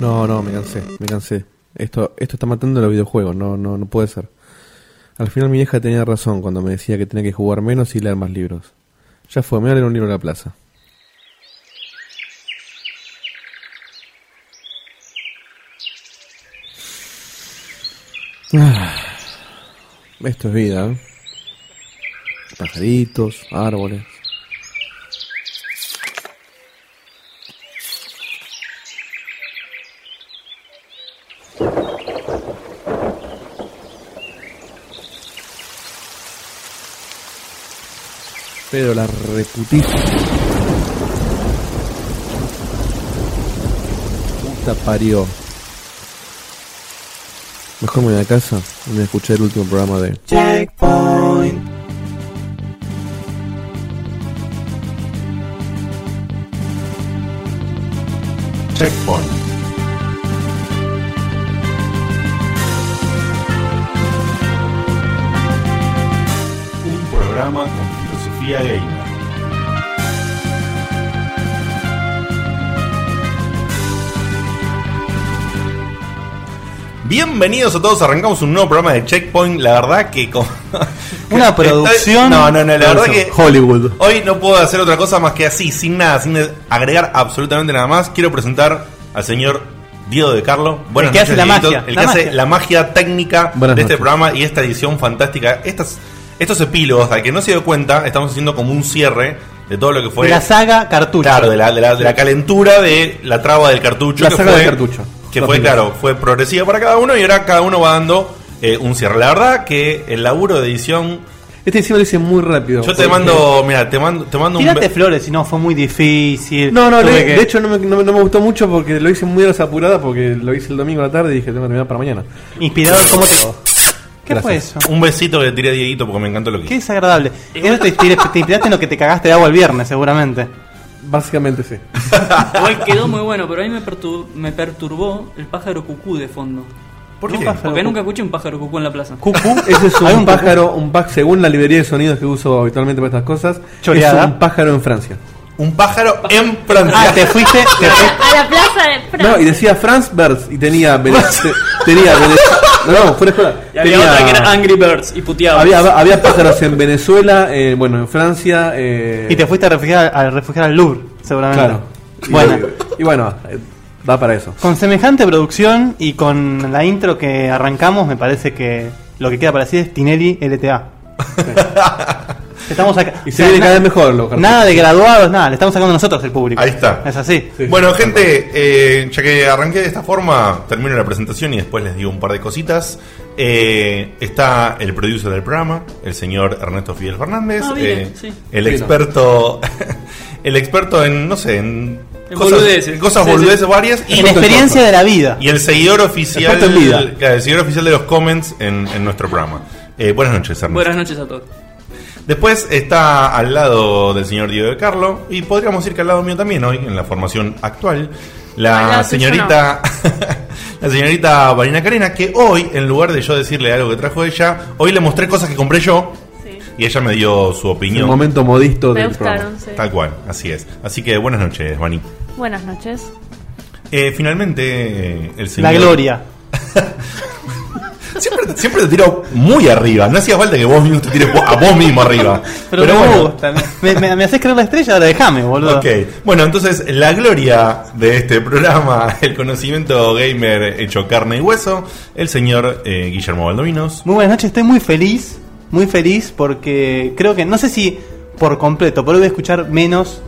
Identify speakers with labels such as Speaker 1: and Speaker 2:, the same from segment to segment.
Speaker 1: No, no, me cansé, me cansé. Esto, esto está matando los videojuegos, no, no, no puede ser. Al final mi vieja tenía razón cuando me decía que tenía que jugar menos y leer más libros. Ya fue, me voy a leer un libro a la plaza. Ah, Esto es vida, ¿eh? Pajaritos, árboles. Pero la reputita. Puta parió. Mejor me voy a casa y me escuché el último programa de
Speaker 2: Checkpoint.
Speaker 3: Checkpoint. Un programa con filosofía gamer. Bienvenidos a todos, arrancamos un nuevo programa de Checkpoint. La verdad que con...
Speaker 2: Una producción.
Speaker 3: Eh, No, no, no, la verdad que
Speaker 1: Hollywood.
Speaker 3: Hoy no puedo hacer otra cosa más que así, sin nada, sin agregar absolutamente nada más. Quiero presentar al señor Diego de Carlo. Buenas
Speaker 2: que hace la
Speaker 3: Dieguito.
Speaker 2: magia,
Speaker 3: El
Speaker 2: la
Speaker 3: que hace
Speaker 2: magia.
Speaker 3: la magia técnica
Speaker 1: Buenas
Speaker 3: de este
Speaker 1: noches.
Speaker 3: programa y esta edición fantástica. Estas, estos epílogos, al que no se dio cuenta, estamos haciendo como un cierre de todo lo que fue.
Speaker 2: De la saga Cartucho.
Speaker 3: Claro, de la, de la- de la calentura de la traba del cartucho.
Speaker 1: La
Speaker 3: que
Speaker 1: saga
Speaker 3: fue-
Speaker 1: del cartucho.
Speaker 3: Que
Speaker 1: Dos
Speaker 3: fue,
Speaker 1: mil
Speaker 3: claro, fue progresiva para cada uno y ahora cada uno va dando eh, un cierre. La verdad que el laburo de edición.
Speaker 1: Este encima lo hice muy rápido.
Speaker 3: Yo te
Speaker 1: Porque-
Speaker 3: mando, mira, te mando, te mando
Speaker 2: Tírate
Speaker 3: be-
Speaker 2: flores, si no, fue muy difícil.
Speaker 1: No, no,
Speaker 2: Tuve
Speaker 1: de,
Speaker 2: que-
Speaker 1: de hecho no me, no me- no me gustó mucho porque lo hice muy a las apuradas porque lo hice el domingo a la tarde y dije tengo que terminar para mañana.
Speaker 2: Inspirado en cómo te. ¿Qué
Speaker 1: Gracias.
Speaker 2: fue eso?
Speaker 3: Un besito que le tiré a Dieguito porque me encantó lo que
Speaker 2: Qué
Speaker 3: hizo.
Speaker 2: desagradable. Eso te, inspira- te inspiraste en lo que te cagaste de agua el viernes, seguramente.
Speaker 1: Básicamente sí.
Speaker 4: Igual quedó muy bueno, pero a mí me, pertur- me perturbó el pájaro cucú de fondo.
Speaker 3: ¿Por
Speaker 2: Un
Speaker 3: qué?
Speaker 2: pájaro.
Speaker 4: Porque nunca escuché un pájaro cucú en la plaza.
Speaker 2: Cucú.
Speaker 1: Uh, Ese es
Speaker 2: Hay
Speaker 1: un,
Speaker 2: un
Speaker 1: pájaro, un pá- según la librería de sonidos que uso habitualmente para estas cosas,
Speaker 2: Choreada.
Speaker 1: es un pájaro en Francia.
Speaker 3: Un pájaro en Francia.
Speaker 2: Ah, te fuiste. Te fuiste.
Speaker 5: A la plaza de Francia.
Speaker 1: No, y decía Franz Berz y tenía Vene- te- tenía Vene- no, no, fuera de joda.
Speaker 4: Y había
Speaker 1: Tenía-
Speaker 4: otra que era Angry Birds y puteaba.
Speaker 1: había- había pájaros en Venezuela, eh, bueno, en Francia eh,
Speaker 2: Y te fuiste a refugiar, a refugiar al Louvre, seguramente.
Speaker 1: Claro. Y-
Speaker 2: Bueno.
Speaker 1: Y, bueno, eh, va para eso.
Speaker 2: Con semejante producción y con la intro que arrancamos, me parece que lo que queda para decir es Tinelli LTA. Estamos acá.
Speaker 1: Y
Speaker 2: o
Speaker 1: se
Speaker 2: sea,
Speaker 1: viene
Speaker 2: na-
Speaker 1: cada vez mejor los cartuchos.
Speaker 2: Nada de graduados, nada, le estamos sacando nosotros el público.
Speaker 3: Ahí está.
Speaker 2: Es así.
Speaker 1: Sí.
Speaker 3: Bueno, gente, eh, ya que arranqué de esta forma, termino la presentación y después les digo un par de cositas. Eh, está el producer del programa, el señor Ernesto Fidel Fernández,
Speaker 4: Ah, bien,
Speaker 3: eh,
Speaker 4: sí.
Speaker 3: el
Speaker 1: Fino.
Speaker 3: experto, el experto en no sé, en
Speaker 4: En
Speaker 3: cosas,
Speaker 4: boludeces.
Speaker 3: cosas
Speaker 4: Sí, sí.
Speaker 3: boludeces varias y,
Speaker 2: En experiencia de la vida.
Speaker 3: y el seguidor oficial,
Speaker 1: Experto en vida.
Speaker 3: claro, el seguidor oficial de los comments en, en nuestro programa. Eh, buenas noches, Ernesto.
Speaker 4: Buenas noches a todos.
Speaker 3: Después está al lado del señor Diego de Carlo y podríamos decir que al lado mío también hoy en la formación actual la
Speaker 5: Hola, soy
Speaker 3: señorita la señorita Marina Carena que hoy en lugar de yo decirle algo que trajo ella hoy le mostré cosas que compré yo
Speaker 5: Sí.
Speaker 3: y ella me dio su
Speaker 1: El
Speaker 3: opinión
Speaker 1: momento modisto
Speaker 5: Me
Speaker 1: del
Speaker 5: gustaron,
Speaker 1: programa.
Speaker 5: sí.
Speaker 3: tal cual así es así que buenas noches Vani
Speaker 5: Buenas noches.
Speaker 3: Eh, finalmente eh, el señor
Speaker 2: La gloria.
Speaker 3: siempre, siempre te tiro muy arriba no hacía falta que vos mismo te tires vo- a vos mismo arriba
Speaker 2: Pero, no me gusta. Me, me- me haces creer la estrella, ahora déjame, boludo.
Speaker 3: Ok, bueno, entonces la gloria de este programa, el conocimiento gamer hecho carne y hueso, el señor eh, Guillermo Baldovinos.
Speaker 2: Muy buenas noches, estoy muy feliz, muy feliz porque creo que, no sé si por completo, pero voy a escuchar menos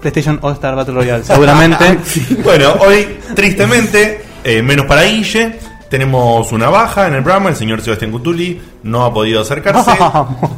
Speaker 2: PlayStation All Star Battle Royale, seguramente.
Speaker 3: Bueno, hoy, tristemente, eh, menos para Guille, tenemos una baja en el programa, el señor Sebastián Cutuli no ha podido acercarse
Speaker 2: Vamos.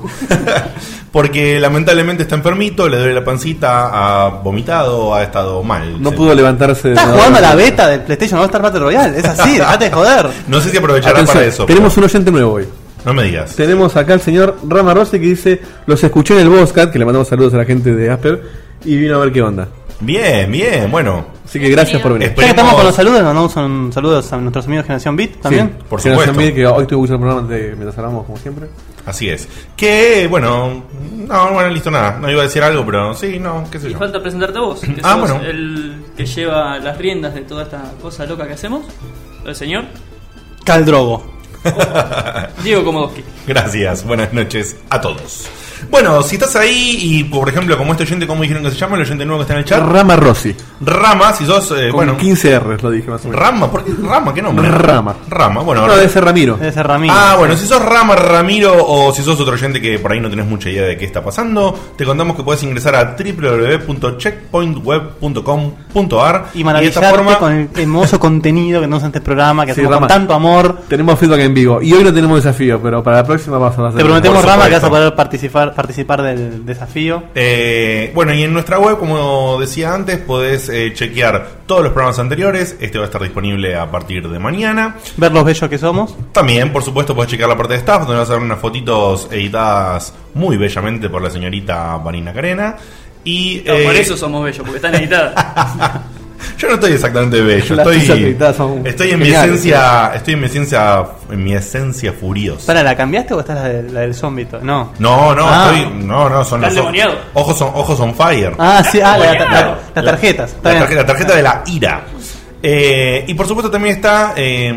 Speaker 3: porque lamentablemente está enfermito, le duele la pancita, ha vomitado, ha estado mal.
Speaker 1: No
Speaker 3: Se-
Speaker 1: pudo levantarse de
Speaker 2: Estás
Speaker 1: nada.
Speaker 2: jugando a la beta del PlayStation All Star Battle Royale, es así, dejate de joder.
Speaker 3: No sé si aprovechará
Speaker 1: Atención,
Speaker 3: para eso.
Speaker 1: tenemos un oyente nuevo hoy.
Speaker 3: pero No me digas.
Speaker 1: Tenemos acá al señor Rama Rossi que dice, los escuché en el Boscat, que le mandamos saludos a la gente de Asper, y vino a ver qué onda.
Speaker 3: Bien, bien, bueno.
Speaker 1: Así que gracias por venir.
Speaker 3: Es-
Speaker 2: Ya que estamos con los saludos, mandamos un saludos a nuestros amigos de Generación Beat también.
Speaker 1: Sí,
Speaker 3: por
Speaker 1: que nos
Speaker 3: supuesto.
Speaker 1: envíe que hoy tuve que usar el programa de, mientras hablamos, como siempre.
Speaker 3: Así es. Que, bueno, no, bueno, listo, nada. No iba a decir algo, pero sí, no, qué sé
Speaker 4: Y
Speaker 3: yo.
Speaker 4: falta presentarte a vos, que
Speaker 3: Ah,
Speaker 4: sos
Speaker 3: bueno.
Speaker 4: el que lleva las riendas de toda esta cosa loca que hacemos. El señor
Speaker 2: Caldrogo.
Speaker 4: Diego Komodowski.
Speaker 3: Gracias, buenas noches a todos. Bueno, si estás ahí y, por ejemplo, como este oyente, ¿cómo dijeron que se llama? El oyente nuevo que está en el chat.
Speaker 1: Rama Rossi.
Speaker 3: Rama, si sos, eh,
Speaker 1: Con
Speaker 3: bueno,
Speaker 1: 15 R's lo dije más o menos.
Speaker 3: Rama, ¿por qué Rama? ¿Qué nombre?
Speaker 1: Rama.
Speaker 3: Rama, bueno,
Speaker 1: No, debe ser Ramiro.
Speaker 2: Debe ser Ramiro.
Speaker 3: Ah, bueno, si sos Rama Ramiro o si sos otro oyente que por ahí no tenés mucha idea de qué está pasando, te contamos que puedes ingresar a www.checkpointweb.com.ar
Speaker 2: Y
Speaker 3: de
Speaker 2: maravillarte
Speaker 3: esta forma
Speaker 2: con el hermoso contenido que nos hace este programa, que
Speaker 1: Sí,
Speaker 2: hacemos
Speaker 1: Rama.
Speaker 2: con tanto amor.
Speaker 1: Tenemos feedback en vivo. Y hoy no tenemos desafío, pero para la próxima vamos a hacer.
Speaker 2: Te prometemos,
Speaker 3: por
Speaker 2: Rama, que vas
Speaker 3: supuesto.
Speaker 2: a poder participar, participar del desafío.
Speaker 3: Eh, bueno, y en nuestra web, como decía antes, podés eh, chequear todos los programas anteriores. Este va a estar disponible a partir de mañana.
Speaker 2: Ver los bellos que somos.
Speaker 3: También, por supuesto, podés chequear la parte de staff, donde vas a ver unas fotitos editadas muy bellamente por la señorita Vanina Carena. Y
Speaker 4: No,
Speaker 3: eh,
Speaker 4: por eso somos bellos, porque están editadas.
Speaker 3: yo no estoy exactamente bello,
Speaker 1: Las tuyas
Speaker 3: estoy,
Speaker 1: editadas son
Speaker 3: estoy en mi
Speaker 1: geniales,
Speaker 3: esencia, estoy en mi esencia, en mi esencia furiosa.
Speaker 2: Para, ¿la cambiaste o esta es la, de- la del zombito? No.
Speaker 3: No, no,
Speaker 2: Ah.
Speaker 3: estoy, no, no, son
Speaker 4: Estás
Speaker 3: los ojos,
Speaker 4: demoniado.
Speaker 3: ojos on, ojos on fire.
Speaker 2: Ah, sí, ah, la- la- la-
Speaker 4: Claro.
Speaker 2: las tarjetas. está
Speaker 3: La
Speaker 2: bien.
Speaker 3: tarjeta, la tarjeta de la ira. Eh, y por supuesto también está eh,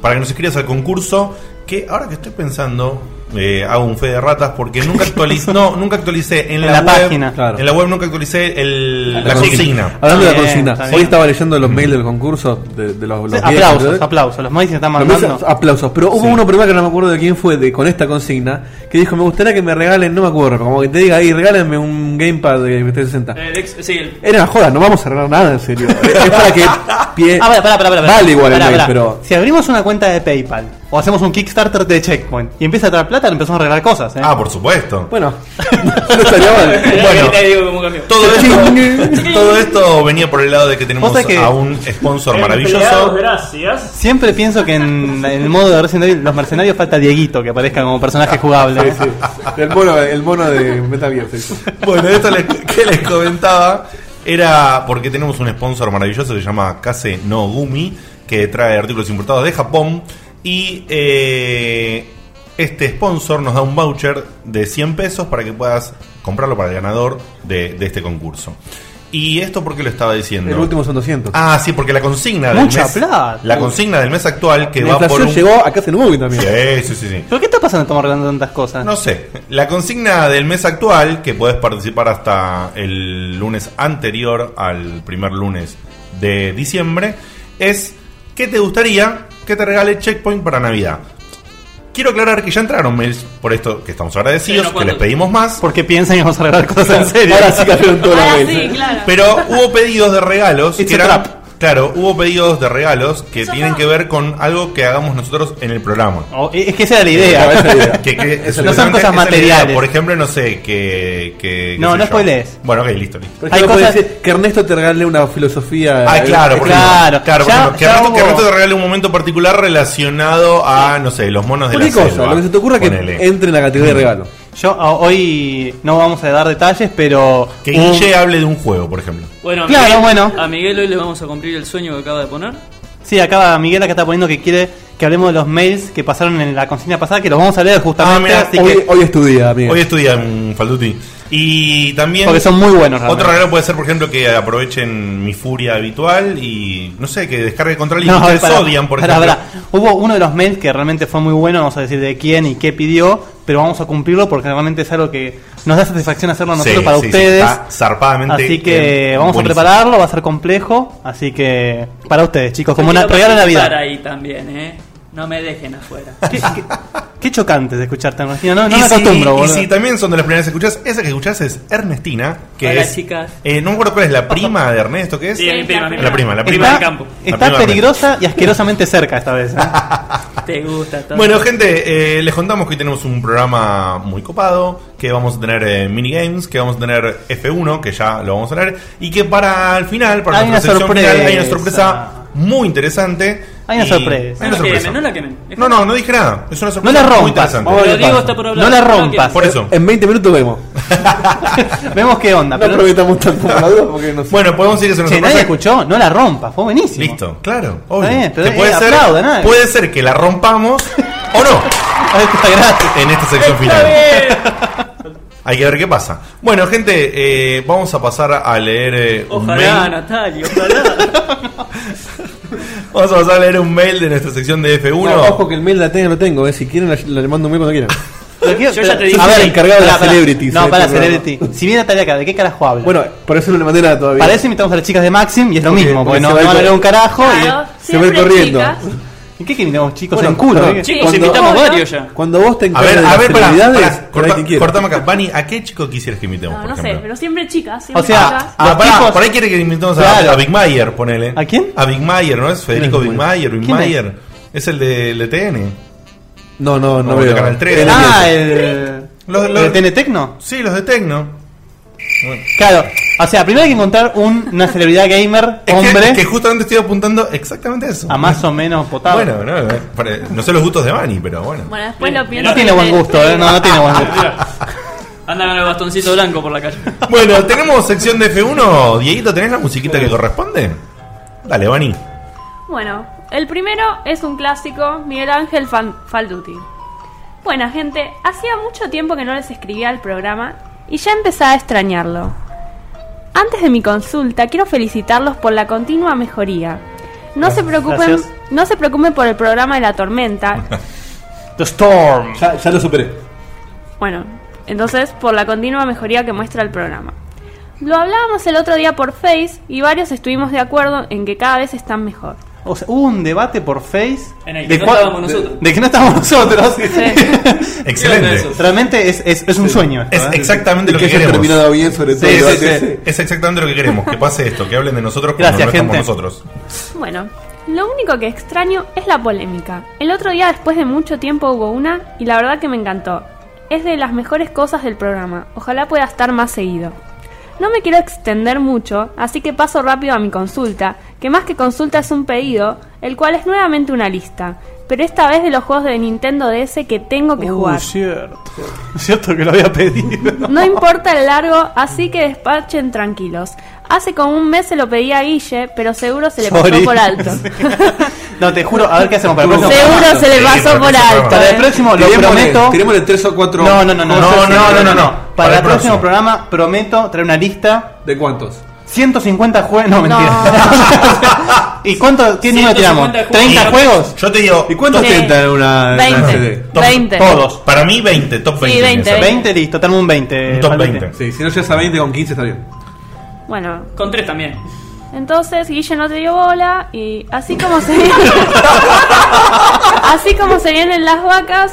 Speaker 3: para que nos escribas al concurso. Que ahora que estoy pensando, eh, hago un fe de ratas porque nunca actualicé, no, nunca actualicé en,
Speaker 2: En
Speaker 3: la,
Speaker 2: la
Speaker 3: web,
Speaker 2: página.
Speaker 1: Claro.
Speaker 3: En la web nunca actualicé el- la,
Speaker 1: La
Speaker 3: consigna.
Speaker 1: Hablando de la
Speaker 2: Está bien,
Speaker 1: consigna,
Speaker 2: está
Speaker 1: hoy
Speaker 2: bien.
Speaker 1: estaba leyendo los mails del concurso de, de los, los
Speaker 2: Sí,
Speaker 1: viejos,
Speaker 2: aplausos,
Speaker 1: ¿verdad?
Speaker 2: aplausos. Los maíz se están
Speaker 1: Los mails,
Speaker 2: mandando.
Speaker 1: aplausos. Pero hubo
Speaker 3: Sí.
Speaker 1: uno primero que no me acuerdo de quién fue de, con esta consigna que dijo: Me gustaría que me regalen, no me acuerdo, como que te diga ahí, regálenme un gamepad de 360.
Speaker 4: El ex- sí, el-
Speaker 1: Era una joda, no vamos a arreglar nada en serio. es para que. pie-
Speaker 2: Ah, pará, pará, pará, pará.
Speaker 1: Eh, Vale igual el
Speaker 2: Pará,
Speaker 1: mail,
Speaker 2: pará.
Speaker 1: pero.
Speaker 2: Si abrimos una cuenta de PayPal o hacemos un Kickstarter de Checkpoint y empieza a traer plata, le empezamos a regalar cosas. ¿eh?
Speaker 3: Ah, por supuesto.
Speaker 1: Bueno, no estaría mal.
Speaker 4: Mirá la carita de Diego cómo cambió.
Speaker 3: Todo esto, todo esto venía por el lado de que tenemos
Speaker 2: Vos sabés que-
Speaker 3: a un sponsor
Speaker 4: Empleados,
Speaker 3: maravilloso.
Speaker 4: Gracias.
Speaker 2: Siempre pienso que en, en el modo de Resident Evil, los mercenarios falta Dieguito que aparezca como personaje jugable. ¿eh?
Speaker 1: El mono, el mono de Metal Gear. sí.
Speaker 3: Bueno, esto les- que les comentaba era porque tenemos un sponsor maravilloso que se llama Kase no Gumi, que trae artículos importados de Japón. Y eh, este sponsor nos da un voucher de 100 pesos para que puedas comprarlo para el ganador de, de este concurso. ¿Y esto por qué lo estaba diciendo?
Speaker 1: El último son 200.
Speaker 3: Ah, sí, porque la consigna del
Speaker 2: Mucha
Speaker 3: mes.
Speaker 2: plata.
Speaker 3: La consigna del mes actual que
Speaker 1: la
Speaker 3: va por
Speaker 1: inflación
Speaker 3: un.
Speaker 1: llegó a casa en Ubi
Speaker 3: Sí,
Speaker 1: también.
Speaker 3: sí, sí, sí.
Speaker 2: ¿Pero qué está pasando? Estamos regalando tantas cosas.
Speaker 3: No sé. La consigna del mes actual, que podés participar hasta el lunes anterior al primer lunes de diciembre, es ¿qué te gustaría que te regale Checkpoint para Navidad? Quiero aclarar que ya entraron mails por esto que estamos agradecidos,
Speaker 4: Sí, no,
Speaker 3: que les
Speaker 4: ¿cuándo?
Speaker 3: pedimos más.
Speaker 2: Porque piensan que vamos a regalar cosas en serio.
Speaker 1: Ahora sí cayeron todos los
Speaker 5: Ahora
Speaker 1: mails.
Speaker 5: Ah, sí,
Speaker 1: ¿eh?
Speaker 5: claro.
Speaker 3: Pero hubo pedidos de regalos
Speaker 2: It's
Speaker 3: que
Speaker 2: a
Speaker 3: eran-
Speaker 2: trap.
Speaker 3: Claro, hubo pedidos de regalos que
Speaker 5: Eso
Speaker 3: tienen
Speaker 5: no.
Speaker 3: que ver con algo que hagamos nosotros en el programa.
Speaker 2: Oh, es que esa era la
Speaker 1: A ver,
Speaker 2: idea.
Speaker 1: esa idea.
Speaker 3: Que- que-
Speaker 1: Eso
Speaker 2: no
Speaker 3: supuestamente
Speaker 2: son cosas
Speaker 3: esa es la idea.
Speaker 2: materiales.
Speaker 3: Por ejemplo, no sé, que. que- qué
Speaker 2: No,
Speaker 3: sé
Speaker 2: no
Speaker 3: yo.
Speaker 2: spoilees.
Speaker 3: Bueno, ok, listo, listo.
Speaker 1: Por
Speaker 2: Hay
Speaker 1: ejemplo,
Speaker 2: cosas-
Speaker 1: puede decir que Ernesto te regale una filosofía.
Speaker 3: Ah,
Speaker 1: eh,
Speaker 3: claro, por ejemplo.
Speaker 2: Claro,
Speaker 3: Claro, por
Speaker 2: ya-
Speaker 3: ejemplo, que
Speaker 2: ya
Speaker 3: Ernesto- que
Speaker 2: hubo-
Speaker 3: Ernesto te regale un momento particular relacionado a, no sé, los monos de la
Speaker 1: Cualquier cosa,
Speaker 3: selva.
Speaker 1: lo que se te ocurra que
Speaker 3: Ponele.
Speaker 1: entre en la categoría de regalo.
Speaker 2: Yo ah, hoy no vamos a dar detalles, pero.
Speaker 3: Que
Speaker 2: un-
Speaker 3: Guille hable de un juego, por ejemplo.
Speaker 4: Bueno, a
Speaker 2: Claro,
Speaker 4: Miguel,
Speaker 2: bueno.
Speaker 4: a Miguel hoy le vamos a cumplir el sueño que acaba de poner.
Speaker 2: Sí, acaba Miguel acá está poniendo que quiere que hablemos de los mails que pasaron en la consigna pasada, que los vamos a leer justamente.
Speaker 3: Ah, mirá,
Speaker 2: así
Speaker 1: hoy,
Speaker 2: que-
Speaker 1: hoy es tu día, amigo.
Speaker 3: Hoy estudia en Falduti. Y también.
Speaker 2: porque son muy buenos. realmente.
Speaker 3: Otro regalo puede ser, por ejemplo, que aprovechen mi furia habitual y, no sé, que descargue contra el
Speaker 2: No, a ver,
Speaker 3: límite
Speaker 2: pará,
Speaker 3: Sodian, por
Speaker 2: pará,
Speaker 3: ejemplo.
Speaker 2: pará. Hubo uno de los mails que realmente fue muy bueno, vamos a decir de quién y qué pidió, pero vamos a cumplirlo porque realmente es algo que nos da satisfacción hacerlo nosotros
Speaker 3: Sí,
Speaker 2: para
Speaker 3: sí, sí,
Speaker 2: ustedes.
Speaker 3: está zarpadamente.
Speaker 2: así que
Speaker 3: eh,
Speaker 2: vamos
Speaker 3: buenísimo.
Speaker 2: a prepararlo, va a ser complejo, así que para ustedes, chicos, como
Speaker 4: Yo
Speaker 2: una
Speaker 4: quiero
Speaker 2: regalo de Navidad.
Speaker 4: participar ahí también, ¿eh? No me dejen afuera.
Speaker 2: Qué, qué- qué chocante de escucharte, Ernestina, no, no
Speaker 3: y
Speaker 2: me
Speaker 3: si-
Speaker 2: acostumbro,
Speaker 3: Y
Speaker 2: boludo.
Speaker 3: si también son de las primeras que escuchás, esa que escuchás es Ernestina, que
Speaker 4: Hola,
Speaker 3: es.
Speaker 4: chicas.
Speaker 3: eh, no me acuerdo cuál es la prima de Ernesto, que es.
Speaker 4: Sí, mi prima, mi
Speaker 3: La prima, la prima
Speaker 4: del
Speaker 2: está
Speaker 4: campo.
Speaker 3: La
Speaker 2: está
Speaker 3: prima de
Speaker 2: peligrosa y asquerosamente cerca esta vez. ¿eh?
Speaker 4: Te gusta todo.
Speaker 3: Bueno, gente, eh, les contamos que hoy tenemos un programa muy copado, que vamos a tener eh, minigames, que vamos a tener F1, que ya lo vamos a leer, y que para el final, para
Speaker 2: Hay
Speaker 3: nuestra
Speaker 2: una
Speaker 3: sección final, hay una
Speaker 2: sorpresa.
Speaker 3: sorpresa muy interesante.
Speaker 2: Hay una
Speaker 3: y-
Speaker 2: sorpresa.
Speaker 3: hay
Speaker 4: no
Speaker 3: una
Speaker 4: la
Speaker 3: sorpresa.
Speaker 4: quemen, no la quemen.
Speaker 3: No, no, no dije nada. Es una sorpresa
Speaker 2: la
Speaker 3: muy
Speaker 2: rompas.
Speaker 3: interesante.
Speaker 1: Vamos a ver
Speaker 4: Pero
Speaker 1: qué
Speaker 4: Diego
Speaker 1: pasa.
Speaker 4: está por hablar.
Speaker 2: No la
Speaker 4: quemen.
Speaker 2: rompas.
Speaker 3: Por eso.
Speaker 1: En 20 minutos vemos.
Speaker 2: Vemos qué onda.
Speaker 1: No
Speaker 2: pero-
Speaker 1: aprovechamos tanto por la duda porque no sé.
Speaker 3: Bueno, podemos decir que es una
Speaker 2: Che, nadie
Speaker 3: sorpresa.
Speaker 2: escuchó, no la rompa, fue buenísimo.
Speaker 3: Listo, claro, obvio.
Speaker 2: Está bien, pero
Speaker 3: Que
Speaker 2: eh,
Speaker 3: puede, ser,
Speaker 2: aplaudan, ah.
Speaker 3: puede ser que la rompamos o no.
Speaker 2: Está gratis.
Speaker 3: en esta sección final.
Speaker 4: Eh,
Speaker 3: Hay que ver qué pasa. Bueno, gente, eh, vamos a pasar a leer eh, un
Speaker 4: Ojalá,
Speaker 3: mail.
Speaker 4: Natalia, ojalá.
Speaker 3: Vamos a pasar a leer un mail de nuestra sección de F1.
Speaker 1: No, ojo que el mail la tengo, lo tengo, eh. Si quieren, la, la- le mando un mail cuando quieran.
Speaker 2: Lo quiero-
Speaker 4: Yo ya te dije.
Speaker 2: A ver,
Speaker 4: El
Speaker 1: encargado de
Speaker 2: pará,
Speaker 1: las
Speaker 2: pará.
Speaker 1: celebrities,
Speaker 2: No,
Speaker 1: eh,
Speaker 2: para
Speaker 1: este
Speaker 2: celebrity. Si viene Natalia acá, ¿de qué carajo habla?
Speaker 1: bueno, por eso no le mandé nada todavía.
Speaker 2: para eso invitamos a las chicas de Maxim y es lo
Speaker 1: Porque-
Speaker 2: mismo,
Speaker 1: porque
Speaker 2: porque no,
Speaker 1: se
Speaker 2: no
Speaker 1: va
Speaker 2: van
Speaker 1: el-
Speaker 2: a leer un carajo. y-
Speaker 5: Claro,
Speaker 1: Se ve
Speaker 5: siempre
Speaker 1: corriendo.
Speaker 5: chicas.
Speaker 2: ¿Y qué que invitamos chicos
Speaker 1: Bueno,
Speaker 2: en culo?
Speaker 1: perdón.
Speaker 2: ¿eh?
Speaker 4: Chicos,
Speaker 1: Cuando-
Speaker 4: invitamos
Speaker 5: Hola.
Speaker 4: varios ya.
Speaker 1: Cuando vos te
Speaker 3: a
Speaker 1: encargas
Speaker 3: ver,
Speaker 1: de
Speaker 3: a
Speaker 1: las
Speaker 3: ver, pará,
Speaker 1: celebridades,
Speaker 3: pará,
Speaker 1: por ahí
Speaker 3: corta-
Speaker 1: te quiero.
Speaker 3: cortame acá. Bani, ¿a qué chico quisieras que invitemos,
Speaker 5: No,
Speaker 3: por
Speaker 5: no sé,
Speaker 3: ejemplo?
Speaker 5: pero siempre chicas.
Speaker 2: O
Speaker 5: Siempre
Speaker 2: sea,
Speaker 5: chicas.
Speaker 3: Ah,
Speaker 2: los
Speaker 3: pará,
Speaker 2: tipos-
Speaker 3: por ahí quiere que invitemos a-
Speaker 2: Claro.
Speaker 3: a, Big Mayer, ponele.
Speaker 2: ¿A quién?
Speaker 3: A Big Mayer, ¿no es? Federico
Speaker 1: Big
Speaker 3: Big Mayer, Big
Speaker 2: ¿Quién es?
Speaker 3: Mayer. Es el de LTN.
Speaker 1: No, no, no
Speaker 3: Como de
Speaker 1: veo.
Speaker 3: Canal 3.
Speaker 1: Él es
Speaker 2: Ah,
Speaker 1: mi-
Speaker 2: el.
Speaker 3: Los- los-
Speaker 2: ¿El TN Tecno?
Speaker 3: Sí, los de Tecno.
Speaker 2: Claro. O sea, primero hay que encontrar un- una celebridad gamer,
Speaker 3: Es que-
Speaker 2: hombre,
Speaker 3: Que, justamente estoy apuntando exactamente eso.
Speaker 2: a más o menos potable.
Speaker 3: Bueno, no, no, pare- no sé los gustos de Bani, pero bueno.
Speaker 5: Bueno, después
Speaker 4: Bien.
Speaker 5: lo pienso.
Speaker 2: no tiene buen gusto, ¿eh? No, no tiene buen gusto.
Speaker 4: Anda con el bastoncito blanco por la calle.
Speaker 3: Bueno, tenemos sección de F1. Dieguito, ¿tenés la musiquita que corresponde? Dale, Bani.
Speaker 5: Bueno, el primero es un clásico, Miguel Ángel Fan- Falduti. Buena gente, hacía mucho tiempo que no les escribía al programa y ya empezaba a extrañarlo. Antes de mi consulta, quiero felicitarlos por la continua mejoría. No se preocupen,
Speaker 2: Gracias.
Speaker 5: no se preocupen por el programa de la tormenta.
Speaker 2: The Storm.
Speaker 1: Ya, ya lo superé.
Speaker 5: Bueno, entonces por la continua mejoría que muestra el programa. Lo hablábamos el otro día por Face y varios estuvimos de acuerdo en que cada vez están mejor.
Speaker 2: O sea, hubo un debate por Face.
Speaker 4: En el que no
Speaker 2: cuál-
Speaker 4: estábamos nosotros.
Speaker 2: De, de que no estábamos nosotros.
Speaker 3: Excelente.
Speaker 4: Eso.
Speaker 2: Realmente es, es, es un sueño. esto,
Speaker 3: Es
Speaker 2: ¿eh?
Speaker 3: exactamente lo
Speaker 1: Ah, que
Speaker 3: que
Speaker 1: haya
Speaker 3: queremos.
Speaker 1: terminado bien, sobre todo.
Speaker 2: Sí,
Speaker 1: el
Speaker 2: sí,
Speaker 1: debate
Speaker 2: sí.
Speaker 1: ese.
Speaker 3: Es exactamente lo que queremos, que pase esto, que hablen de nosotros cuando
Speaker 2: Gracias,
Speaker 3: no estamos
Speaker 2: gente.
Speaker 3: nosotros.
Speaker 5: Bueno, lo único que extraño es la polémica. El otro día después de mucho tiempo hubo una y la verdad que me encantó. Es de las mejores cosas del programa. Ojalá pueda estar más seguido. No me quiero extender mucho, así que paso rápido a mi consulta, que más que consulta es un pedido, el cual es nuevamente una lista, pero esta vez de los juegos de Nintendo DS que tengo que
Speaker 2: Uh,
Speaker 5: jugar.
Speaker 2: cierto. Cierto que lo había pedido.
Speaker 5: No importa el largo, así que despachen tranquilos. Hace como un mes se lo pedí a Guille, pero seguro se le
Speaker 2: Sorry.
Speaker 5: pasó por alto.
Speaker 2: No, te juro, a ver qué hacemos para el próximo.
Speaker 5: seguro
Speaker 2: programa.
Speaker 5: se le
Speaker 3: Sí,
Speaker 5: pasó
Speaker 3: pero
Speaker 5: por
Speaker 3: no se
Speaker 5: alto.
Speaker 2: Para el
Speaker 5: eh.
Speaker 2: próximo, lo
Speaker 1: Tirémosle-
Speaker 2: prometo.
Speaker 1: tirémosle tres o cuatro.
Speaker 2: No, no, no, no.
Speaker 3: No, no, no, no, no, no.
Speaker 2: Para
Speaker 3: Para
Speaker 2: el
Speaker 3: el
Speaker 2: próximo
Speaker 3: próximo.
Speaker 2: programa, prometo traer una lista.
Speaker 1: ¿De cuántos?
Speaker 2: 150 juegos. No, mentira. ¿Y cuánto? ¿Qué número tiramos?
Speaker 4: 150
Speaker 2: ¿30 juegos?
Speaker 3: Yo te digo,
Speaker 1: ¿Y cuántos
Speaker 5: Sí.
Speaker 1: te entran en una, en una
Speaker 5: 20.
Speaker 1: CD?
Speaker 3: top-
Speaker 5: 20.
Speaker 2: Todos.
Speaker 3: para mí 20, top 20. tiene que
Speaker 5: 20.
Speaker 3: ser.
Speaker 2: 20, listo, tenemos un 20.
Speaker 3: Un top
Speaker 2: Valverde.
Speaker 3: 20.
Speaker 1: Sí, si no llegas a 20 con 15 está bien.
Speaker 5: Bueno,
Speaker 4: Con tres también.
Speaker 5: entonces Guille no te dio bola y así como se vienen, así como se vienen las vacas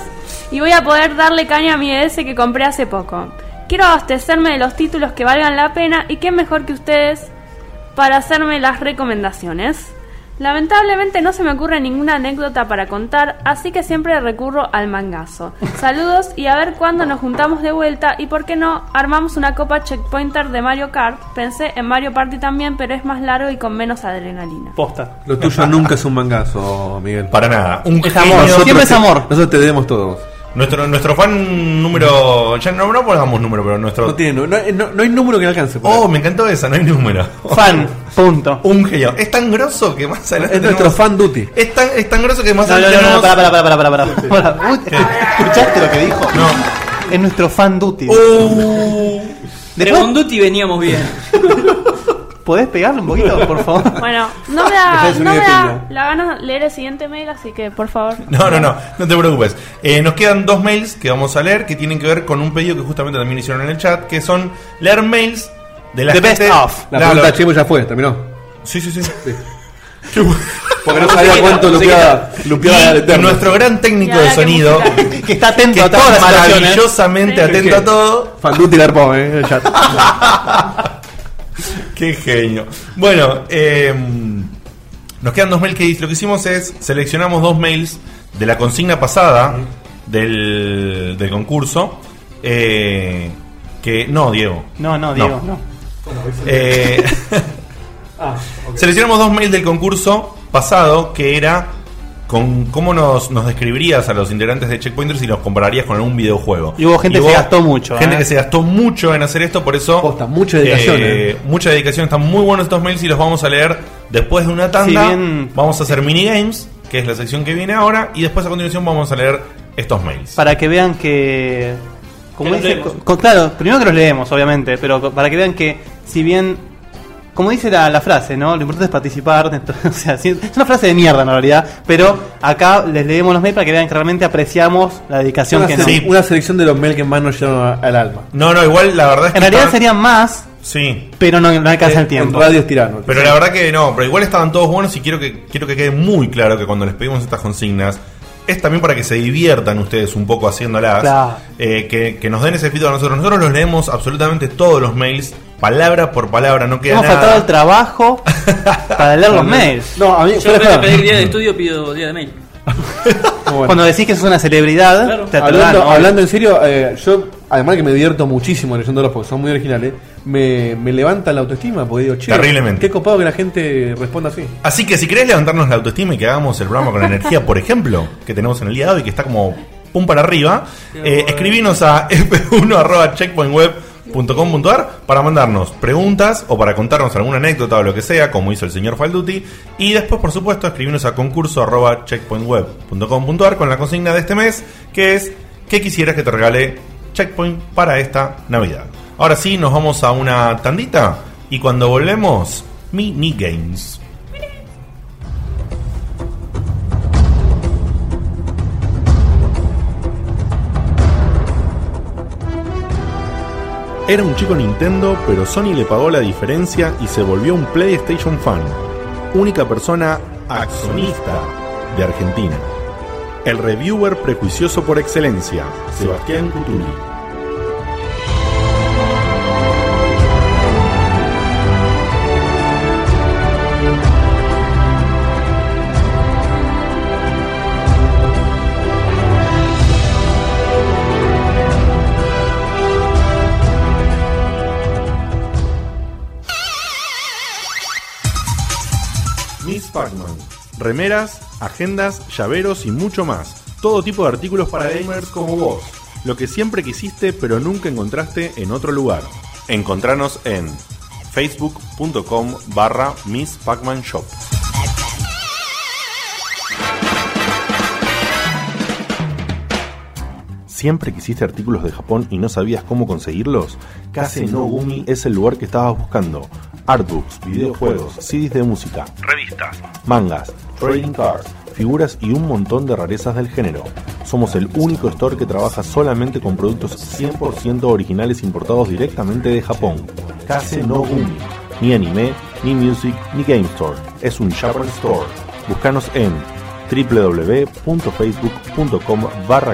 Speaker 5: y voy a poder darle caña a mi DS que compré hace poco. Quiero abastecerme de los títulos que valgan la pena y qué mejor que ustedes para hacerme las recomendaciones. Lamentablemente no se me ocurre ninguna anécdota para contar, así que siempre recurro al mangazo. Saludos y a ver cuándo nos juntamos de vuelta y por qué no armamos una copa checkpointer de Mario Kart. Pensé en Mario Party también, pero es más largo y con menos adrenalina.
Speaker 2: Posta.
Speaker 1: Lo tuyo nunca es un mangazo, Miguel.
Speaker 3: Para nada. Un
Speaker 2: Es
Speaker 3: genio.
Speaker 2: amor, siempre es amor.
Speaker 1: Nosotros te debemos todos.
Speaker 3: Nuestro, nuestro fan número. Ya no, no pongamos número, pero
Speaker 1: No,
Speaker 3: nuestro.
Speaker 1: tiene, nu- no, hay- no- no hay número que le alcance. por
Speaker 3: Oh,
Speaker 1: ahí.
Speaker 3: me encantó esa, no hay número.
Speaker 2: Fan, punto.
Speaker 3: Un genio. Es tan grosso que más adelante.
Speaker 1: es nuestro
Speaker 3: tenemos-
Speaker 1: fan duty.
Speaker 3: Es tan, es tan grosso que más
Speaker 2: No, no,
Speaker 3: adelante.
Speaker 2: no, no,
Speaker 3: tenemos-
Speaker 2: pará, pará, pará, pará, pará, pará. Pará. Uy, ¿Escuchaste lo que dijo? Es nuestro fan duty.
Speaker 3: Uh,
Speaker 4: De
Speaker 2: Después,
Speaker 4: Bonduti veníamos bien.
Speaker 2: ¿Podés pegarle un poquito, por favor?
Speaker 5: Bueno, no me da,
Speaker 1: Dejá de
Speaker 5: no me
Speaker 1: subir de
Speaker 5: da
Speaker 1: pinga.
Speaker 5: la gana leer el siguiente mail, así que por favor.
Speaker 3: No, no, no, no te preocupes. Eh, nos quedan dos mails que vamos a leer que tienen que ver con un pedido que justamente también hicieron en el chat, que son leer mails de la
Speaker 2: The
Speaker 3: gente-
Speaker 2: best of.
Speaker 1: La
Speaker 3: Claro.
Speaker 1: pregunta de Chemo ya fue, terminó.
Speaker 3: Sí, sí, sí.
Speaker 1: Porque no sabía cuánto lupeaba, lupeaba el
Speaker 3: Y
Speaker 1: Eterno.
Speaker 3: nuestro gran técnico
Speaker 5: Y ahora
Speaker 3: de
Speaker 5: que
Speaker 3: sonido,
Speaker 5: música.
Speaker 2: Que está
Speaker 3: que
Speaker 2: atento a
Speaker 3: está
Speaker 2: todas las
Speaker 3: ¿eh?
Speaker 2: situaciones.
Speaker 3: maravillosamente
Speaker 5: Sí.
Speaker 3: atento a todo.
Speaker 1: Fan duty la arpó, eh, en el chat.
Speaker 3: Qué genio. Bueno, eh, nos quedan dos mails que lo que hicimos es seleccionamos dos mails de la consigna pasada del, del concurso. eh, que no, Diego.
Speaker 2: No, no, Diego, no.
Speaker 3: Eh,
Speaker 1: Ah,
Speaker 3: Seleccionamos dos mails del concurso pasado que era con cómo nos, nos describirías a los integrantes de Checkpointers y los compararías con algún videojuego.
Speaker 2: Y hubo gente que se gastó mucho,
Speaker 3: Gente
Speaker 2: ¿eh?
Speaker 3: que se gastó mucho en hacer esto, por eso.
Speaker 1: Posta, mucha dedicación, eh.
Speaker 3: Mucha dedicación. Están muy buenos estos mails y los vamos a leer después de una tanda.
Speaker 2: bien-
Speaker 3: vamos a hacer minigames, que es la sección que viene ahora, y después a continuación vamos a leer estos mails.
Speaker 2: Para que vean que. Como
Speaker 4: Que los
Speaker 2: dice,
Speaker 4: leemos.
Speaker 2: co- co- claro, primero que los leemos, obviamente, pero co- para que vean que, si bien. Como dice la, la frase, ¿no? Lo importante es participar. entonces, o sea, sí, es una frase de mierda en realidad, pero acá les leemos los mails para que vean que realmente apreciamos la dedicación
Speaker 1: Una,
Speaker 2: que
Speaker 1: sele-
Speaker 2: nos.
Speaker 3: Sí.
Speaker 1: una selección de los mails que más nos llegaron a- al alma.
Speaker 3: No, no, igual la verdad es que.
Speaker 2: En realidad
Speaker 3: estaban-
Speaker 2: serían más,
Speaker 3: Sí.
Speaker 2: pero no, no alcanza el
Speaker 1: Eh,
Speaker 2: tiempo.
Speaker 1: En radios tiranos.
Speaker 3: Pero la verdad que no, pero igual estaban todos buenos y quiero que, quiero que quede muy claro que cuando les pedimos estas consignas, es también para que se diviertan ustedes un poco haciéndolas,
Speaker 2: Claro.
Speaker 3: eh, que, que nos den ese feedback a nosotros. Nosotros los leemos absolutamente todos los mails, palabra por palabra, no queda
Speaker 2: Hemos
Speaker 3: nada.
Speaker 2: faltado el trabajo para leer los mails.
Speaker 1: No, a mí. fuera
Speaker 4: Yo en
Speaker 1: de
Speaker 4: vez de
Speaker 1: joda.
Speaker 4: pedir día de estudio, pido día de mail.
Speaker 1: Bueno, bueno.
Speaker 2: Cuando decís que sos una celebridad,
Speaker 4: Claro.
Speaker 2: te atrevan,
Speaker 1: hablando,
Speaker 2: ¿no?
Speaker 1: hablando en serio, eh, yo, además que me divierto muchísimo leyéndolos porque son muy originales, me, me levanta la autoestima porque digo, che,
Speaker 3: Terriblemente.
Speaker 1: qué copado que la gente responda así.
Speaker 3: Así que si querés levantarnos la autoestima y que hagamos el programa con energía, por ejemplo, que tenemos en el día de hoy, que está como pum para arriba, eh, escribinos a f1.checkpointweb.com.ar para mandarnos preguntas o para contarnos alguna anécdota o lo que sea, como hizo el señor Falduti. Y después, por supuesto, escribinos a concurso.checkpointweb.com.ar con la consigna de este mes, que es ¿qué quisieras que te regale Checkpoint para esta Navidad? Ahora sí, nos vamos a una tandita y cuando volvemos, minigames. Era un chico Nintendo, pero Sony le pagó la diferencia y se volvió un PlayStation fan. Única persona accionista de Argentina. El reviewer prejuicioso por excelencia, Sebastián Cutuli. Miss Pac-Man. Remeras, agendas, llaveros y mucho más. Todo tipo de artículos para gamers como vos. Lo que siempre quisiste pero nunca encontraste en otro lugar. Encontranos en facebook.com barra Miss Pac-Man Shop. ¿Siempre quisiste artículos de Japón y no sabías cómo conseguirlos? Kase no Gumi es el lugar que estabas buscando. Artbooks, videojuegos, CDs de música, revistas, mangas, trading cards, figuras y un montón de rarezas del género. Somos el único store que trabaja solamente con productos 100% originales importados directamente de Japón. Kase no Gumi. Ni anime, ni music, ni game store. Es un Japan store. Búscanos en www.facebook.com barra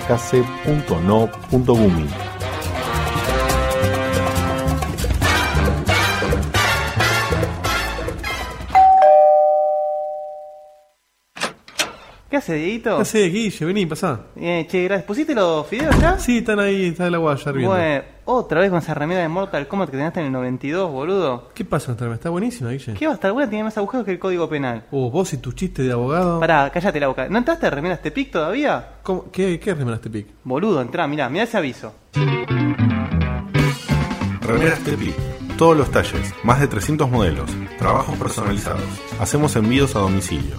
Speaker 2: ¿Qué hace, Dieguito?
Speaker 1: No sé, Guille, vení, pasá.
Speaker 2: Eh, che, gracias. ¿Pusiste los fideos ya?
Speaker 1: Sí, están ahí, está el agua ya hirviendo.
Speaker 2: Bueno, otra vez con esa remera de Mortal Kombat que tenías en el 92, boludo.
Speaker 1: ¿Qué pasa, Nostalma? Está buenísima, Guille.
Speaker 2: ¿Qué va a estar buena? Tiene más agujeros que el código penal.
Speaker 1: Oh, vos y tu chiste de abogado.
Speaker 2: Pará, cállate la boca. ¿No entraste de remeras Tepic todavía?
Speaker 1: ¿Cómo- ¿Qué, qué remera este pic?
Speaker 2: Boludo, entrá, mirá, mirá ese aviso.
Speaker 3: Remeras Tepi. Todos los talles, más de 300 modelos, trabajos personalizados. Hacemos envíos a domicilio.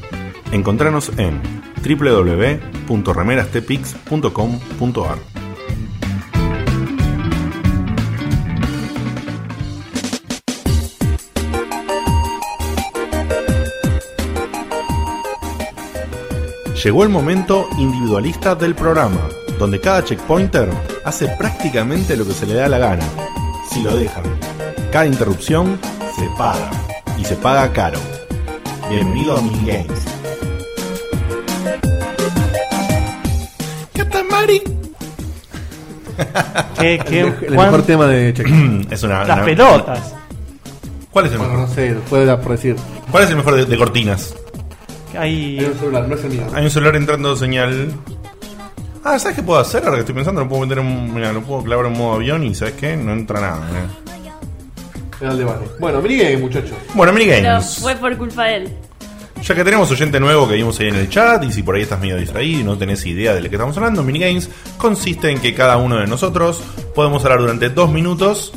Speaker 3: Encontranos en www.remerastepix.com.ar Llegó el momento individualista del programa, donde cada checkpointer hace prácticamente lo que se le da la gana, si lo dejan. Cada interrupción se paga, y se paga caro. Bienvenido a Mini Games. Katamari.
Speaker 2: ¿Qué, qué,
Speaker 1: El, el
Speaker 2: cuán-
Speaker 1: mejor tema de Check. bueno,
Speaker 3: Mm, Es una,
Speaker 2: Las
Speaker 3: una-
Speaker 2: pelotas.
Speaker 3: ¿Cuál es el
Speaker 1: no
Speaker 3: mejor?
Speaker 1: sé, puede dar por decir.
Speaker 3: ¿Cuál es el mejor de, de cortinas?
Speaker 2: Ahí.
Speaker 1: Es un celular, no es el mío.
Speaker 3: Hay un celular entrando señal. Ah, ¿sabes qué puedo hacer? Ahora que estoy pensando, lo puedo meter en un- mirá, lo puedo clavar en modo avión y ¿sabes qué? No entra nada. mirá.
Speaker 1: Era el de Vane. Bueno, mire, muchachos.
Speaker 3: Bueno,
Speaker 5: Pero
Speaker 3: minigames.
Speaker 5: fue por culpa de él.
Speaker 3: Ya que tenemos oyente nuevo que vimos ahí en el chat, y si por ahí estás medio distraído y no tenés idea de lo que estamos hablando, minigames consiste en que cada uno de nosotros podemos hablar durante dos minutos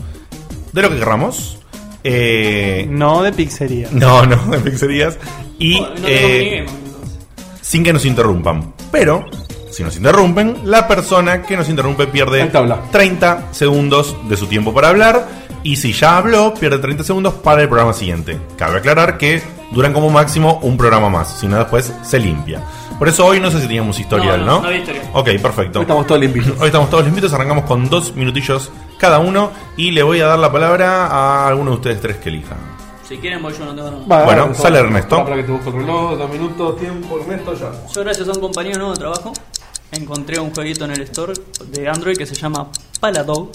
Speaker 3: de lo que querramos. Eh,
Speaker 2: No de pizzería.
Speaker 3: no, no, de pizzerías. Y
Speaker 4: No tengo
Speaker 3: eh,
Speaker 4: minigame, entonces.
Speaker 3: sin que nos interrumpan. Pero Si nos interrumpen, la persona que nos interrumpe pierde
Speaker 6: Ahí está, habla.
Speaker 3: 30 segundos de su tiempo para hablar. Y si ya habló, pierde 30 segundos para el programa siguiente. Cabe aclarar que duran como máximo un programa más. Si no, después se limpia. Por eso hoy no sé si teníamos historial,
Speaker 4: No,
Speaker 3: ¿no?
Speaker 4: no, no había historial.
Speaker 3: Ok, perfecto.
Speaker 6: Hoy estamos todos limpios.
Speaker 3: Hoy estamos todos limpios, arrancamos con dos minutillos cada uno y le voy a dar la palabra a alguno de ustedes tres que elija.
Speaker 4: Si quieren, voy yo, no tengo nada.
Speaker 6: Va,
Speaker 3: Bueno,
Speaker 6: Ernesto.
Speaker 3: sale Ernesto.
Speaker 6: Para que te busque otro reloj, dos minutos, tiempo, Ernesto, ya.
Speaker 4: Yo gracias a un compañero nuevo de trabajo encontré un jueguito en el store de Android que se llama Paladog.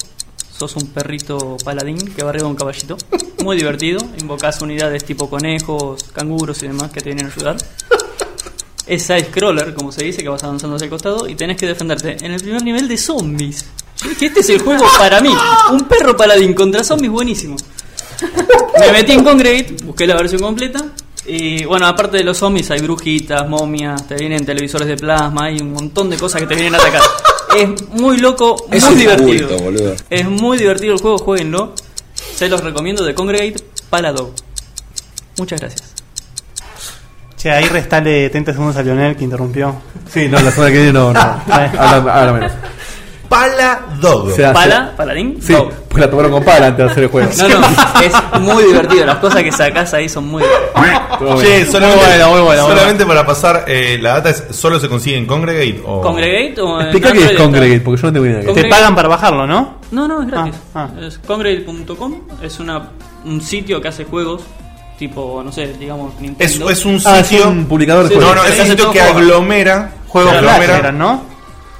Speaker 4: Sos un perrito paladín que barriga un caballito. Muy divertido. Invocás unidades tipo conejos, canguros y demás que te vienen a ayudar. Es side-scroller, como se dice, que vas avanzando hacia el costado y tenés que defenderte en el primer nivel de zombies. Yo dije, este es el juego para mí. Un perro paladín contra zombies buenísimo. Me metí en Congregate, busqué la versión completa. Y bueno, aparte de los zombies, hay brujitas, momias, te vienen televisores de plasma, hay un montón de cosas que te vienen a atacar. Es muy loco, muy
Speaker 7: Es un
Speaker 4: divertido.
Speaker 7: culto, boludo.
Speaker 4: Es muy divertido el juego, jueguenlo. Se los recomiendo de Congregate para Dog. Muchas gracias.
Speaker 2: Che, ahí restale 30 segundos a Lionel que interrumpió.
Speaker 1: Sí, no, la semana que viene no. no. Habla, habla menos.
Speaker 3: Paladogo.
Speaker 1: Se hace-
Speaker 4: Pala, paladín,
Speaker 1: Sí,
Speaker 4: Dog.
Speaker 1: pues la tomaron con pala antes de hacer el juego.
Speaker 4: No, no, es muy divertido. Las cosas que sacás ahí son muy.
Speaker 1: Todo bien.
Speaker 3: Che, solamente,
Speaker 2: Muy bueno, muy bueno, muy
Speaker 3: solamente para pasar eh, la data, es, ¿solo se consigue en Congregate? O...
Speaker 4: ¿Congregate o en
Speaker 1: Oh. Explica qué
Speaker 4: Android
Speaker 1: es
Speaker 4: está?
Speaker 1: Congregate, porque yo no tengo idea. qué es.
Speaker 4: Con-
Speaker 2: Te pagan para bajarlo, ¿no?
Speaker 4: No, no, es gratis.
Speaker 2: Ah, ah.
Speaker 4: Es Congregate.com es una, un sitio que hace juegos, tipo, no sé, digamos,
Speaker 3: Es,
Speaker 4: Nintendo.
Speaker 3: es un sitio.
Speaker 1: Ah, es un publicador de
Speaker 4: Sí,
Speaker 3: juegos. No,
Speaker 1: juegos.
Speaker 3: no, es un
Speaker 4: Hace
Speaker 3: sitio
Speaker 4: todo
Speaker 3: que
Speaker 4: juego.
Speaker 3: aglomera.
Speaker 2: Juegos
Speaker 3: que
Speaker 2: Flash
Speaker 3: aglomera.
Speaker 2: eran, ¿no?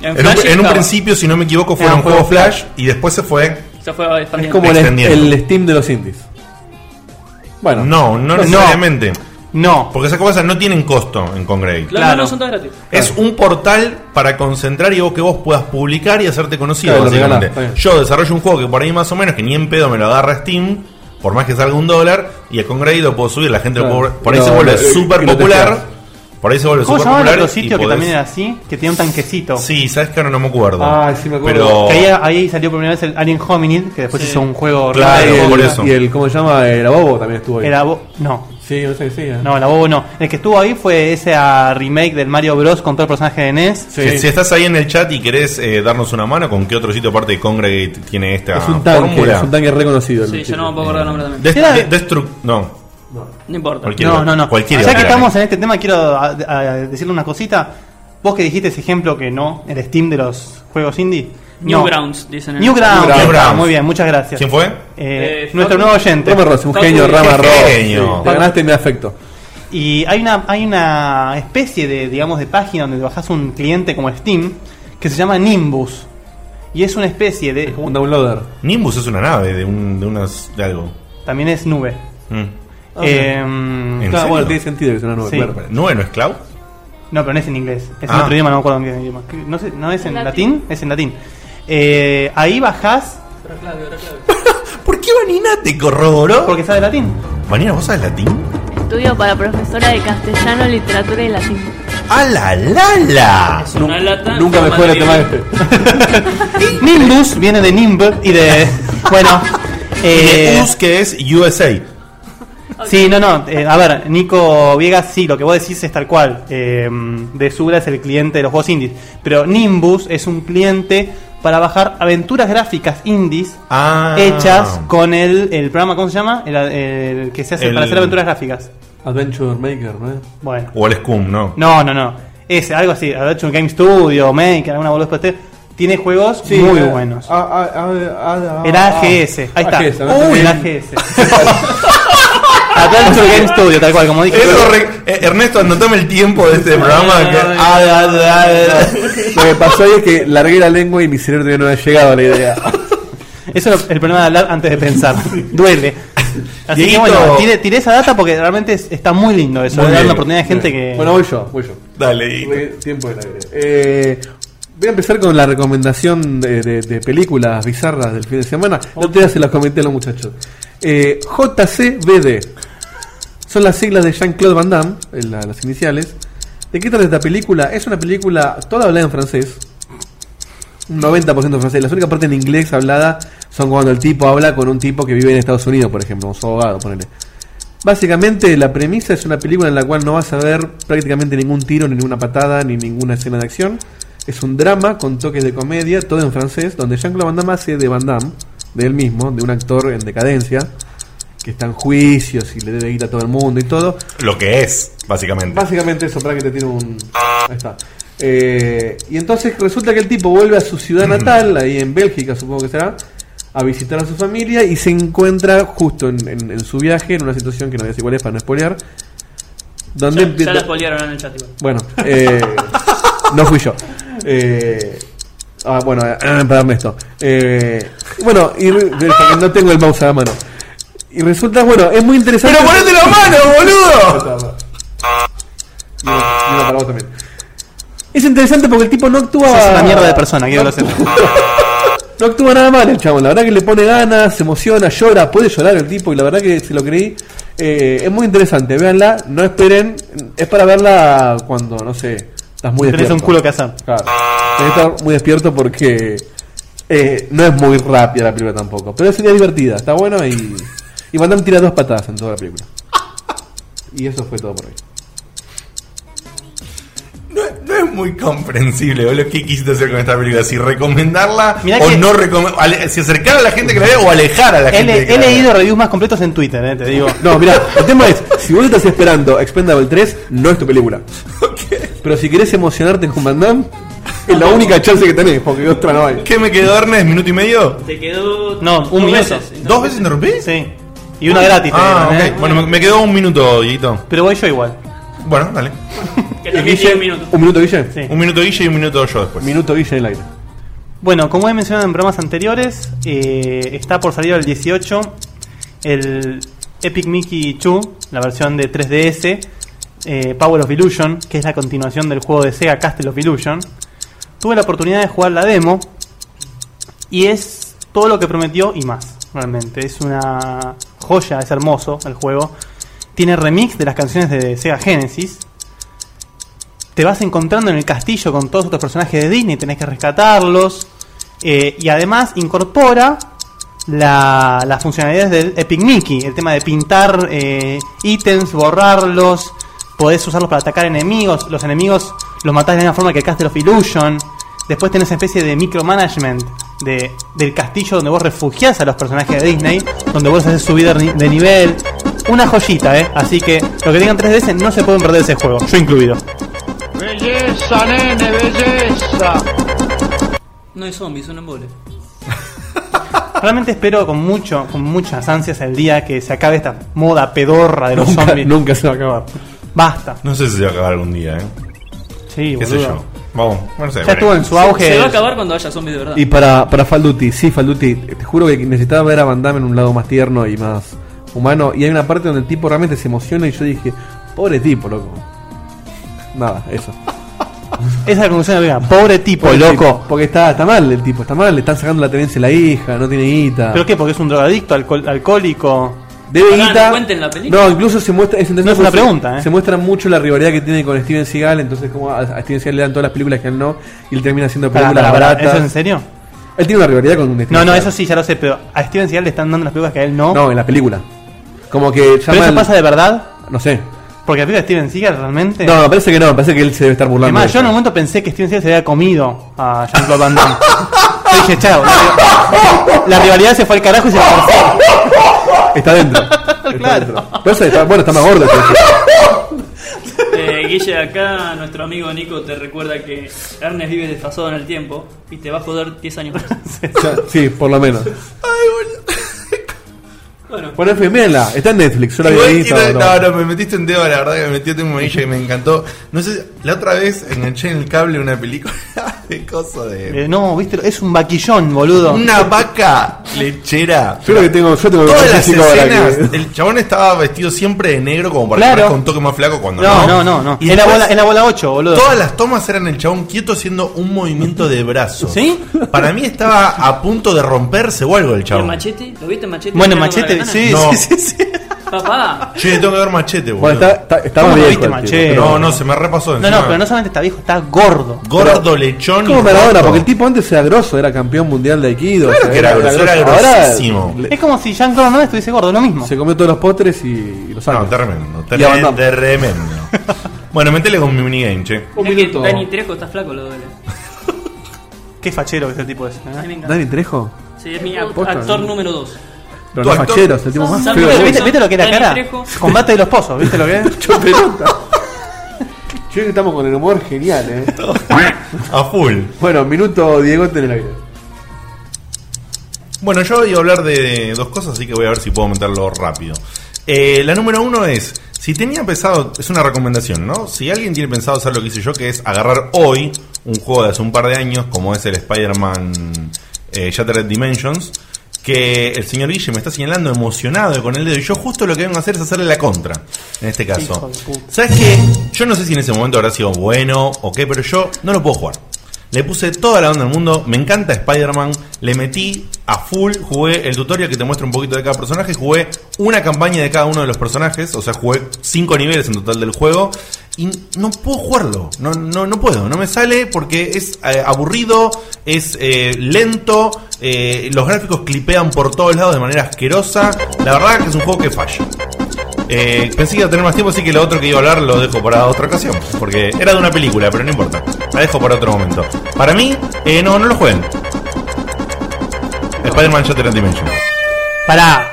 Speaker 4: En,
Speaker 3: En
Speaker 4: Flash
Speaker 3: un, en un
Speaker 4: estaba.
Speaker 3: principio, si no me equivoco, fueron
Speaker 2: Eran
Speaker 3: juegos
Speaker 2: juegos
Speaker 3: Flash y después se fue.
Speaker 4: Se fue
Speaker 1: Es
Speaker 4: expandiendo.
Speaker 1: como el,
Speaker 3: Extendiendo.
Speaker 1: el Steam de los indies. Bueno,
Speaker 3: No, no necesariamente.
Speaker 2: No.
Speaker 3: Porque esas cosas no tienen costo en Congregate.
Speaker 4: Claro,
Speaker 2: Claro.
Speaker 4: no son todas gratis.
Speaker 3: Es un portal para concentrar y vos que vos puedas publicar y hacerte conocido,
Speaker 1: Claro, lo
Speaker 3: básicamente.
Speaker 1: regalás, está bien.
Speaker 3: Yo desarrollo un juego que por ahí más o menos, que ni en pedo me lo agarra Steam, por más que salga un dólar, y el Congreso lo puedo subir, la gente lo
Speaker 1: Claro.
Speaker 3: puede- Por ahí
Speaker 1: Lo-
Speaker 3: se vuelve
Speaker 1: lo-
Speaker 3: súper
Speaker 1: y lo
Speaker 3: popular.
Speaker 1: testeas.
Speaker 3: Por ahí se vuelve
Speaker 2: ¿Cómo
Speaker 3: súper
Speaker 2: se llamaba el
Speaker 3: popular.
Speaker 2: otro
Speaker 3: y
Speaker 2: sitio que
Speaker 3: podés-
Speaker 2: también era así? Que tenía un tanquecito.
Speaker 3: Sí, sabes que ahora no me acuerdo.
Speaker 1: Ay, sí me acuerdo.
Speaker 3: Pero.
Speaker 2: Que ahí, ahí salió por primera vez el Alien Hominid, que después
Speaker 4: Sí.
Speaker 2: hizo un juego
Speaker 3: Claro,
Speaker 1: Ah, y
Speaker 2: raro.
Speaker 1: el,
Speaker 3: por eso.
Speaker 1: y el- ¿cómo se llama? El Abobo también estuvo ahí.
Speaker 2: Era bo- no,
Speaker 1: Sí, no sé, sí. eh.
Speaker 2: no, la bobo no. El que estuvo ahí fue ese ah, remake del Mario Bros. con todo el personaje de E NES.
Speaker 1: Sí.
Speaker 3: Si, si estás ahí en el chat y querés eh, darnos una mano, ¿con qué otro sitio aparte de Congregate tiene esta
Speaker 1: es un tanque,
Speaker 3: fórmula?
Speaker 1: es un tanque reconocido. el
Speaker 4: Sí, yo
Speaker 1: tipo.
Speaker 4: no me puedo acordar el nombre también.
Speaker 3: Des-
Speaker 2: Era-
Speaker 3: de- destruct- no,
Speaker 4: No importa.
Speaker 3: Cualquier-
Speaker 2: No, no, no.
Speaker 3: Cualquiera
Speaker 2: ya que
Speaker 3: era.
Speaker 2: estamos en este tema, quiero ah, ah, decirle una cosita. Vos que dijiste ese ejemplo que no, el Steam de los juegos indie. No.
Speaker 4: Newgrounds, dicen. en-
Speaker 2: Newgrounds.
Speaker 3: Newgrounds.
Speaker 2: Newgrounds. Muy bien, muchas gracias.
Speaker 3: ¿Quién fue?
Speaker 2: Eh,
Speaker 4: Eh,
Speaker 2: nuestro
Speaker 4: Facu-
Speaker 2: nuevo oyente.
Speaker 1: Rama Ross, un
Speaker 4: Facu-
Speaker 1: genio, Rama
Speaker 3: Qué
Speaker 1: Ross.
Speaker 3: genio.
Speaker 1: Sí, Te ganaste mi afecto.
Speaker 2: Y hay una, hay una especie de, digamos, de página donde bajas un cliente como Steam que se llama Nimbus. Y es una especie de.
Speaker 1: Un downloader.
Speaker 3: Nimbus es una nave de, un, de, unas, de algo.
Speaker 2: También es nube.
Speaker 3: Mm.
Speaker 2: Eh,
Speaker 3: ¿En
Speaker 1: Claro,
Speaker 3: serio?
Speaker 1: bueno, tiene sentido que sea una nueva.
Speaker 2: Sí.
Speaker 1: claro.
Speaker 3: ¿Nube no es cloud?
Speaker 2: no, pero no es en inglés. Es
Speaker 3: Ah.
Speaker 2: en otro idioma, no me acuerdo en qué idioma. ¿Qué- No, sé, ¿No es en
Speaker 5: Latín.
Speaker 2: latín? Es en latín. Eh, ahí bajás
Speaker 3: ¿Por qué Vanina te corroboró?
Speaker 2: porque sabe latín.
Speaker 3: Vanina, ¿vos sabés latín?
Speaker 5: Estudio para profesora de castellano, literatura y latín.
Speaker 3: ¡A la la la!
Speaker 4: Es una lata.
Speaker 1: Nunca me
Speaker 4: forma
Speaker 1: fue
Speaker 4: de
Speaker 1: el tema
Speaker 4: vivir.
Speaker 1: este.
Speaker 2: Nimbus viene de Nimbus y de. Bueno.
Speaker 3: Eh,
Speaker 2: Eh,
Speaker 3: US que es USA.
Speaker 2: Sí, no, no. eh, a ver, Nico Viegas, sí, lo que vos decís es tal cual. Eh, de Sura es el cliente de los juegos indies. Pero Nimbus es un cliente para bajar aventuras gráficas indies
Speaker 3: Ah.
Speaker 2: hechas con el, el programa, ¿cómo se llama? El, el que se hace
Speaker 3: El-
Speaker 2: para hacer aventuras gráficas.
Speaker 1: Adventure Maker, ¿no es?
Speaker 2: Bueno.
Speaker 3: O el Scum, ¿no?
Speaker 2: No, no, no. Ese, algo así. Habrá hecho un Game Studio, Maker, alguna boludez para usted. Tiene juegos muy buenos.
Speaker 3: Ah.
Speaker 2: el AGS. Ahí está.
Speaker 1: AGS, ¿no?
Speaker 2: Uy, el
Speaker 1: También.
Speaker 2: AGS. Adventure Game Studio, tal cual, como dije.
Speaker 3: Eso re- eh, Ernesto, anotame el tiempo de este programa. que- Ah, da, da, da.
Speaker 1: Lo que pasó ahí es que largué la lengua y mi cerebro todavía no había llegado a la idea.
Speaker 2: Eso es el problema de hablar antes de pensar. Duele. Así
Speaker 3: Dieguito.
Speaker 2: que bueno, tiré, tiré esa data porque realmente es- está muy lindo eso.
Speaker 3: Muy
Speaker 2: de dar
Speaker 3: bien.
Speaker 2: la oportunidad a gente que.
Speaker 1: Bueno, voy yo, voy yo.
Speaker 3: Dale, Dieguito.
Speaker 1: Tiempo del aire. Eh, voy a empezar con la recomendación de, de- de películas bizarras del fin de semana. No te se las comenté a los muchachos. Eh, JCBD. Son las siglas de Jean-Claude Van Damme, eh, la- las iniciales. ¿De qué trata esta película? Es una película toda hablada en francés. Un 90% francés. Las únicas partes en inglés hablada son cuando el tipo habla con un tipo que vive en Estados Unidos, por ejemplo, un abogado, ponele. Básicamente la premisa es una película en la cual no vas a ver prácticamente ningún tiro, ni ninguna patada, ni ninguna escena de acción, Es un drama con toques de comedia, todo en francés, donde Jean-Claude Van Damme hace de Van Damme, de él mismo, de un actor en decadencia, que está en juicios y le debe ir a todo el mundo y todo.
Speaker 3: Lo que es, básicamente.
Speaker 1: Básicamente eso, para que te tire un... Ahí está. Eh, y entonces resulta que el tipo vuelve a su ciudad natal, ahí en Bélgica supongo que será, a visitar a su familia y se encuentra justo en, en- en su viaje, en una situación que no voy a decir cuál es para no espolear, donde
Speaker 4: Ya, ya
Speaker 1: empieza-
Speaker 4: la spoilearon en el chat igual.
Speaker 1: bueno, eh, no fui yo. Eh, ah, bueno, eh, para darme esto. Eh, bueno, y re- porque no tengo el mouse a la mano. Y resulta, bueno, es muy interesante.
Speaker 3: ¡Pero ponete la mano, boludo!
Speaker 1: Y uno- y uno para vos también. Es interesante porque el tipo no actúa.
Speaker 2: Sos una mierda de persona, quiero lo sepas.
Speaker 1: No actúa nada mal el chabón, la verdad que le pone ganas, se emociona, llora, puede llorar el tipo y la verdad que se lo creí. Eh, es muy interesante, véanla, no esperen, es para verla cuando, no sé, estás muy
Speaker 2: Tenés
Speaker 1: despierto.
Speaker 2: un culo que hacer.
Speaker 1: Claro, tenés que estar muy despierto porque eh, no es muy rápida la película tampoco, pero es una divertida, está bueno y, y Van Damme tira dos patadas en toda la película. Y eso fue todo por hoy.
Speaker 3: No, no es muy comprensible, boludo. ¿Qué quisiste hacer con esta película? Si recomendarla
Speaker 2: Mirá
Speaker 3: o
Speaker 2: que-
Speaker 3: no recomendarla. Si acercar a la gente que la vea o alejar a la
Speaker 2: He,
Speaker 3: gente
Speaker 2: le-
Speaker 3: que
Speaker 2: he
Speaker 3: la vea.
Speaker 2: leído reviews más completos en Twitter, eh, te digo.
Speaker 1: No, mira, el tema es, si vos estás esperando Expendable 3, no es tu película. Pero si querés emocionarte con Van Damme, es la única chance que tenés, porque otra no hay.
Speaker 3: ¿Qué me quedó, Ernest? ¿Minuto y medio?
Speaker 4: Te quedó.
Speaker 2: No,
Speaker 4: dos
Speaker 2: un minuto.
Speaker 4: veces, entonces.
Speaker 3: ¿Dos veces interrumpí?
Speaker 2: Sí. Y una gratis. te
Speaker 3: Ah,
Speaker 2: dieron,
Speaker 3: ok.
Speaker 2: eh.
Speaker 3: Bueno, me, me quedó un minuto, Dieguito.
Speaker 2: Pero voy yo igual.
Speaker 3: Bueno, dale.
Speaker 4: Que también tiene un minuto.
Speaker 1: ¿Un minuto, Guille?
Speaker 2: Sí.
Speaker 3: Un minuto Guille y un minuto yo después.
Speaker 1: Minuto, Guille, en el aire.
Speaker 2: Bueno, como he mencionado en programas anteriores, eh, está por salir el 18 el Epic Mickey 2, la versión de 3DS, eh, Power of Illusion, que es la continuación del juego de Sega Castle of Illusion. Tuve la oportunidad de jugar la demo y es todo lo que prometió y más, realmente. Es una joya, es hermoso el juego. Tiene remix de las canciones de Sega Genesis, te vas encontrando en el castillo con todos otros personajes de Disney, tenés que rescatarlos. eh, y además incorpora la- las funcionalidades del Epic Mickey, el tema de pintar eh, ítems, borrarlos, podés usarlos para atacar enemigos, los enemigos los matás de la misma forma que el Castle of Illusion. Después tenés esa especie de micromanagement de, del castillo donde vos refugiás a los personajes de Disney, donde vos haces subida de ni- de nivel. Una joyita, ¿eh? Así que lo que tengan 3DS no se pueden perder ese juego, yo incluido.
Speaker 7: Belleza, nene, belleza.
Speaker 4: No hay zombies, son emboles.
Speaker 2: Realmente espero con mucho, con muchas ansias el día que se acabe esta moda pedorra de los
Speaker 1: Nunca,
Speaker 2: zombies.
Speaker 1: nunca se va a acabar.
Speaker 2: Basta.
Speaker 3: No sé si se va a acabar algún día, ¿eh?
Speaker 2: Sí,
Speaker 3: ¿Qué
Speaker 2: boludo.
Speaker 3: sé yo? Vamos, no sé.
Speaker 2: Ya estuvo
Speaker 3: veremos.
Speaker 2: en su auge.
Speaker 4: Se va a acabar cuando haya zombies de verdad.
Speaker 1: Y para, para Falduti, sí, Falduti, te juro que necesitaba ver a Van Damme en un lado más tierno y más humano. Y hay una parte donde el tipo realmente se emociona y yo dije, pobre tipo, loco. Nada, eso.
Speaker 2: Esa es la conclusión de la película. Pobre tipo,
Speaker 1: Pobre
Speaker 2: loco.
Speaker 1: tipo, porque está, está mal el tipo, está mal, le están sacando la tenencia a la hija, no tiene guita.
Speaker 2: ¿Pero qué? Porque es un drogadicto, alcohol- alcohólico.
Speaker 1: Debe
Speaker 4: Pará,
Speaker 1: guita.
Speaker 4: no cuenten la película.
Speaker 1: No, incluso se muestra. Es interesante
Speaker 2: No es una
Speaker 1: porque
Speaker 2: pregunta,
Speaker 1: se,
Speaker 2: eh.
Speaker 1: se muestra mucho la rivalidad que tiene con Steven Seagal. Entonces, como a, a Steven Seagal le dan todas las películas que a él no. Y él termina haciendo
Speaker 2: Pará,
Speaker 1: películas
Speaker 2: pará, pará.
Speaker 1: baratas.
Speaker 2: ¿Eso es en serio?
Speaker 1: Él tiene una rivalidad con Steven
Speaker 2: No, no,
Speaker 1: Seagal.
Speaker 2: eso sí, ya lo sé, pero a Steven Seagal le están dando las películas que a él no.
Speaker 1: No, en la película. Como que
Speaker 2: ¿Pero
Speaker 1: llama.
Speaker 2: eso
Speaker 1: al-
Speaker 2: pasa de verdad?
Speaker 1: No sé.
Speaker 2: Porque la película de Steven Seagal realmente...
Speaker 1: No, me parece que no. Me parece que él se debe estar burlando.
Speaker 2: Además,
Speaker 1: de
Speaker 2: yo en un
Speaker 1: eso.
Speaker 2: momento pensé que Steven Seagal se había comido a Jean-Claude Van Damme. Yo dije, chao. la- La rivalidad se fue al carajo y se la forzó.
Speaker 1: Está dentro. Está dentro. Pero eso está- bueno, está más gordo. entonces.
Speaker 4: Eh, Guille, acá nuestro amigo Nico te recuerda que Ernest vive desfasado en el tiempo y te va a joder 10 años más.
Speaker 1: O sea, sí, por lo menos.
Speaker 4: bueno,
Speaker 1: Bueno, en fin, mírenla. Está en Netflix. Yo la
Speaker 3: Igual
Speaker 1: había visto.
Speaker 3: quiero-
Speaker 1: no.
Speaker 3: no, no, me metiste en tema, la verdad que me metiste en monilla que me encantó. No sé, la otra vez enganché en el cable una película de cosa de.
Speaker 2: Eh, no, viste, es un vaquillón, boludo.
Speaker 3: Una vaca lechera.
Speaker 1: Yo creo que tengo. Yo tengo
Speaker 3: Todas las
Speaker 1: 45 horas
Speaker 3: escenas,
Speaker 1: que-
Speaker 3: el chabón estaba vestido siempre de negro como para
Speaker 2: Claro.
Speaker 3: que parezca un toque más flaco cuando
Speaker 2: No, no, no, no.
Speaker 3: Y
Speaker 2: Es la,
Speaker 3: después,
Speaker 2: bola, es la bola 8, boludo.
Speaker 3: Todas las tomas eran el chabón quieto haciendo un movimiento de brazo.
Speaker 2: ¿Sí?
Speaker 3: Para mí estaba a punto de romperse o algo el
Speaker 4: ¿y el
Speaker 3: chabón.
Speaker 4: machete? ¿Lo viste machete?
Speaker 2: Bueno,
Speaker 4: Mirando con
Speaker 2: machete,
Speaker 4: la
Speaker 2: sí,
Speaker 3: No.
Speaker 2: sí, sí, sí.
Speaker 4: ventana. Papá,
Speaker 3: Che, tengo que ver machete, boludo.
Speaker 1: Bueno, está, está, está
Speaker 2: ¿Cómo
Speaker 1: más
Speaker 2: lo
Speaker 1: viejo
Speaker 2: viste,
Speaker 1: el tipo,
Speaker 2: Maché?
Speaker 1: pero-
Speaker 3: No, no, se me repasó
Speaker 2: No, no, pero no solamente está viejo, está gordo.
Speaker 3: Gordo, lechón y
Speaker 1: Como Maradona,
Speaker 3: gordo.
Speaker 1: porque el tipo antes era grosso, era campeón mundial de Aikido.
Speaker 3: Claro
Speaker 1: o sea,
Speaker 3: que era grosso, era
Speaker 1: Ahora
Speaker 3: grosísimo.
Speaker 1: le-
Speaker 2: Es como si Jean-Claude Van Damme estuviese gordo, lo mismo.
Speaker 1: se comió todos los postres y, y los
Speaker 3: No,
Speaker 1: años.
Speaker 3: tremendo,
Speaker 1: Y
Speaker 3: tremendo,
Speaker 1: abandonó.
Speaker 3: tremendo. bueno, metele con mi minigame, che.
Speaker 1: Un
Speaker 4: es que
Speaker 1: minuto.
Speaker 4: Dani Trejo está flaco, lo duele.
Speaker 2: Qué fachero que es el tipo ese. ¿eh?
Speaker 4: A mí me encanta.
Speaker 1: ¿Dani Trejo?
Speaker 4: Sí, es mi
Speaker 1: Posta,
Speaker 4: actor
Speaker 1: ¿no?
Speaker 4: número 2.
Speaker 1: Pero
Speaker 3: Tu
Speaker 1: los
Speaker 3: actor-
Speaker 1: facheros, el tipo más
Speaker 4: Samuel
Speaker 1: feo.
Speaker 2: ¿Viste,
Speaker 1: de-
Speaker 2: viste- viste lo que era
Speaker 4: Dani
Speaker 2: cara?
Speaker 4: Trejo.
Speaker 2: Combate de los pozos, ¿viste lo que es?
Speaker 1: Yo pelota. Yo que estamos con el humor genial, eh.
Speaker 3: A full.
Speaker 1: Bueno, minuto Diego en el aire.
Speaker 3: Bueno, yo voy a hablar de dos cosas, así que voy a ver si puedo meterlo rápido. Eh, la número uno es, si tenía pensado, es una recomendación, ¿no? Si alguien tiene pensado hacer lo que hice yo, que es agarrar hoy un juego de hace un par de años, como es el Spider-Man eh, Shattered Dimensions, que el señor Guille me está señalando emocionado y con el dedo, y yo justo lo que vengo a hacer es hacerle la contra, en este
Speaker 2: Hijo
Speaker 3: caso.
Speaker 2: de puta.
Speaker 3: ¿Sabes qué? Yo no sé si en ese momento habrá sido bueno o qué, pero yo no lo puedo jugar. Le puse toda la onda del mundo, me encanta Spider-Man, le metí a full, jugué el tutorial que te muestra un poquito de cada personaje, jugué una campaña de cada uno de los personajes, o sea, jugué cinco niveles en total del juego y no puedo jugarlo, no, no, no puedo, no me sale porque es eh, aburrido, es eh, lento, eh, los gráficos clipean por todos lados de manera asquerosa, la verdad que es un juego que falla. Eh, pensé que iba a tener más tiempo, así que lo otro que iba a hablar lo dejo para otra ocasión. Porque era de una película, pero no importa. La dejo para otro momento. Para mí, eh, no, no lo jueguen. Spider-Man Shattered Dimension.
Speaker 2: Pará.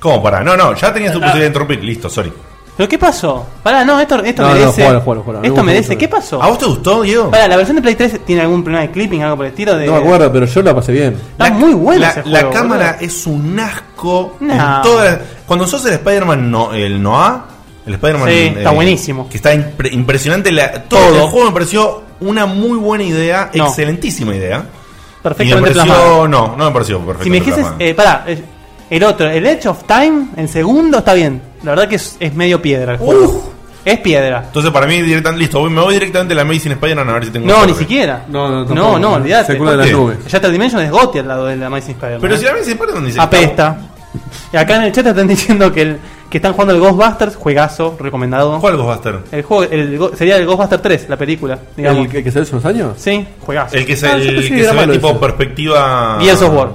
Speaker 3: ¿Cómo para? No, no, ya
Speaker 2: Ah.
Speaker 3: tenía su posibilidad de interrumpir. Listo, sorry.
Speaker 2: ¿Pero qué pasó? Pará, no, esto, esto
Speaker 1: No, no,
Speaker 2: merece.
Speaker 1: jugalo, jugalo, jugalo.
Speaker 2: Esto
Speaker 1: No,
Speaker 2: merece.
Speaker 1: jugalo.
Speaker 2: ¿Qué pasó?
Speaker 3: ¿A vos te gustó, Diego?
Speaker 2: Pará, ¿la versión de Play 3 tiene algún problema de clipping, algo por el estilo? De...
Speaker 1: No me acuerdo, pero yo la pasé bien.
Speaker 2: Está muy bueno
Speaker 3: La,
Speaker 2: ese
Speaker 3: la
Speaker 2: juego,
Speaker 3: cámara
Speaker 2: boludo.
Speaker 3: es un asco. en
Speaker 2: No.
Speaker 3: toda la- cuando sos el Spider-Man no, el Noah, el Spider-Man eh,
Speaker 2: Sí, está buenísimo.
Speaker 3: Que está impre- impresionante. La, todo,
Speaker 2: Todo.
Speaker 3: el juego me pareció una muy buena idea,
Speaker 2: No.
Speaker 3: excelentísima idea. Y me
Speaker 2: Perfectamente
Speaker 3: pareció,
Speaker 2: plasmado.
Speaker 3: no, no me pareció perfecto.
Speaker 2: Si me dijese,
Speaker 3: plasmado.
Speaker 2: eh, pará, eh, el otro, el Edge of Time, el segundo está bien. La verdad que es, es medio piedra. el juego.
Speaker 3: Uf.
Speaker 2: Es piedra.
Speaker 3: Entonces para mí directamente listo, voy- me voy directamente a la Amazing Spider-Man a ver si tengo
Speaker 2: No,
Speaker 3: suerte.
Speaker 2: ni siquiera.
Speaker 1: No, no,
Speaker 2: no,
Speaker 1: tampoco.
Speaker 2: no olvídate.
Speaker 1: Se cuela de las
Speaker 3: Sí.
Speaker 1: nubes.
Speaker 2: Shattered Dimension es Gotti al lado de la Amazing Spider-Man.
Speaker 3: Pero
Speaker 2: eh.
Speaker 3: si la Amazing Spider-Man dice
Speaker 2: Apesta. Y acá en el chat están diciendo que, el, que están jugando el Ghostbusters, juegazo, recomendado.
Speaker 3: ¿Cuál Ghostbuster?
Speaker 2: El juego el go- sería el Ghostbusters 3, la película, digamos.
Speaker 1: ¿El que, que salió hace unos años?
Speaker 2: Sí, juegazo.
Speaker 3: El Ah, que es
Speaker 1: Ah,
Speaker 3: el
Speaker 1: yo pensé
Speaker 3: que
Speaker 1: que era
Speaker 3: se ve
Speaker 1: malo
Speaker 3: tipo
Speaker 1: ese.
Speaker 3: perspectiva
Speaker 2: Gears of War.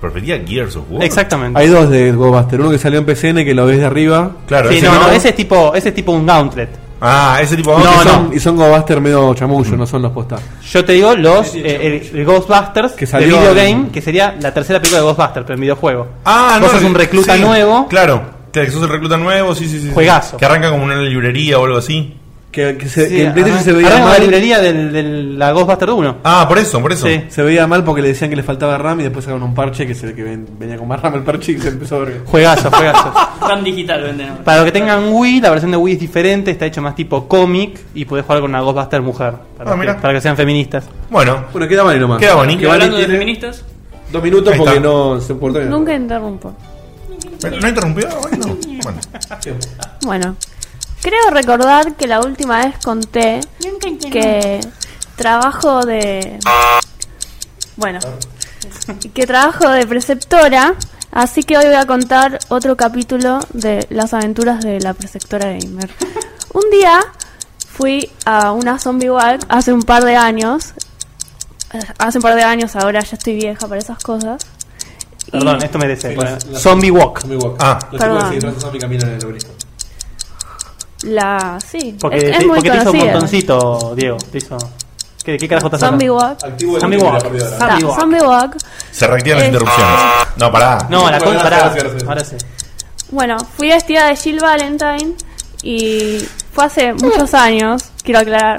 Speaker 3: Perspectiva Gears of War.
Speaker 2: Exactamente.
Speaker 1: Hay dos de Ghostbuster. Uno que salió en PCN que lo ves de arriba.
Speaker 3: Claro,
Speaker 2: Sí,
Speaker 3: ese
Speaker 2: no,
Speaker 3: no.
Speaker 2: no, ese es tipo, ese es tipo un gauntlet.
Speaker 3: Ah, ese tipo
Speaker 2: No,
Speaker 1: Y
Speaker 3: que
Speaker 1: son-
Speaker 2: no.
Speaker 1: Y son Ghostbuster medio chamullo, no son los postas.
Speaker 2: Yo te digo los eh, el, el Ghostbusters
Speaker 1: Que
Speaker 2: de
Speaker 1: salió
Speaker 2: video
Speaker 1: en-
Speaker 2: game, que sería la tercera película de Ghostbusters, pero en videojuego.
Speaker 3: Ah, no,
Speaker 2: Vos sos un recluta
Speaker 3: sí,
Speaker 2: nuevo.
Speaker 3: Claro. Claro, que sos el recluta nuevo, sí, sí, sí. sí.
Speaker 2: Juegazo.
Speaker 3: Que arranca como en una librería o algo así.
Speaker 1: Que, que se,
Speaker 2: Sí,
Speaker 1: que en PlayStation
Speaker 2: arran-
Speaker 1: se veía
Speaker 2: arranca la
Speaker 1: mal.
Speaker 2: librería del, del- la Ghostbusters 1.
Speaker 3: Ah, por eso, por eso.
Speaker 2: Sí.
Speaker 1: Se veía mal porque le decían que le faltaba RAM y después sacaron un parche que se ve que ven- venía con más RAM el parche y se empezó a ver.
Speaker 2: Juegazo, juegazo.
Speaker 4: Tan digital venden ahora.
Speaker 2: Para los que tengan Wii, la versión de Wii es diferente, está hecho más tipo cómic y podés jugar con una Ghostbuster mujer. Para,
Speaker 3: Ah,
Speaker 2: que,
Speaker 3: mirá.
Speaker 2: para que sean feministas.
Speaker 3: Bueno,
Speaker 1: Bueno, queda Vani nomás.
Speaker 3: Queda Vani.
Speaker 1: Que
Speaker 4: Y hablando de
Speaker 1: tiene
Speaker 4: feministas,
Speaker 1: Dos minutos
Speaker 3: Ahí
Speaker 1: porque
Speaker 3: está.
Speaker 1: no se portó bien.
Speaker 5: Nunca interrumpo.
Speaker 3: ¿no interrumpió? Bueno, bueno.
Speaker 5: Bueno, creo recordar que la última vez conté que trabajo de... Bueno, que trabajo de preceptora, así que hoy voy a contar otro capítulo de las aventuras de la preceptora gamer. Un día fui a una zombie walk hace un par de años, eh, hace un par de años ahora ya estoy vieja para esas cosas. Y-
Speaker 2: Perdón, eh. esto merece.
Speaker 1: Sí,
Speaker 2: Bueno,
Speaker 1: las- las-
Speaker 2: Zombie Walk.
Speaker 1: Muy guapo.
Speaker 3: Ah.
Speaker 1: Los
Speaker 5: Perdón.
Speaker 1: chicos que se disfrazan y caminan en el obelisco.
Speaker 5: La, sí,
Speaker 2: Porque,
Speaker 5: es, es
Speaker 2: te,
Speaker 5: muy
Speaker 2: porque te hizo un
Speaker 5: conocida.
Speaker 2: montoncito, Diego. Te hizo... ¿Qué, qué carajo estás
Speaker 5: Zombie
Speaker 2: hablando?
Speaker 5: Walk.
Speaker 1: Activo el
Speaker 2: Zombie
Speaker 1: libro
Speaker 2: Walk.
Speaker 1: de la perdedora.
Speaker 5: Ta,
Speaker 2: Zombie Walk.
Speaker 5: Zombie Walk.
Speaker 3: Se reactivan las
Speaker 5: Eh.
Speaker 3: interrupciones. No, pará.
Speaker 2: No, la
Speaker 1: Bueno, gracias,
Speaker 2: cosa pará.
Speaker 1: gracias, gracias.
Speaker 2: Ahora sí.
Speaker 5: Bueno, fui vestida de Jill Valentine y fue hace muchos años, quiero aclarar.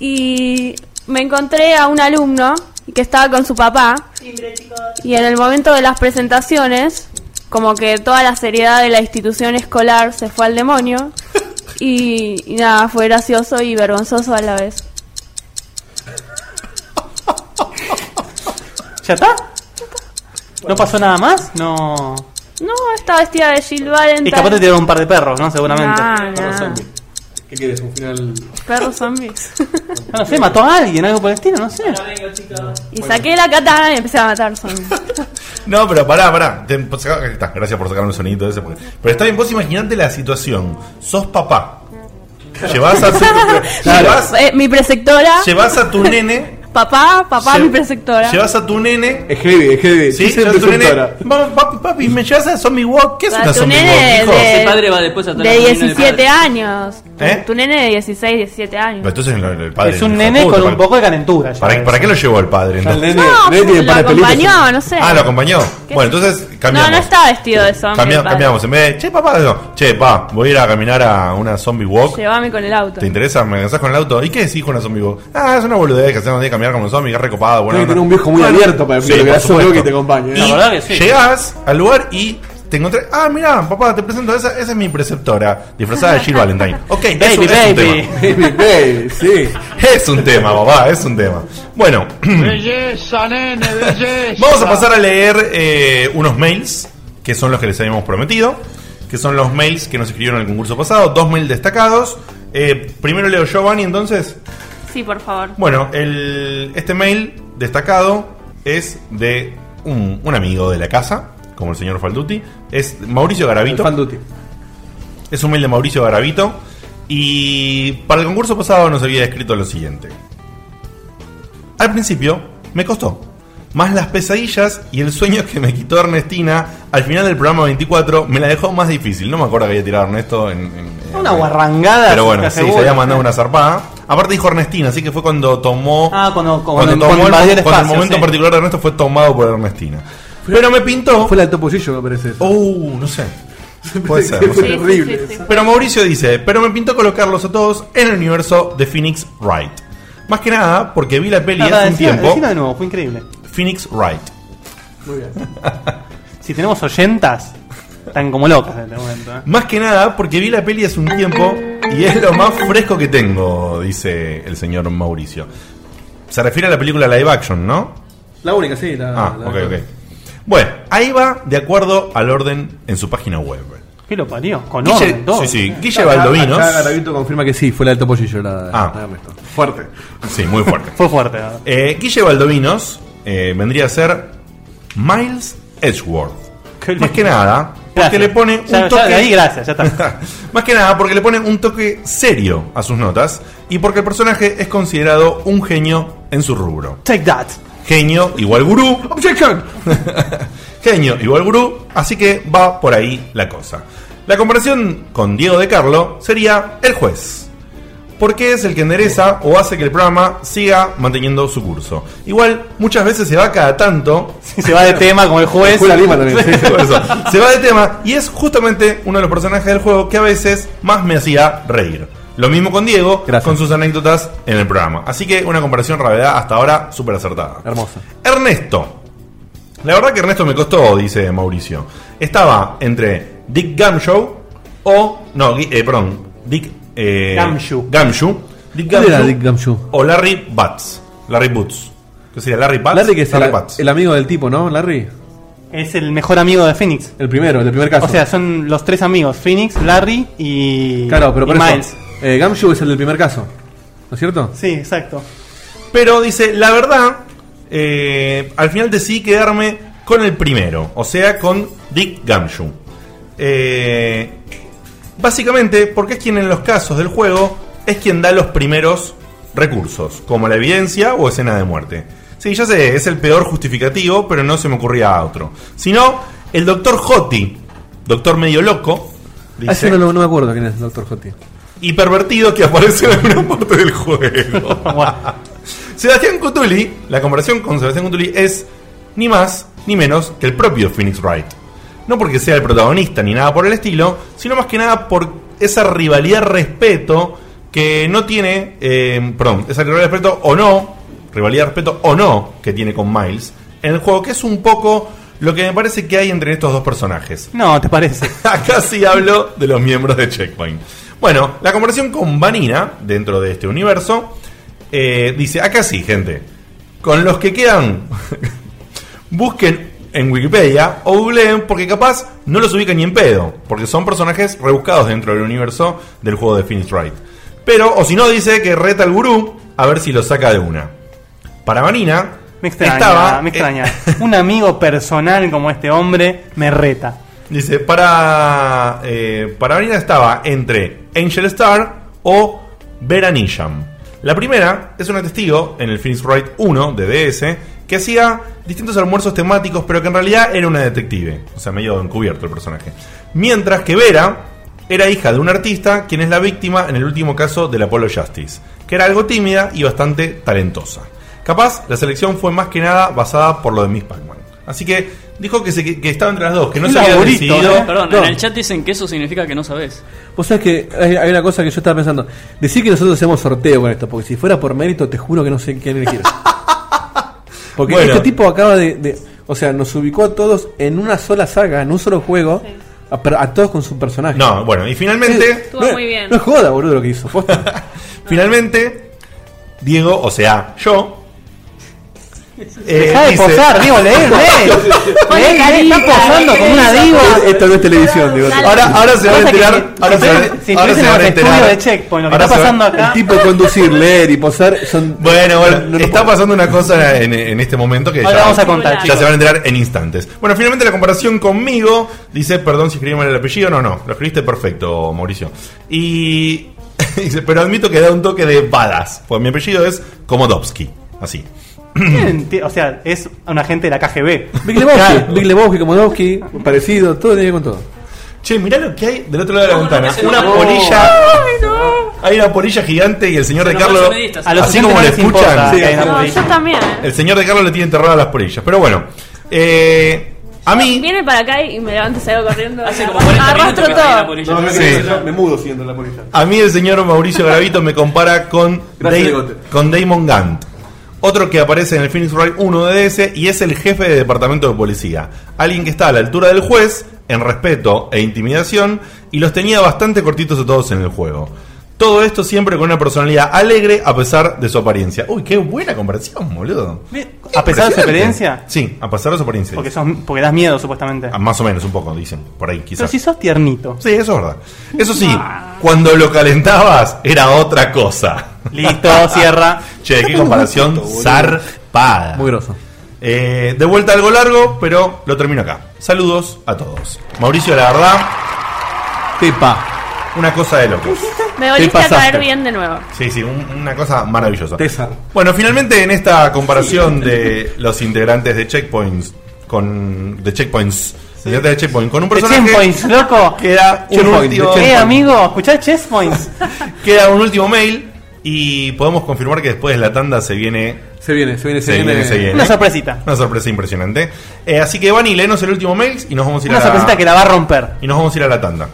Speaker 5: Y me encontré a un alumno que estaba con su papá. Y en el momento de las presentaciones, como que toda la seriedad de la institución escolar se fue al demonio. Y, y nada, fue gracioso y vergonzoso a la vez.
Speaker 2: ¿Ya está? ¿No pasó nada más? No.
Speaker 5: No, estaba vestida de Jill
Speaker 2: Y
Speaker 5: Valentine.
Speaker 2: capaz te tiraron un par de perros, ¿no? Seguramente.
Speaker 5: Nah,
Speaker 1: Perro
Speaker 5: nah.
Speaker 1: zombie. ¿Qué quieres? Un final.
Speaker 5: Perros zombies.
Speaker 2: No, no sé, mató a alguien, algo por el estilo, no sé.
Speaker 5: y saqué la katana y empecé a matar zombies.
Speaker 3: No, pero pará, pará. Te- saca- ahí está, gracias por sacarme el sonidito ese. porque- Pero está bien, vos imaginate la situación. Sos papá. Llevas a tu, llevas,
Speaker 5: Eh, mi preceptora.
Speaker 3: llevas a tu nene.
Speaker 5: Papá, papá,
Speaker 3: lle-
Speaker 5: mi preceptora.
Speaker 3: Llevas a tu nene.
Speaker 1: Es heavy, es heavy.
Speaker 3: Sí,
Speaker 1: se
Speaker 3: llevas a tu nene.
Speaker 1: presentora.
Speaker 3: Papi, papi, papi, me llevas a Zombie Walk. ¿Qué es
Speaker 5: Va,
Speaker 3: una
Speaker 5: Ah, tu
Speaker 3: Zombie
Speaker 5: nene
Speaker 3: Walk, hijo?
Speaker 5: de-
Speaker 4: ese padre va después a
Speaker 5: De 17 años. Tu,
Speaker 3: ¿Eh?
Speaker 5: tu nene de 16, 17
Speaker 3: Pero
Speaker 5: años.
Speaker 3: entonces el, el padre.
Speaker 2: es un
Speaker 3: hijo
Speaker 2: nene
Speaker 3: de puta,
Speaker 2: con un
Speaker 3: ¿para-
Speaker 2: poco de calentura. ya
Speaker 3: ¿Para,
Speaker 2: ves.
Speaker 3: ¿Para qué lo llevó el padre?
Speaker 1: Ya, el
Speaker 3: entonces?
Speaker 1: nene,
Speaker 5: No,
Speaker 1: nene
Speaker 5: pues
Speaker 1: tiene
Speaker 5: lo
Speaker 1: par de pelitos.
Speaker 5: acompañó, no sé.
Speaker 3: Ah, lo acompañó.
Speaker 5: ¿Qué
Speaker 3: Bueno, entonces cambiamos.
Speaker 5: No, no estaba vestido de zombie.
Speaker 3: Cambia-
Speaker 5: el padre.
Speaker 3: cambiamos. En vez de, che, papá, no. Che, pa, voy a ir a caminar a una zombie walk.
Speaker 5: Llévame con el auto.
Speaker 3: ¿Te interesa? ¿Me casás con el auto? ¿Y qué decís con una zombie walk? Ah, es una boludez que hacemos de caminar como un zombie, que es recopado.
Speaker 1: Tiene
Speaker 3: Bueno,
Speaker 1: que tener un viejo muy abierto para que lo que
Speaker 3: por
Speaker 1: haga solo
Speaker 3: supuesto.
Speaker 1: que te acompañe. ¿eh?
Speaker 3: Y
Speaker 4: La verdad que sí.
Speaker 3: Llegás al lugar y te encontré. Ah, mirá, papá, te presento. Esa, esa es mi preceptora, disfrazada de Jill Valentine. Ok, eso
Speaker 2: Baby,
Speaker 3: es un
Speaker 2: baby.
Speaker 3: tema.
Speaker 1: Baby, baby, sí.
Speaker 3: Es un tema, papá, es un tema. Bueno,
Speaker 7: Belleza, nene, belleza.
Speaker 3: vamos a pasar a leer eh, unos mails, que son los que les habíamos prometido, que son los mails que nos escribieron en el concurso pasado, dos mails destacados. Eh, primero leo yo, Vani, entonces.
Speaker 5: Sí, por favor.
Speaker 3: Bueno, el, este mail destacado es de un, un amigo de la casa, como el señor Falduti. Es Mauricio
Speaker 1: El
Speaker 3: Garavito.
Speaker 1: fan duty.
Speaker 3: Es un mail de Mauricio Garavito. Y para el concurso pasado nos había escrito lo siguiente. Al principio me costó. Más las pesadillas y el sueño que me quitó Ernestina al final del programa 24 me la dejó más difícil. No me acuerdo que había tirado Ernesto en... en-
Speaker 2: Una
Speaker 3: en-
Speaker 2: guarrangada.
Speaker 3: Pero
Speaker 2: te
Speaker 3: bueno, sí, se
Speaker 2: aseguro.
Speaker 3: había mandado una zarpada. Aparte dijo Ernestina, así que fue cuando tomó...
Speaker 2: Ah, cuando- cuando-
Speaker 3: tomó
Speaker 2: cuando
Speaker 3: el-
Speaker 2: invadió el
Speaker 3: cuando el
Speaker 2: espacio,
Speaker 3: momento
Speaker 2: sí.
Speaker 3: particular de Ernesto fue tomado por Ernestina. Pero me pintó...
Speaker 1: Fue la del topollillo, me parece. eso.
Speaker 3: Uh, no sé. Puede ser. no
Speaker 1: Fue
Speaker 3: sé.
Speaker 5: Sí, sí,
Speaker 1: terrible.
Speaker 5: sí, sí.
Speaker 1: eso.
Speaker 3: Pero Mauricio dice, pero me pintó colocarlos a todos en el universo de Phoenix Wright. Más que nada porque vi la peli
Speaker 2: Ah,
Speaker 3: hace un
Speaker 2: decilo-
Speaker 3: tiempo.
Speaker 2: decilo de nuevo, fue increíble.
Speaker 3: Phoenix Wright.
Speaker 1: Muy bien.
Speaker 2: Si tenemos oyentas, están como locas en este momento. ¿eh?
Speaker 3: Más que nada porque vi la peli hace un tiempo y es lo más fresco que tengo, dice el señor Mauricio. Se refiere a la película live action, ¿no?
Speaker 1: La única, sí. La,
Speaker 3: Ah,
Speaker 1: la-
Speaker 3: ok, ok. Bueno, ahí va de acuerdo al orden en su página web.
Speaker 2: ¿Qué lo parió? Con
Speaker 3: Guille-
Speaker 2: orden, todo.
Speaker 3: sí, sí, Guille
Speaker 1: Acá- Acá
Speaker 3: Baldovinos.
Speaker 1: Garavito confirma que sí, fue la del topollillo. La,
Speaker 3: Ah.
Speaker 1: la de Ernesto. Fuerte.
Speaker 3: Sí, muy fuerte.
Speaker 2: Fue fuerte. ¿verdad?
Speaker 3: Eh, Guille Baldovinos eh, vendría a ser Miles Edgeworth.
Speaker 2: Qué
Speaker 3: Más
Speaker 2: lindo.
Speaker 3: que nada, porque
Speaker 2: Gracias.
Speaker 3: le pone
Speaker 2: Ya- ya
Speaker 3: un toque.
Speaker 2: de ahí, gracias, ya está.
Speaker 3: Más que nada, porque le pone un toque serio a sus notas y porque el personaje es considerado un genio en su rubro.
Speaker 2: Take that.
Speaker 3: Genio igual gurú.
Speaker 1: ¡Objection!
Speaker 3: Genio igual gurú. Así que va por ahí la cosa. La comparación con Diego de Carlo sería el juez. Porque es el que endereza o hace que el programa siga manteniendo su curso. Igual, muchas veces se va cada tanto
Speaker 2: Si se va de tema como el juez.
Speaker 1: Fue la lima también. sí.
Speaker 3: Por eso, se va de tema y es justamente uno de los personajes del juego que a veces más me hacía reír. Lo mismo con Diego,
Speaker 1: Gracias.
Speaker 3: con sus anécdotas en el programa. Así que una comparación realidad hasta ahora súper acertada.
Speaker 1: Hermosa.
Speaker 3: Ernesto. La verdad que Ernesto me costó, dice Mauricio. Estaba entre Dick Gamshow o... No, Gui- eh, perdón. Dick... eh,
Speaker 2: Gamshu.
Speaker 3: Gamshu. Dick
Speaker 1: ¿Quién era
Speaker 3: Gamshu
Speaker 1: Dick Gamshu?
Speaker 3: O Larry Butts. Larry Butts. ¿Qué sería? Larry Butts.
Speaker 1: Larry, que es el,
Speaker 3: Butts.
Speaker 1: el amigo del tipo, ¿no? Larry.
Speaker 2: Es el mejor amigo de Phoenix.
Speaker 1: El primero, el del primer caso.
Speaker 2: O sea, son los tres amigos: Phoenix, Larry y,
Speaker 1: claro, pero
Speaker 2: y
Speaker 1: por eso.
Speaker 2: Miles.
Speaker 1: eh, Gamshu es el del primer caso. ¿No es cierto?
Speaker 2: Sí, exacto.
Speaker 3: Pero dice, la verdad, eh, al final decidí quedarme con el primero, o sea, con Dick Gamshu. Eh, básicamente, porque es quien en los casos del juego es quien da los primeros recursos, como la evidencia o escena de muerte. Sí, ya sé, es el peor justificativo, pero no se me ocurría otro. Sino, el doctor Hotty, doctor medio loco,
Speaker 1: Ah, ese
Speaker 3: dice,
Speaker 1: no, lo- no me acuerdo quién es el Dr. Hotty.
Speaker 3: y pervertido que aparece en alguna parte del juego. Sebastián Cutuli, la comparación con Sebastián Cutuli es ni más ni menos que el propio Phoenix Wright. No porque sea el protagonista ni nada por el estilo, sino más que nada por esa rivalidad respeto que no tiene, eh, perdón, esa rivalidad respeto o no, rivalidad respeto o no que tiene con Miles en el juego, que es un poco lo que me parece que hay entre estos dos personajes.
Speaker 2: No, ¿te parece?
Speaker 3: Acá sí hablo de los miembros de Checkpoint. Bueno, la comparación con Vanina, dentro de este universo, eh, dice, acá sí, gente, con los que quedan, busquen en Wikipedia o googleen porque capaz no los ubican ni en pedo, porque son personajes rebuscados dentro del universo del juego de Phoenix Wright. Pero, o si no, dice que reta al gurú a ver si lo saca de una. Para Vanina,
Speaker 2: Me extraña, me extraña.
Speaker 3: eh,
Speaker 2: Un amigo personal como este hombre me reta.
Speaker 3: Dice, para, eh, para Vanina estaba entre Angel Star o Vera Nisham. La primera es una testigo en el Phoenix Wright 1 de DS que hacía distintos almuerzos temáticos, pero que en realidad era una detective. O sea, medio encubierto el personaje. Mientras que Vera Era hija de un artista quien es la víctima en el último caso del Apollo Justice, que era algo tímida y bastante talentosa. Capaz, la selección fue más que nada basada por lo de Miss Pac-Man. Así que dijo que, se- que estaba entre las dos, que no
Speaker 1: Un
Speaker 3: se había
Speaker 1: laburito,
Speaker 3: decidido.
Speaker 1: ¿eh?
Speaker 4: Oh, Perdón,
Speaker 1: No.
Speaker 4: en el chat dicen que eso significa que no sabes.
Speaker 1: Vos sabés que hay, hay una cosa que yo estaba pensando. Decir que nosotros hacemos sorteo con esto, porque si fuera por mérito, te juro que no sé quién elegir. Porque
Speaker 3: Bueno.
Speaker 1: este tipo acaba de, de- O sea, nos ubicó a todos en una sola saga, en un solo juego, a, pero a todos con su personaje.
Speaker 3: No, bueno, y finalmente,
Speaker 5: Estuvo
Speaker 1: No es-
Speaker 5: muy bien.
Speaker 1: No es joda, boludo, lo que hizo. posta.
Speaker 3: finalmente, Diego, o sea, yo. eh,
Speaker 2: Deja de
Speaker 3: dice-
Speaker 2: posar, Diego, leer, leer.
Speaker 5: Ponle
Speaker 2: Leer,
Speaker 5: carita,
Speaker 2: está posando
Speaker 5: ponle
Speaker 2: como una
Speaker 5: carita.
Speaker 2: diva.
Speaker 1: esto no es televisión, digo.
Speaker 5: Dale.
Speaker 3: Ahora, ahora se van a
Speaker 2: Pasa que
Speaker 3: enterar.
Speaker 2: si-
Speaker 3: Ahora
Speaker 2: si
Speaker 3: se van-
Speaker 2: estuviesen- si
Speaker 3: ahora se
Speaker 2: estuviesen en
Speaker 3: van a
Speaker 2: los
Speaker 3: enterar.
Speaker 2: estudios de Checkpoint, lo que
Speaker 3: Ahora
Speaker 2: está
Speaker 3: se van-
Speaker 2: pasando acá-
Speaker 1: El tipo conducir, leer y posar son.
Speaker 3: Bueno, bueno,
Speaker 1: No, no, no
Speaker 3: está
Speaker 1: puedo.
Speaker 3: pasando una cosa en, en este momento que
Speaker 2: Ahora
Speaker 3: ya,
Speaker 2: vamos a contar,
Speaker 3: ya
Speaker 5: chicos.
Speaker 3: se van a enterar en instantes. Bueno, finalmente la comparación conmigo dice, perdón si escribí mal el apellido, no, no, lo escribiste perfecto, Mauricio. Y dice, pero admito que da un toque de balas, pues mi apellido es Komodowski, así.
Speaker 2: Enti- O sea, es un agente de la KGB.
Speaker 1: Big Lebowski,
Speaker 2: Claro.
Speaker 1: Big Lebowski, Komodowski, parecido, todo tiene que ver con todo.
Speaker 3: Che, mirá lo que hay del otro lado de la
Speaker 4: No, no,
Speaker 3: ventana.
Speaker 4: que se
Speaker 3: una
Speaker 4: nombró.
Speaker 3: polilla. Hay una polilla gigante y el señor
Speaker 4: Se
Speaker 3: de
Speaker 4: nombró
Speaker 3: Carlos.
Speaker 4: el sonidista,
Speaker 2: A los
Speaker 3: Así
Speaker 2: oyentes
Speaker 3: como
Speaker 2: no
Speaker 3: lo
Speaker 2: les importa
Speaker 3: escuchan.
Speaker 2: que
Speaker 3: Sí,
Speaker 2: hay una
Speaker 5: No,
Speaker 2: polilla.
Speaker 5: yo también.
Speaker 3: El señor de Carlos le tiene enterradas las polillas. Pero bueno, eh, a mí.
Speaker 5: Viene para acá y me levanto y salgo corriendo.
Speaker 4: Hace como 40
Speaker 5: Ah, Arrastro
Speaker 4: minutos que está ahí la
Speaker 5: todo.
Speaker 4: polilla.
Speaker 3: Sí. que yo
Speaker 1: me mudo siendo la policía.
Speaker 3: A mí el señor Mauricio Gravito me compara con,
Speaker 1: Gracias,
Speaker 3: Dave-
Speaker 1: bigote.
Speaker 3: con Damon Gant. Otro que aparece en el Phoenix Wright 1 de DS y es el jefe de departamento de policía. Alguien que está a la altura del juez, en respeto e intimidación, y los tenía bastante cortitos a todos en el juego. Todo esto siempre con una personalidad alegre a pesar de su apariencia. Uy, qué buena comparación, boludo.
Speaker 2: A pesar de su
Speaker 3: Impresionante.
Speaker 2: apariencia.
Speaker 3: Sí, a pesar de su apariencia.
Speaker 2: Porque, sos- porque das miedo, supuestamente.
Speaker 3: Ah, Más o menos, un poco, dicen. Por ahí,
Speaker 2: Pero
Speaker 3: quizás.
Speaker 2: si sos tiernito.
Speaker 3: Sí, eso es verdad. Eso sí, cuando lo calentabas era otra cosa.
Speaker 2: Listo, cierra.
Speaker 3: Che, qué comparación zarpada.
Speaker 1: Muy grosso.
Speaker 3: Eh, de vuelta algo largo, pero lo termino acá. Saludos a todos. Mauricio, la verdad,
Speaker 1: Pepa.
Speaker 3: una cosa de locos.
Speaker 5: Me volviste a
Speaker 1: pasaste.
Speaker 5: caer bien de nuevo.
Speaker 3: Sí, sí, un- una cosa maravillosa.
Speaker 1: Tesa.
Speaker 3: Bueno, finalmente en esta comparación de los integrantes de Checkpoints con. de Checkpoints. integrantes de Checkpoint con un
Speaker 2: De
Speaker 3: personaje.
Speaker 2: Checkpoints, loco.
Speaker 3: Queda un
Speaker 1: Checkpoint,
Speaker 3: último-
Speaker 1: de
Speaker 2: Eh, amigo, escuchá Checkpoints.
Speaker 3: Queda un último mail y podemos confirmar que después de la tanda se viene
Speaker 1: Se viene, se viene, se,
Speaker 3: Se
Speaker 1: viene.
Speaker 3: viene, se viene.
Speaker 2: Una sorpresita.
Speaker 3: una sorpresa impresionante. Eh, así que van y léenos el último mail y nos vamos a ir
Speaker 2: Una
Speaker 3: a la
Speaker 2: sorpresita que la va a romper.
Speaker 3: y nos vamos a ir a la tanda.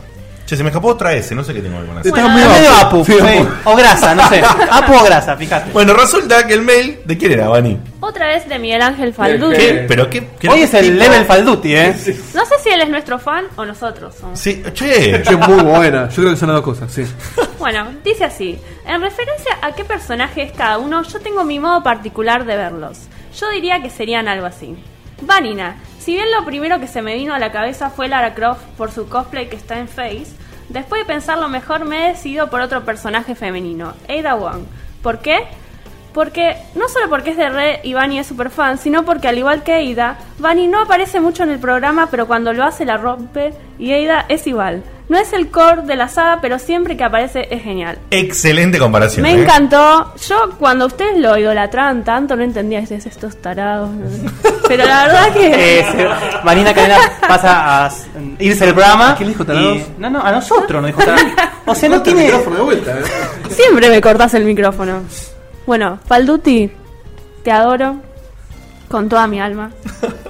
Speaker 3: Che, se me escapó otra S, no sé qué tengo que poner.
Speaker 2: Es
Speaker 5: medio
Speaker 2: medio apu.
Speaker 1: Sí,
Speaker 2: sí.
Speaker 1: apu.
Speaker 2: O grasa, no sé. Apu o grasa, fíjate.
Speaker 3: Bueno, resulta que el mail de quién era, Vani.
Speaker 5: Otra vez de Miguel Ángel Falduti.
Speaker 3: ¿Qué? Pero qué, qué
Speaker 2: Hoy es el
Speaker 3: tipo-
Speaker 2: level Falduti, ¿eh?
Speaker 5: No sé si él es nuestro fan o nosotros somos.
Speaker 3: Sí, che.
Speaker 1: Che, muy buena. Yo creo que son las dos cosas, sí.
Speaker 5: Bueno, dice así. En referencia a qué personaje es cada uno, yo tengo mi modo particular de verlos. Yo diría que serían algo así. Vanina. Si bien lo primero que se me vino a la cabeza fue Lara Croft por su cosplay que está en Face, después de pensarlo mejor me he decidido por otro personaje femenino, Ada Wong. ¿Por qué? Porque, no solo porque es de Red y Vani es super fan, sino porque al igual que Aida, Vani no aparece mucho en el programa, pero cuando lo hace la rompe y Aida es igual. No es el core de la saga, pero siempre que aparece es genial.
Speaker 3: Excelente comparación.
Speaker 5: Me
Speaker 3: ¿eh?
Speaker 5: encantó. Yo cuando ustedes lo idolatraban tanto no entendía "Ustedes estos tarados. no sé". Pero la verdad
Speaker 2: Eh,
Speaker 5: que
Speaker 2: se- Marina Cadena pasa a s- irse del programa.
Speaker 1: quién le dijo tarados?
Speaker 2: y- No, no, a nosotros nos dijo tarados. O sea, no tiene.
Speaker 1: de vuelta,
Speaker 5: siempre me cortas el micrófono. Bueno, Falduti, te adoro con toda mi alma.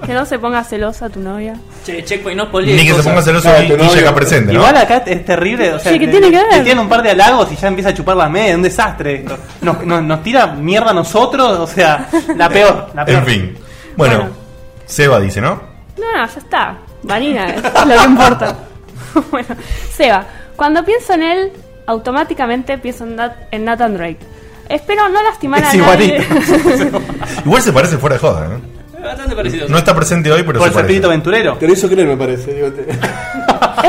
Speaker 5: Que no se ponga celosa tu novia.
Speaker 4: Che, Checkpoint no política.
Speaker 3: Ni que se ponga celoso
Speaker 1: No,
Speaker 3: y,
Speaker 1: tu
Speaker 3: y llega
Speaker 1: novio.
Speaker 3: presente, ¿eh? ¿no?
Speaker 2: Igual acá es terrible. O sea,
Speaker 5: Sí, ¿qué
Speaker 2: le-
Speaker 5: tiene que
Speaker 2: le
Speaker 5: ver?
Speaker 2: tiran un par de halagos y ya empieza a chupar las medias. Un desastre esto. Nos, nos- nos tira mierda a nosotros. O sea, la peor. La peor.
Speaker 3: En fin. Bueno,
Speaker 5: Bueno.
Speaker 3: Seba dice, ¿no?
Speaker 5: No, no, ya está. Vanina es lo que importa. bueno, Seba, cuando pienso en él, automáticamente pienso en, Nat- en Nathan Drake. Espero no lastimar a
Speaker 2: Es
Speaker 5: nadie.
Speaker 3: Igual se parece fuera de joda, ¿eh?
Speaker 4: Bastante parecido.
Speaker 3: No está presente hoy, pero
Speaker 2: Por
Speaker 3: se
Speaker 2: el
Speaker 3: parece.
Speaker 2: espíritu aventurero.
Speaker 1: Te lo hizo creer, me parece. digo, te-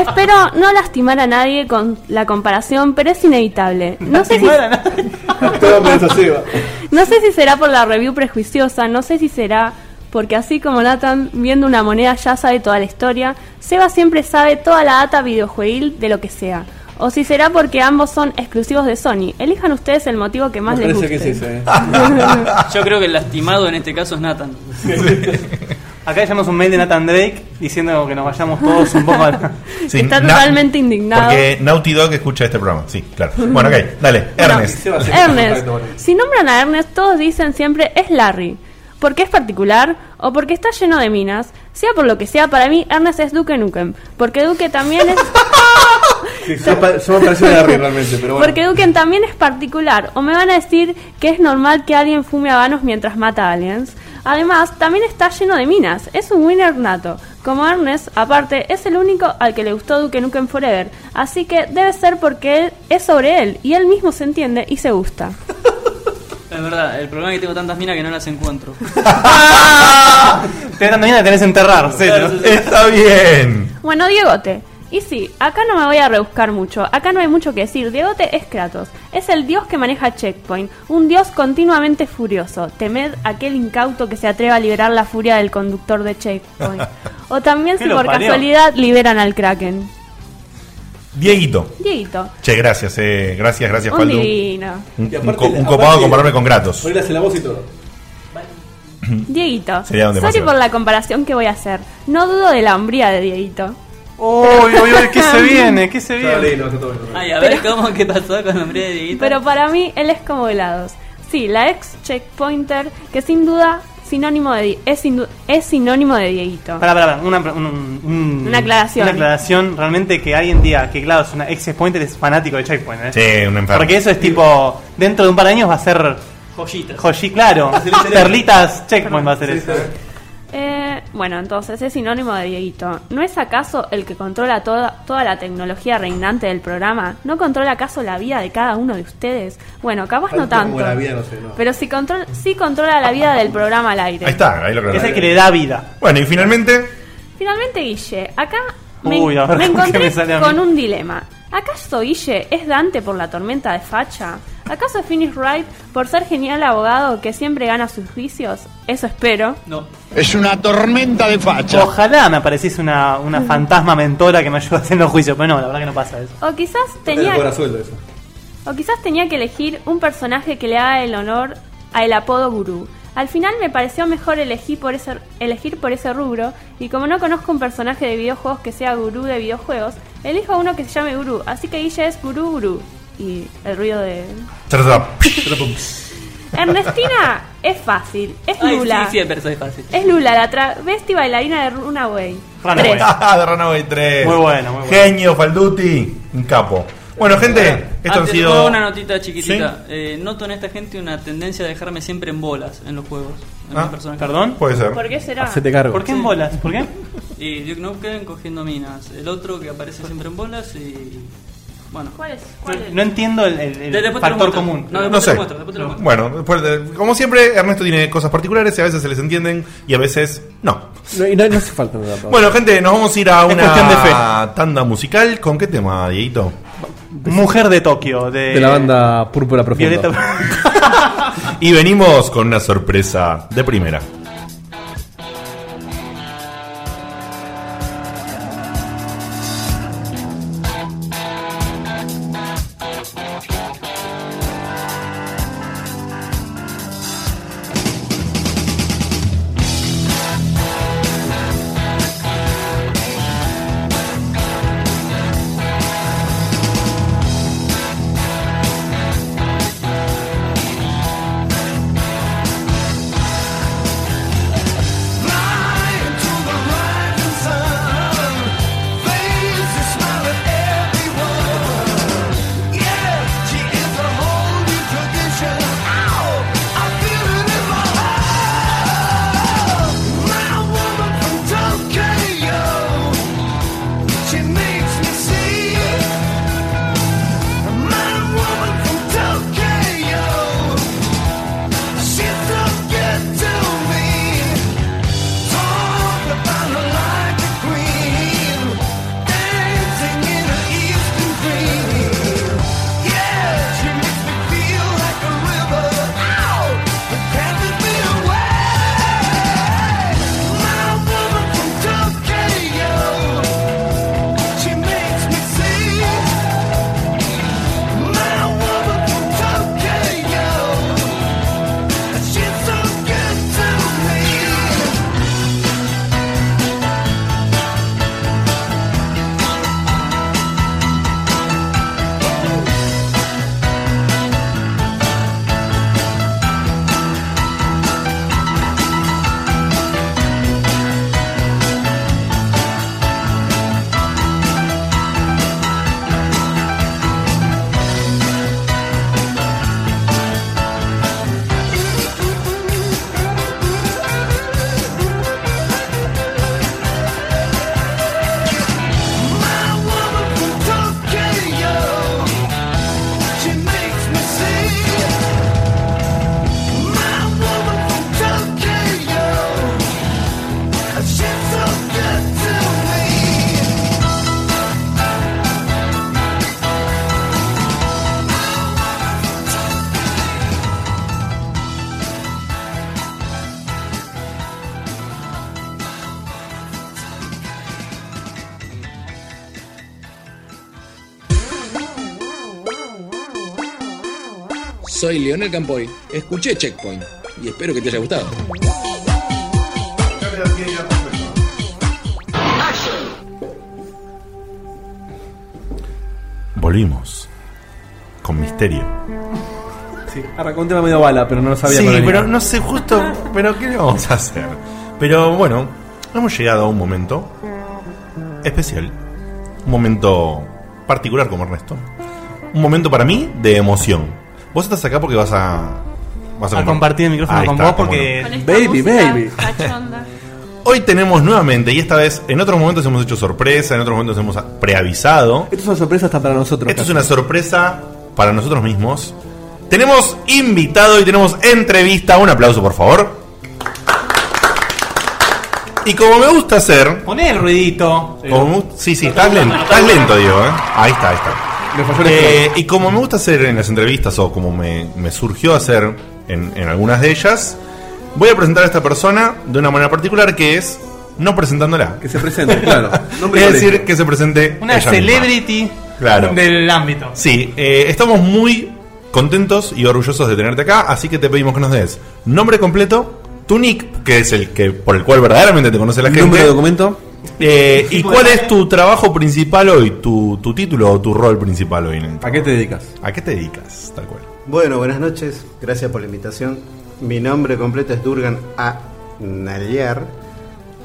Speaker 5: Espero no lastimar a nadie con la comparación, pero es inevitable. No sé si
Speaker 2: Lastimar a nadie.
Speaker 1: Todo menos a Seba.
Speaker 5: No sé si será por la review prejuiciosa, no sé si será porque así como Nathan viendo una moneda ya sabe toda la historia, Seba siempre sabe toda la data videojueguil de lo que sea. O si será porque ambos son exclusivos de Sony. Elijan ustedes el motivo que más
Speaker 1: me
Speaker 5: les
Speaker 1: parece
Speaker 5: guste.
Speaker 1: que es ese, eh.
Speaker 4: Yo creo que el lastimado en este caso es Nathan.
Speaker 2: Acá llamamos un mail de Nathan Drake diciendo que nos vayamos todos un poco al.
Speaker 3: Sí,
Speaker 5: Está
Speaker 3: na-
Speaker 5: totalmente indignado.
Speaker 3: Porque Naughty Dog escucha este programa. Sí, claro. Bueno, ok, dale, Ernest.
Speaker 6: Seba se puso en
Speaker 5: Ernest.
Speaker 6: contacto con él.
Speaker 5: Si nombran a Ernest, todos dicen siempre es Larry. Porque es particular o porque está lleno de minas. Sea por lo que sea, para mí Ernest es Duque Nukem. Porque Duque también es.
Speaker 1: Sí, se, pa- se me pareció Larry realmente, pero bueno.
Speaker 5: Porque Duque también es particular. O me van a decir que es normal que alguien fume habanos mientras mata aliens. Además, también está lleno de minas. Es un winner nato. Como Ernest, aparte, es el único al que le gustó Duke Nukem Forever. Así que debe ser porque él- es sobre él y él mismo se entiende y se gusta.
Speaker 4: Es verdad, el problema es que tengo tantas minas que no las encuentro.
Speaker 2: Te dan mañana tenés que enterrar,
Speaker 4: Claro,
Speaker 2: cero.
Speaker 4: sí, sí.
Speaker 3: Está bien.
Speaker 5: Bueno, Diegote. Y sí, acá no me voy a rebuscar mucho, acá no hay mucho que decir. Diegote es Kratos, es el dios que maneja Checkpoint, un dios continuamente furioso. Temed aquel incauto que se atreva a liberar la furia del conductor de Checkpoint. O también
Speaker 2: ¿Qué
Speaker 5: si
Speaker 2: lo
Speaker 5: por
Speaker 2: parió?
Speaker 5: casualidad liberan al Kraken.
Speaker 3: Dieguito.
Speaker 5: Dieguito,
Speaker 3: Che, gracias, eh. Gracias, gracias,
Speaker 5: un
Speaker 3: Faldu.
Speaker 5: divino.
Speaker 3: Un,
Speaker 1: Y
Speaker 3: un
Speaker 1: aparte-
Speaker 3: co- un
Speaker 1: aparte-
Speaker 3: copado compararme con Gratos.
Speaker 1: Ponle hace la voz y todo.
Speaker 5: Dieguito,
Speaker 3: Sería un
Speaker 5: sorry
Speaker 3: demasiado.
Speaker 5: por la comparación que voy a hacer. No dudo de la hombría de Dieguito.
Speaker 2: Uy, uy, uy, ¿qué se viene? ¿Qué se
Speaker 1: Está
Speaker 2: viene?
Speaker 1: bien, no, está todo
Speaker 3: Ah.
Speaker 1: bien.
Speaker 4: Ay, a ver cómo que pasó con el hombre de Dieguito.
Speaker 5: Pero para mí él es como helados. Sí, la ex checkpointer que sin duda sinónimo de Di- es, sin du- es sinónimo de Dieguito.
Speaker 2: Pará, pará, pará, Una, un- un-
Speaker 5: Una aclaración.
Speaker 2: Una aclaración. Realmente que alguien diga que Claudio es una ex pointer es fanático de Checkpoint, ¿eh?
Speaker 3: Sí, un enfermo.
Speaker 2: Porque eso es tipo. Dentro de un par de años va a ser.
Speaker 4: Joyitas.
Speaker 2: Joyi, claro. Perlitas Checkpoint va a ser
Speaker 1: Sí,
Speaker 2: eso.
Speaker 1: está bien.
Speaker 5: Eh, bueno, entonces es sinónimo de Dieguito. ¿No es acaso el que controla toda, toda la tecnología reinante del programa? ¿No controla acaso la vida de cada uno de ustedes? Bueno, capaz no
Speaker 1: Tanto
Speaker 5: tanto.
Speaker 1: como la vida, no sé, no.
Speaker 5: Pero sí, control, sí controla la vida del programa al aire.
Speaker 3: Ahí está, ahí lo creo.
Speaker 2: Es el que le da vida.
Speaker 3: Bueno, y finalmente.
Speaker 5: Finalmente, Guille, acá me,
Speaker 2: Uy, a ver
Speaker 5: me
Speaker 2: con qué
Speaker 5: encontré
Speaker 2: me sale a mí.
Speaker 5: con un dilema. ¿Acaso Guille es Dante por la tormenta de facha? ¿Acaso es Phoenix Wright por ser genial abogado que siempre gana sus juicios? Eso espero.
Speaker 4: No.
Speaker 7: Es una tormenta de facha.
Speaker 2: Ojalá me apareciese una, una fantasma mentora que me ayudase en los juicios. Pero no, la verdad que no pasa eso.
Speaker 5: O quizás
Speaker 1: Tenía...
Speaker 5: tenía,
Speaker 1: Cobra sueldo eso.
Speaker 5: o quizás tenía que elegir un personaje que le haga el honor al apodo gurú. Al final me pareció mejor elegir por, ese, elegir por ese rubro y como no conozco un personaje de videojuegos que sea gurú de videojuegos, elijo uno que se llame gurú. Así que Guille es gurú gurú. Y el ruido de... Ernestina es fácil, es
Speaker 4: Ay,
Speaker 5: Lula.
Speaker 4: sí, siempre soy fácil.
Speaker 5: Es Lula, la travesti bailarina de Runaway.
Speaker 2: Runaway.
Speaker 5: Tres.
Speaker 3: Ah, de Runaway 3.
Speaker 2: Muy bueno, muy bueno.
Speaker 3: Genio, Falduti. Un capo. Bueno, gente, esto ha
Speaker 4: Antes,
Speaker 3: sido.
Speaker 4: solo una notita chiquitita. Eh, noto en esta gente una tendencia a dejarme siempre en bolas en los juegos. En
Speaker 3: Ah,
Speaker 4: mis personajes.
Speaker 2: ¿Perdón?
Speaker 3: Puede ser.
Speaker 5: ¿Por qué será?
Speaker 1: Hacete cargo.
Speaker 2: ¿Por qué en bolas? ¿Por qué?
Speaker 4: Y Duke Nukem cogiendo minas. El otro que aparece siempre en bolas y. Bueno.
Speaker 5: ¿Cuál es? ¿Cuál es?
Speaker 2: No entiendo el, el- el
Speaker 4: De- después te lo
Speaker 2: factor
Speaker 4: muestro.
Speaker 2: común.
Speaker 4: No,
Speaker 3: No
Speaker 4: Ah, después te lo
Speaker 3: sé.
Speaker 4: muestro, después te lo muestro.
Speaker 3: Bueno, después de- como siempre, Ernesto tiene cosas particulares y a veces se les entienden y a veces no.
Speaker 1: No, y no, no hace falta nada. Pablo.
Speaker 3: Bueno, gente, nos vamos a ir a
Speaker 2: Es
Speaker 3: una
Speaker 2: cuestión de fe.
Speaker 3: tanda musical. ¿Con qué tema, Dieguito?
Speaker 2: Mujer de Tokio, de,
Speaker 3: eh,
Speaker 1: de la banda Púrpura Profunda.
Speaker 2: Violeta.
Speaker 3: Y venimos con una sorpresa de primera.
Speaker 8: Thank Soy Leonel Campoy. Escuché Checkpoint y espero que te haya gustado.
Speaker 3: Volvimos. Con misterio.
Speaker 1: Sí, arrancó un tema medio bala, pero no lo sabía.
Speaker 3: sí,
Speaker 1: con el
Speaker 3: pero
Speaker 1: libro.
Speaker 3: no sé justo. Pero ¿qué le vamos a hacer? Pero bueno, hemos llegado a un momento especial. Un momento particular como Ernesto. Un momento para mí de emoción. Vos estás acá porque vas a. Vas
Speaker 2: A compartir el micrófono
Speaker 3: Ahí
Speaker 2: con
Speaker 3: está,
Speaker 2: vos
Speaker 3: cómo no.
Speaker 2: porque
Speaker 5: Con esta
Speaker 1: Baby,
Speaker 5: música
Speaker 1: baby.
Speaker 5: Cachonda.
Speaker 3: Hoy tenemos nuevamente, y esta vez en otros momentos hemos hecho sorpresa, en otros momentos hemos preavisado.
Speaker 1: Esto es una sorpresa hasta para nosotros.
Speaker 3: Esto es
Speaker 1: casi.
Speaker 3: una sorpresa para nosotros mismos. Tenemos invitado y tenemos entrevista. Un aplauso, por favor. Y como me gusta hacer.
Speaker 2: poné el ruidito.
Speaker 3: como me gust- sí, sí, estás lento, estás lento, digo, ¿eh? Ahí está, ahí está.
Speaker 1: Me falló el
Speaker 3: Eh, y como me gusta hacer en las entrevistas, o como me, me surgió hacer en, en algunas de ellas, voy a presentar a esta persona de una manera particular que es no presentándola.
Speaker 1: Que se presente, claro. Nombre
Speaker 3: Es
Speaker 1: y
Speaker 3: decir,
Speaker 1: colegio.
Speaker 3: que se presente.
Speaker 2: Una
Speaker 3: ella misma.
Speaker 2: celebrity
Speaker 3: Claro.
Speaker 2: del ámbito.
Speaker 3: Sí, eh, estamos muy contentos y orgullosos de tenerte acá, así que te pedimos que nos des nombre completo, tu nick, que es el que por el cual verdaderamente te conoce la
Speaker 1: número
Speaker 3: gente,
Speaker 1: de documento.
Speaker 3: eh, y cuál es tu trabajo principal hoy, tu, tu título o tu rol principal hoy. En el
Speaker 1: ¿A qué te dedicas?
Speaker 3: ¿A qué te dedicas, tal cual?
Speaker 9: Bueno, buenas noches, gracias por la invitación. Mi nombre completo es Durgan A. Nalier.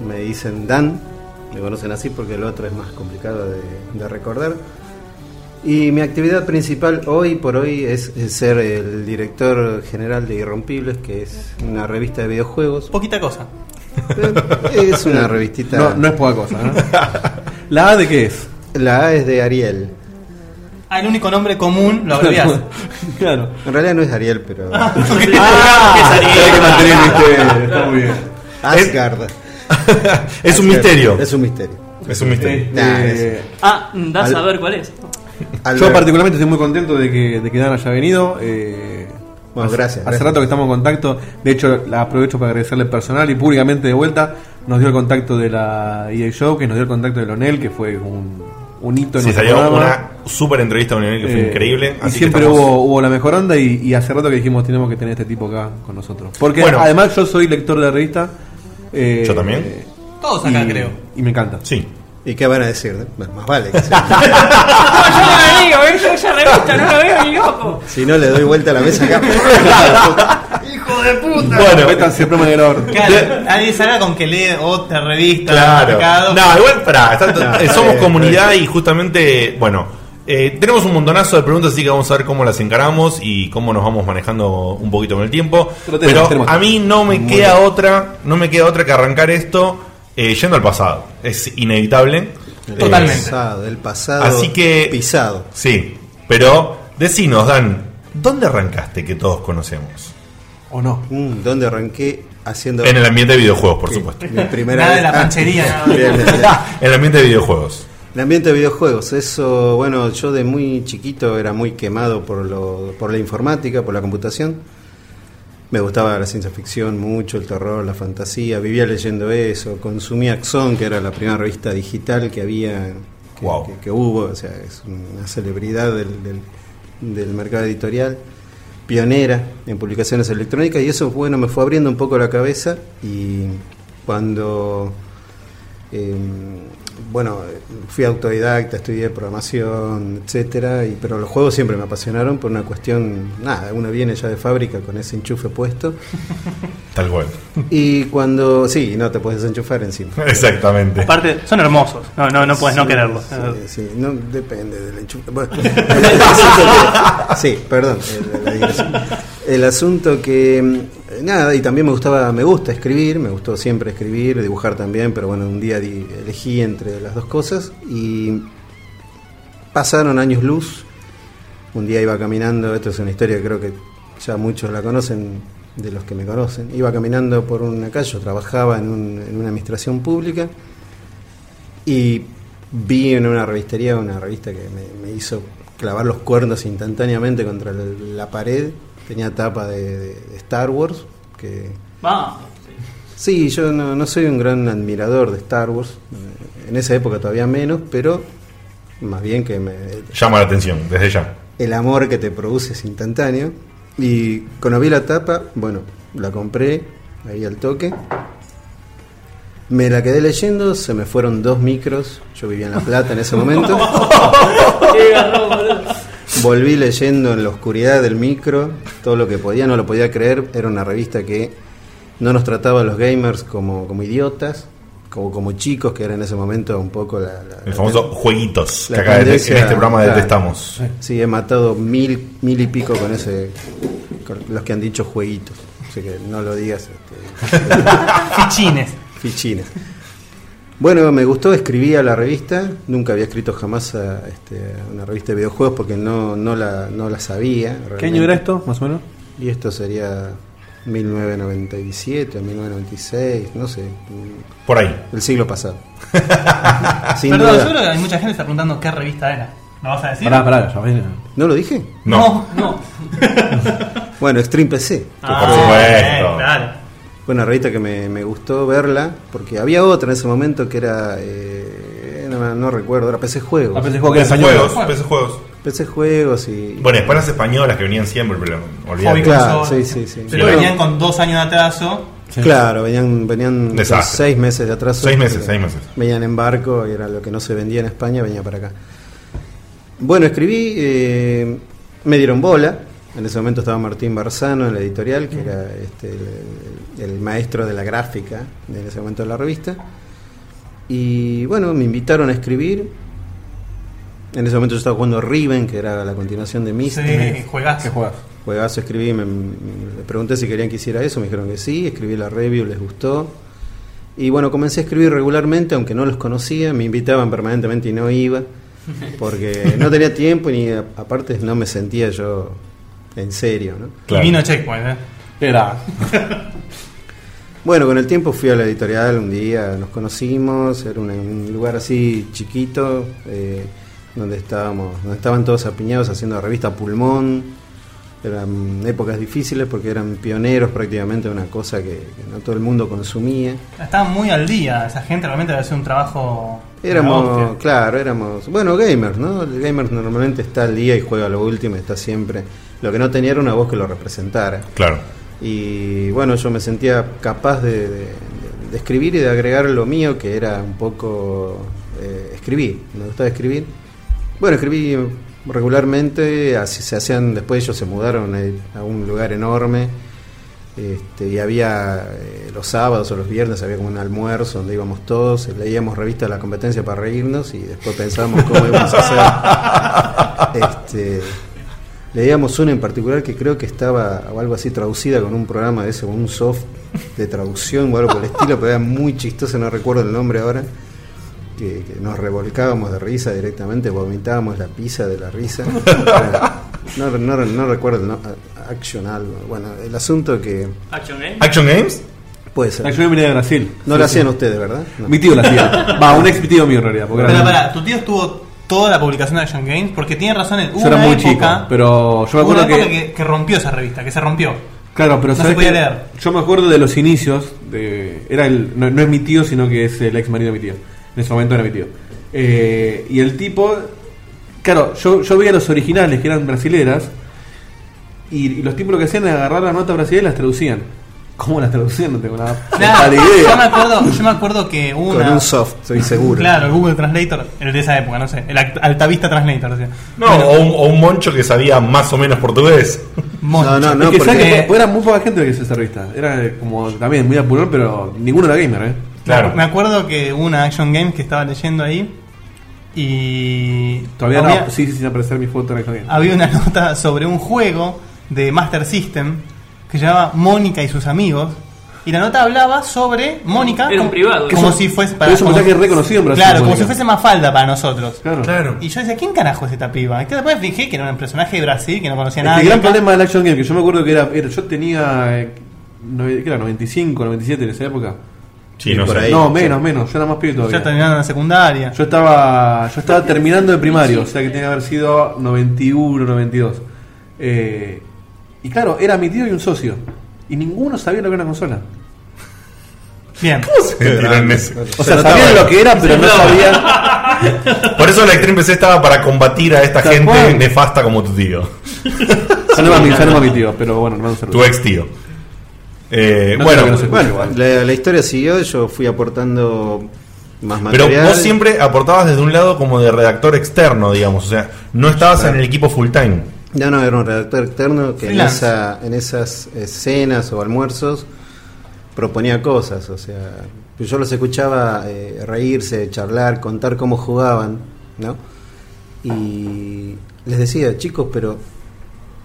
Speaker 9: Me dicen Dan, me conocen así porque el otro es más complicado de, de recordar. Y mi actividad principal hoy por hoy es, eh, ser el director general de Irrompibles, que es una revista de videojuegos.
Speaker 2: Poquita cosa.
Speaker 9: Eh, Es una revistita.
Speaker 1: No, no es poca cosa, ¿no? ¿La A de qué es?
Speaker 9: La A es de Ariel.
Speaker 2: Ah, el único nombre común lo abrevias.
Speaker 1: claro.
Speaker 9: En realidad no es Ariel, pero.
Speaker 1: Ah.
Speaker 2: ah,
Speaker 1: Hay que mantener el misterio, está muy bien.
Speaker 9: Asgard.
Speaker 3: es un
Speaker 9: Asgard.
Speaker 3: misterio.
Speaker 9: Es un misterio.
Speaker 3: Es un misterio.
Speaker 9: Nah,
Speaker 1: Este,
Speaker 4: Ah, da a
Speaker 9: Al-
Speaker 4: saber cuál es.
Speaker 1: yo
Speaker 9: Albert.
Speaker 1: particularmente estoy muy contento de que, de que Dan haya venido. eh,
Speaker 9: Bueno,
Speaker 1: hace-
Speaker 9: gracias,
Speaker 1: Hace
Speaker 9: gracias.
Speaker 1: rato que estamos en contacto. De hecho, la aprovecho para agradecerle personal y públicamente de vuelta. Nos dio el contacto de la EA Show, que nos dio el contacto de Lonel, que fue un, un hito en
Speaker 3: Sí,
Speaker 1: nuestro
Speaker 3: salió
Speaker 1: programa.
Speaker 3: una super entrevista con él que fue
Speaker 1: Eh,
Speaker 3: increíble.
Speaker 1: Y
Speaker 3: así que
Speaker 1: siempre
Speaker 3: estamos-
Speaker 1: hubo, hubo la mejor onda y, y hace rato que dijimos tenemos que tener este tipo acá con nosotros. Porque
Speaker 3: Bueno.
Speaker 1: además yo soy lector de revista. eh,
Speaker 3: Yo también.
Speaker 1: eh,
Speaker 2: Todos acá,
Speaker 1: y-
Speaker 2: creo.
Speaker 1: Y me encanta.
Speaker 3: Sí.
Speaker 9: ¿Y qué van a decir? eh? Más más vale que sea.
Speaker 4: No, Ah, yo no la digo, ¿eh? yo esa revista no la veo ni loco.
Speaker 9: Si no le doy vuelta a la mesa acá.
Speaker 1: Bueno, metan siempre
Speaker 2: Claro, nadie salga con que lee otra revista.
Speaker 3: Claro.
Speaker 2: mercado.
Speaker 3: No, igual, pará, está-
Speaker 9: No,
Speaker 3: eh,
Speaker 9: está
Speaker 3: somos
Speaker 9: bien,
Speaker 3: comunidad y justamente, bueno, eh, tenemos un montonazo de preguntas, así que vamos a ver cómo las encaramos y cómo nos vamos manejando un poquito con el tiempo.
Speaker 1: Pero
Speaker 3: Pero,
Speaker 1: tenemos, tenemos.
Speaker 3: a mí no me queda otra, no me queda otra que arrancar esto eh, yendo al pasado. Es inevitable.
Speaker 2: Totalmente.
Speaker 3: Eh,
Speaker 9: El pasado, el pasado
Speaker 3: Así que-
Speaker 9: pisado.
Speaker 3: sí, pero decinos, Dan, ¿dónde arrancaste que todos conocemos?
Speaker 1: ¿O no?
Speaker 9: Mm, ¿Dónde arranqué haciendo
Speaker 3: En el ambiente de videojuegos, por supuesto. Ah,
Speaker 9: mi primera
Speaker 2: Nada de la
Speaker 9: Ah,
Speaker 2: panchería. nada de-
Speaker 9: bien, bien, bien.
Speaker 3: En el ambiente de videojuegos.
Speaker 9: El ambiente de videojuegos, eso, bueno, yo de muy chiquito era muy quemado por, lo, por la informática, por la computación. Me gustaba la ciencia ficción mucho, el terror, la fantasía, vivía leyendo eso, consumía Axon, que era la primera revista digital que había, que,
Speaker 3: Wow.
Speaker 9: que- que hubo, o sea, es una celebridad del, del- del mercado editorial, pionera en publicaciones electrónicas, y eso, bueno, me fue abriendo un poco la cabeza y cuando eh, bueno, fui autodidacta, estudié programación, etcétera, y, pero los juegos siempre me apasionaron por una cuestión, nada, uno viene ya de fábrica con ese enchufe puesto.
Speaker 3: Tal cual.
Speaker 9: Y cuando, sí, no te puedes desenchufar encima.
Speaker 3: Exactamente.
Speaker 2: Aparte, son hermosos. No, no, no puedes no
Speaker 9: Sí,
Speaker 2: quererlos.
Speaker 9: Sí, sí, no, depende del enchufe. Bueno, el asunto- sí, perdón, el- la digresión. El asunto que. mm, Nada, y también me gustaba, me gusta escribir, me gustó siempre escribir, dibujar también, pero bueno, un día di- elegí entre las dos cosas y pasaron años luz. Un día iba caminando, esto es una historia que creo que ya muchos la conocen, de los que me conocen. Iba caminando por una calle, yo trabajaba en, un- en una administración pública y vi en una revistería, una revista que me, me hizo clavar los cuernos instantáneamente contra la, la pared. Tenía tapa de, de- de Star Wars. Que
Speaker 4: Va.
Speaker 9: sí, yo no, no soy un gran admirador de Star Wars. eh, En esa época todavía menos, pero más bien que me,
Speaker 3: Llama la atención, desde ya.
Speaker 9: el amor que te produce es instantáneo. Y cuando vi la tapa, bueno, la compré ahí al toque. Me la quedé leyendo, se me fueron dos micros. Yo vivía en La Plata en ese momento. Volví leyendo en la oscuridad del micro todo lo que podía, no lo podía creer. Era una revista que no nos trataba a los gamers como, como idiotas, como, como chicos, que era en ese momento un poco la. la-
Speaker 3: El famoso jueguitos
Speaker 9: la
Speaker 3: que acá en este
Speaker 9: tendencia-
Speaker 3: programa
Speaker 9: claro.
Speaker 3: detestamos.
Speaker 9: Sí, he matado mil, mil y pico con ese. con los que han dicho jueguitos. Así que no lo digas. este,
Speaker 2: Fichines.
Speaker 9: Fichines. Bueno, me gustó, escribía la revista. Nunca había escrito jamás a, este, una revista de videojuegos porque no, no, la, no la sabía.
Speaker 1: ¿Qué
Speaker 9: realmente.
Speaker 1: año era esto, más o menos?
Speaker 9: Y esto sería 1997, 1996, no sé.
Speaker 3: Por ahí.
Speaker 9: El siglo pasado. Sin
Speaker 2: Perdón,
Speaker 9: duda.
Speaker 2: yo creo que hay mucha gente que está preguntando qué revista era. ¿Lo vas a decir?
Speaker 1: Pará, pará, ya ven.
Speaker 9: ¿No lo dije?
Speaker 3: No.
Speaker 2: no.
Speaker 9: Bueno, Extreme PC.
Speaker 3: por supuesto.
Speaker 2: bien, Ah, eh, claro.
Speaker 9: Fue una revista que me, me gustó verla, porque había otra en ese momento que era, eh, no, no recuerdo, era PC Juegos.
Speaker 1: Ah, pensé
Speaker 9: PC,
Speaker 1: que era
Speaker 3: PC
Speaker 1: español.
Speaker 3: juegos, PC juegos.
Speaker 9: Juegos y...
Speaker 3: Bueno, espanas españolas que venían siempre, pero olvidate.
Speaker 2: Obvio.
Speaker 9: claro,
Speaker 2: eso-
Speaker 9: sí, sí, sí.
Speaker 2: Pero
Speaker 9: Bueno,
Speaker 2: venían con dos años de atraso.
Speaker 1: Sí.
Speaker 9: Claro, venían, venían con
Speaker 3: Desastre.
Speaker 9: seis meses de atraso.
Speaker 3: Seis meses,
Speaker 9: Porque
Speaker 3: seis meses.
Speaker 9: Venían en barco y era lo que no se vendía en España, venía para acá. Bueno, escribí, eh, me dieron bola. En ese momento estaba Martín Barzano en la editorial, que era este, el, el maestro de la gráfica de- en ese momento de la revista. Y bueno, me invitaron a escribir. En ese momento yo estaba jugando Riven, que era la continuación de Mystic.
Speaker 2: Sí, juegazo.
Speaker 1: ¿Qué juegas?
Speaker 9: Juegazo Pues escribí, me, me pregunté si querían que hiciera eso, me dijeron que sí, escribí la review, les gustó. Y bueno, comencé a escribir regularmente, aunque no los conocía, me invitaban permanentemente y no iba, porque no tenía tiempo y a- aparte no me sentía yo en serio. ¿no?
Speaker 3: Claro.
Speaker 2: Y vino Checkpoint, ¿eh?
Speaker 1: Era.
Speaker 9: Bueno, con el tiempo fui a la editorial un día, nos conocimos, era una- un lugar así chiquito, eh, donde estábamos, donde estaban todos apiñados haciendo la revista Pulmón. Eran épocas difíciles porque eran pioneros prácticamente de una cosa que, que no todo el mundo consumía.
Speaker 2: Estaban muy al día. Esa gente realmente le hacía un trabajo. de la
Speaker 9: Éramos,
Speaker 2: hostia.
Speaker 9: claro, éramos, bueno, gamers, ¿no? El gamer normalmente está al día y juega lo último, está siempre. Lo que no tenía era una voz que lo representara.
Speaker 3: Claro.
Speaker 9: Y bueno, yo me sentía capaz de, de- de- de escribir y de agregar lo mío, que era un poco eh, escribir, me gustaba escribir. Bueno, escribí regularmente, así se hacían, después ellos se mudaron eh, a un lugar enorme. Este, y había eh, los sábados o los viernes había como un almuerzo donde íbamos todos, leíamos revistas de la competencia para reírnos y después pensábamos cómo íbamos a hacer. Este, leíamos una en particular que creo que estaba o algo así traducida con un programa de ese, con un soft de traducción o algo por el estilo, pero era muy chistoso, no recuerdo el nombre ahora. Que, que nos revolcábamos de risa directamente, vomitábamos la pizza de la risa. No, no, no recuerdo, el no, action algo. Bueno, el asunto que
Speaker 4: Action Game.
Speaker 3: ¿Action Games?
Speaker 9: puede ser.
Speaker 1: La acción venía de Brasil.
Speaker 9: No lo hacían ustedes, ¿verdad? No.
Speaker 1: Mi tío la hacía. Va, un ex tío mío en realidad. Porque
Speaker 2: Pero
Speaker 1: era-
Speaker 2: pará, tu tío estuvo toda la publicación de Action Games porque tiene razón. él. Hubo
Speaker 1: yo era
Speaker 2: una
Speaker 1: muy
Speaker 2: época-
Speaker 1: chico. Pero yo me
Speaker 2: hubo una
Speaker 1: acuerdo
Speaker 2: época
Speaker 1: que,
Speaker 2: que... que rompió esa revista, que se rompió.
Speaker 1: Claro, pero
Speaker 2: no se
Speaker 1: ¿sabés
Speaker 2: podía
Speaker 1: qué?
Speaker 2: leer.
Speaker 1: Yo me acuerdo de los inicios. De, era el, no, no es mi tío, sino que es el ex marido de mi tío. En ese momento era mi tío. Eh, y el tipo. Claro, yo, yo veía los originales que eran brasileras. Y, y los tipos lo que hacían era agarrar la nota brasilera y las traducían. ¿Cómo las traducían? No tengo nada.
Speaker 2: Nah,
Speaker 1: pálida
Speaker 2: yo, me
Speaker 1: idea.
Speaker 2: acuerdo, yo me acuerdo que hubo
Speaker 9: Con
Speaker 2: una.
Speaker 9: un soft, estoy seguro.
Speaker 2: Claro, el Google Translator, el de esa época, no sé. El act- Altavista Translator, o sea.
Speaker 3: No, o, un, o un moncho que sabía más o menos portugués.
Speaker 9: No, no, no,
Speaker 1: Es que, ¿sabes
Speaker 9: porque-
Speaker 1: qué? Porque era muy poca gente que hizo esa revista. Era eh, como también muy apurón, pero ninguno era gamer, ¿eh?
Speaker 3: Claro.
Speaker 2: Me acuerdo que hubo una Action Games que estaba leyendo ahí. Y.
Speaker 1: Todavía
Speaker 2: había,
Speaker 1: no. Sí, sí, sin aparecer mi foto en el gamer.
Speaker 2: había una nota sobre un juego de Master System que se llamaba Mónica y sus amigos. Y la nota hablaba sobre Mónica.
Speaker 4: Era un
Speaker 2: como-
Speaker 4: privado.
Speaker 2: Como
Speaker 1: Eso-
Speaker 2: si fuese.
Speaker 1: pero es un
Speaker 2: como-
Speaker 1: personaje reconocido en Brasil,
Speaker 2: Claro, como
Speaker 1: Mónica.
Speaker 2: si fuese Mafalda para nosotros.
Speaker 1: Claro.
Speaker 2: Y yo decía, ¿quién carajo es esta piba? Y después fijé que era un personaje de Brasil que no conocía nada.
Speaker 1: El gran problema del Action Game, que yo me acuerdo que era, era- yo tenía, eh, no- ¿qué era? 95, 97 en esa época.
Speaker 3: Sí, no
Speaker 9: Por
Speaker 3: sé.
Speaker 9: ahí.
Speaker 1: no, menos, menos, yo era más pibe
Speaker 2: Ya
Speaker 1: todavía.
Speaker 2: terminando la secundaria.
Speaker 1: Yo estaba, yo estaba terminando de primario, o sea que tenía que haber sido 91, 92. Eh, y claro, era mi tío y un socio. Y ninguno sabía lo que era una consola.
Speaker 2: Bien.
Speaker 3: Se tiraron ese.
Speaker 1: O sea, sabían lo que era, pero no sabían.
Speaker 3: Por eso la Extreme PC estaba para combatir a esta
Speaker 1: Tal
Speaker 3: gente
Speaker 1: cual.
Speaker 3: nefasta como tu tío.
Speaker 1: Ya no va a mi, ya no va mi tío, pero bueno, le mando un saludo.
Speaker 3: Tu ex tío. Eh,
Speaker 1: No creo que
Speaker 3: bueno,
Speaker 1: no se escuche.
Speaker 9: Bueno, la, la historia siguió, yo fui aportando más
Speaker 3: pero
Speaker 9: material.
Speaker 3: vos siempre aportabas desde un lado como de redactor externo, digamos. O sea, no estabas en el equipo full time.
Speaker 9: Ya no, era un redactor externo que en,
Speaker 2: Freelance.
Speaker 9: esa- en esas eh, cenas o almuerzos proponía cosas, o sea, pues yo los escuchaba eh, reírse, charlar, contar cómo jugaban, ¿no? Y les decía, chicos, pero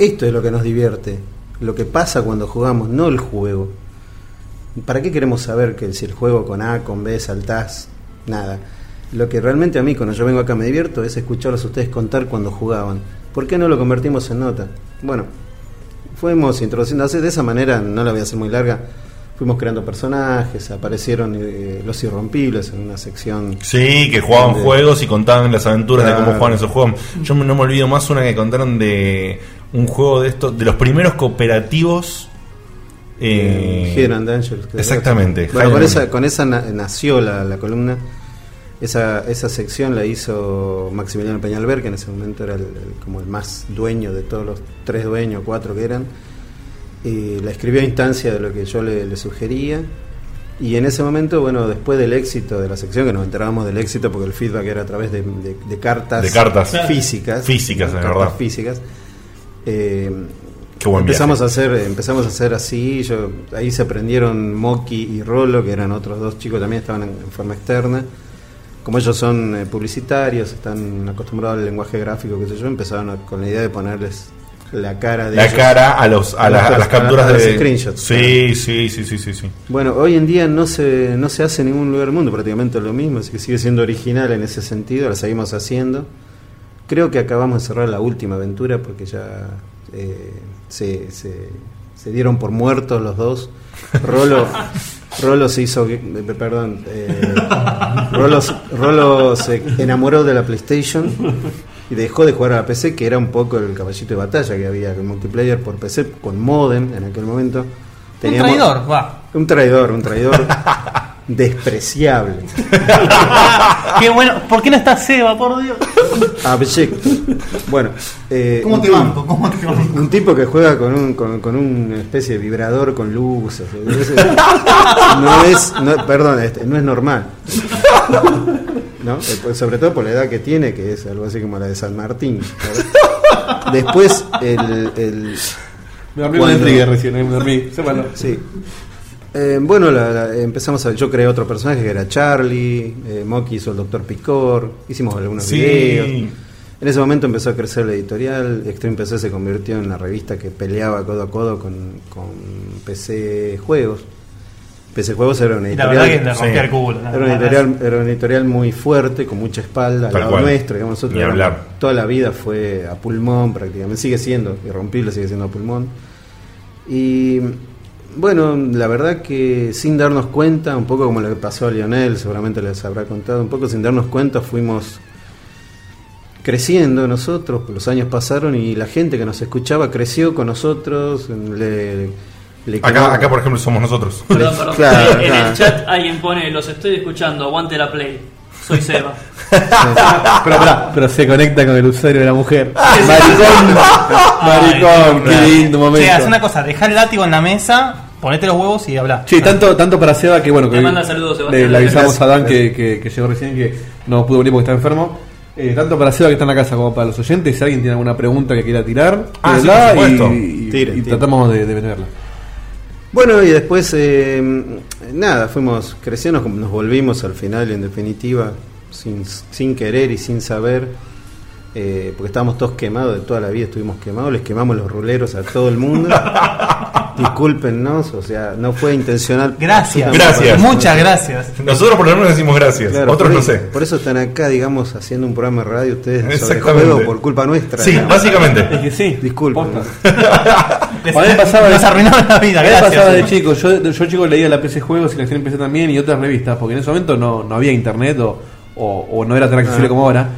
Speaker 9: esto es lo que nos divierte, lo que pasa cuando jugamos, no el juego. ¿Para qué queremos saber que si el juego con A, con B, saltás? Nada. Lo que realmente a mí cuando yo vengo acá me divierto es escucharlos a ustedes contar cuando jugaban. ¿Por qué no lo convertimos en nota? Bueno, fuimos introduciendo, así, de esa manera, no la voy a hacer muy larga, fuimos creando personajes, aparecieron eh, los irrompibles en una sección.
Speaker 3: Sí, que jugaban
Speaker 9: Donde-
Speaker 3: juegos y contaban las aventuras de cómo
Speaker 9: Claro.
Speaker 3: jugaban esos juegos. Yo me- no me olvido más una que contaron de un juego de estos, de los primeros cooperativos. eh,
Speaker 9: Hidden and Angels, creo.
Speaker 3: exactamente.
Speaker 9: Bueno, con
Speaker 3: Highland.
Speaker 9: esa, con esa na- nació la, la columna. Esa, esa sección la hizo Maximiliano Peñalver, que en ese momento era el- el- como el más dueño de todos los tres dueños, cuatro que eran. Y la escribió a instancia de lo que yo le, le sugería. Y en ese momento, bueno, después del éxito de la sección, que nos enterábamos del éxito porque el feedback era a través de, de- de cartas,
Speaker 3: De cartas.
Speaker 9: físicas.
Speaker 3: Físicas,
Speaker 9: ¿no?
Speaker 3: es
Speaker 9: Cartas
Speaker 3: verdad.
Speaker 9: Físicas. Eh,
Speaker 3: Qué buen viaje.
Speaker 9: empezamos a hacer empezamos a hacer así yo ahí se aprendieron Moki y Rolo que eran otros dos chicos también estaban en, en forma externa como ellos son eh, publicitarios están acostumbrados al lenguaje gráfico que sé yo empezaron a- con la idea de ponerles la cara de
Speaker 3: la
Speaker 9: ellos.
Speaker 3: cara a los a,
Speaker 9: A
Speaker 3: las-
Speaker 9: los-
Speaker 3: a las
Speaker 9: a-
Speaker 3: capturas
Speaker 9: a los
Speaker 3: de
Speaker 9: screenshots.
Speaker 3: Sí, sí, sí, sí, sí, sí.
Speaker 9: bueno hoy en día no se no se hace en ningún lugar del mundo prácticamente lo mismo así que sigue siendo original en ese sentido la seguimos haciendo creo que acabamos de cerrar la última aventura porque ya eh, se, se- se dieron por muertos los dos. Rolo, Rolo se hizo, eh, perdón, eh, Rolo, se- Rolo se enamoró de la PlayStation y dejó de jugar a la PC, que era un poco el caballito de batalla que había, el multiplayer por PC con modem en aquel momento. Teníamos-
Speaker 2: Un traidor, va.
Speaker 9: Un traidor, un traidor despreciable,
Speaker 2: Qué bueno. ¿Por qué no está Seba, por Dios?
Speaker 9: abyecto. Bueno, eh,
Speaker 10: ¿Cómo
Speaker 9: un
Speaker 10: te
Speaker 9: tipo-
Speaker 10: banco? ¿Cómo te banco?
Speaker 9: Un tipo que juega con, un, con, con una especie de vibrador con luces. ¿eh? Ese- No es, no, perdón, este, no es normal. ¿No? Eh, pues, Sobre todo por la edad que tiene, que es algo así como la de San Martín. ¿verdad? Después, el- el,
Speaker 1: Me dormí una
Speaker 9: Cuando-
Speaker 1: intriga recién, eh, me dormí. Sépalo.
Speaker 9: Sí. Eh, bueno, la- la- empezamos a. Yo creé otro personaje que era Charlie. Eh, Moki hizo el Doctor Picor. Hicimos algunos
Speaker 3: Sí.
Speaker 9: videos. En ese momento empezó a crecer la editorial. Extreme PC se convirtió en la revista que peleaba codo a codo con, con PC Juegos. PC Juegos era una
Speaker 2: Y la
Speaker 9: editorial.
Speaker 2: verdad que le
Speaker 3: sí.
Speaker 2: rompí el culo. la
Speaker 9: Era una,
Speaker 2: verdad.
Speaker 9: editorial, era una editorial muy fuerte, con mucha espalda, al
Speaker 3: Tal
Speaker 9: lado
Speaker 3: cual.
Speaker 9: nuestro, digamos, nosotros
Speaker 3: Ni
Speaker 9: éramos-
Speaker 3: hablar.
Speaker 9: toda la vida fue a pulmón prácticamente, sigue siendo, irrompible sigue siendo a pulmón. Y bueno, la verdad que sin darnos cuenta, un poco como lo que pasó a Lionel, seguramente les habrá contado, un poco sin darnos cuenta fuimos creciendo nosotros, los años pasaron y la gente que nos escuchaba creció con nosotros, le, le
Speaker 3: Acá, acá por ejemplo somos nosotros.
Speaker 4: Perdón, perdón.
Speaker 9: Claro,
Speaker 4: en
Speaker 9: claro.
Speaker 4: el chat alguien pone, los estoy escuchando, aguante la play. Soy Seba.
Speaker 1: Pero pará, pero se conecta con el usuario de la mujer. Maricón. Maricón, qué lindo
Speaker 2: Che, haz una
Speaker 1: momento.
Speaker 2: cosa. Dejá el látigo en la mesa, ponete los huevos y hablá.
Speaker 1: Sí, tanto, tanto para Seba que bueno, que
Speaker 4: Le manda saludos,
Speaker 1: le,
Speaker 4: Sebastián.
Speaker 1: le avisamos
Speaker 9: Gracias.
Speaker 1: a Dan que, que- que llegó recién que no pudo venir porque está enfermo. Eh, tanto para Seba que está en la casa como para los oyentes, si alguien tiene alguna pregunta que quiera tirar,
Speaker 3: Ah, sí,
Speaker 1: tírala
Speaker 3: por supuesto.
Speaker 1: y, y-
Speaker 9: Tiren,
Speaker 1: y
Speaker 9: tiren.
Speaker 1: tratamos de, de venderla.
Speaker 9: Bueno, y después, eh, nada, fuimos creciendo, como nos volvimos al final, en definitiva, sin, sin querer y sin saber, eh, porque estábamos todos quemados, de toda la vida estuvimos quemados, les quemamos los ruleros a todo el mundo. Discúlpennos, o sea, no fue intencional.
Speaker 2: Gracias.
Speaker 3: Gracias.
Speaker 2: Muchas gracias.
Speaker 3: Nosotros por lo menos decimos gracias.
Speaker 9: Claro,
Speaker 3: Otros
Speaker 9: por,
Speaker 3: no
Speaker 9: eso-
Speaker 3: sé.
Speaker 9: por eso están acá, digamos, haciendo un programa de radio ustedes sobre
Speaker 3: Exactamente.
Speaker 9: juego por culpa nuestra.
Speaker 3: Sí,
Speaker 1: Es
Speaker 3: básicamente.
Speaker 1: que sí.
Speaker 9: Disculpen.
Speaker 2: Les-
Speaker 1: A mí me pasaba de-
Speaker 2: Nos arruinaron la vida.
Speaker 1: A mí me
Speaker 2: Gracias. eh.
Speaker 1: pasaba de chico, yo, yo chico leía la PC Juegos y la Acción PC también y otras revistas, porque en ese momento no, no había internet o, o- o no era tan accesible
Speaker 9: Ah.
Speaker 1: como ahora.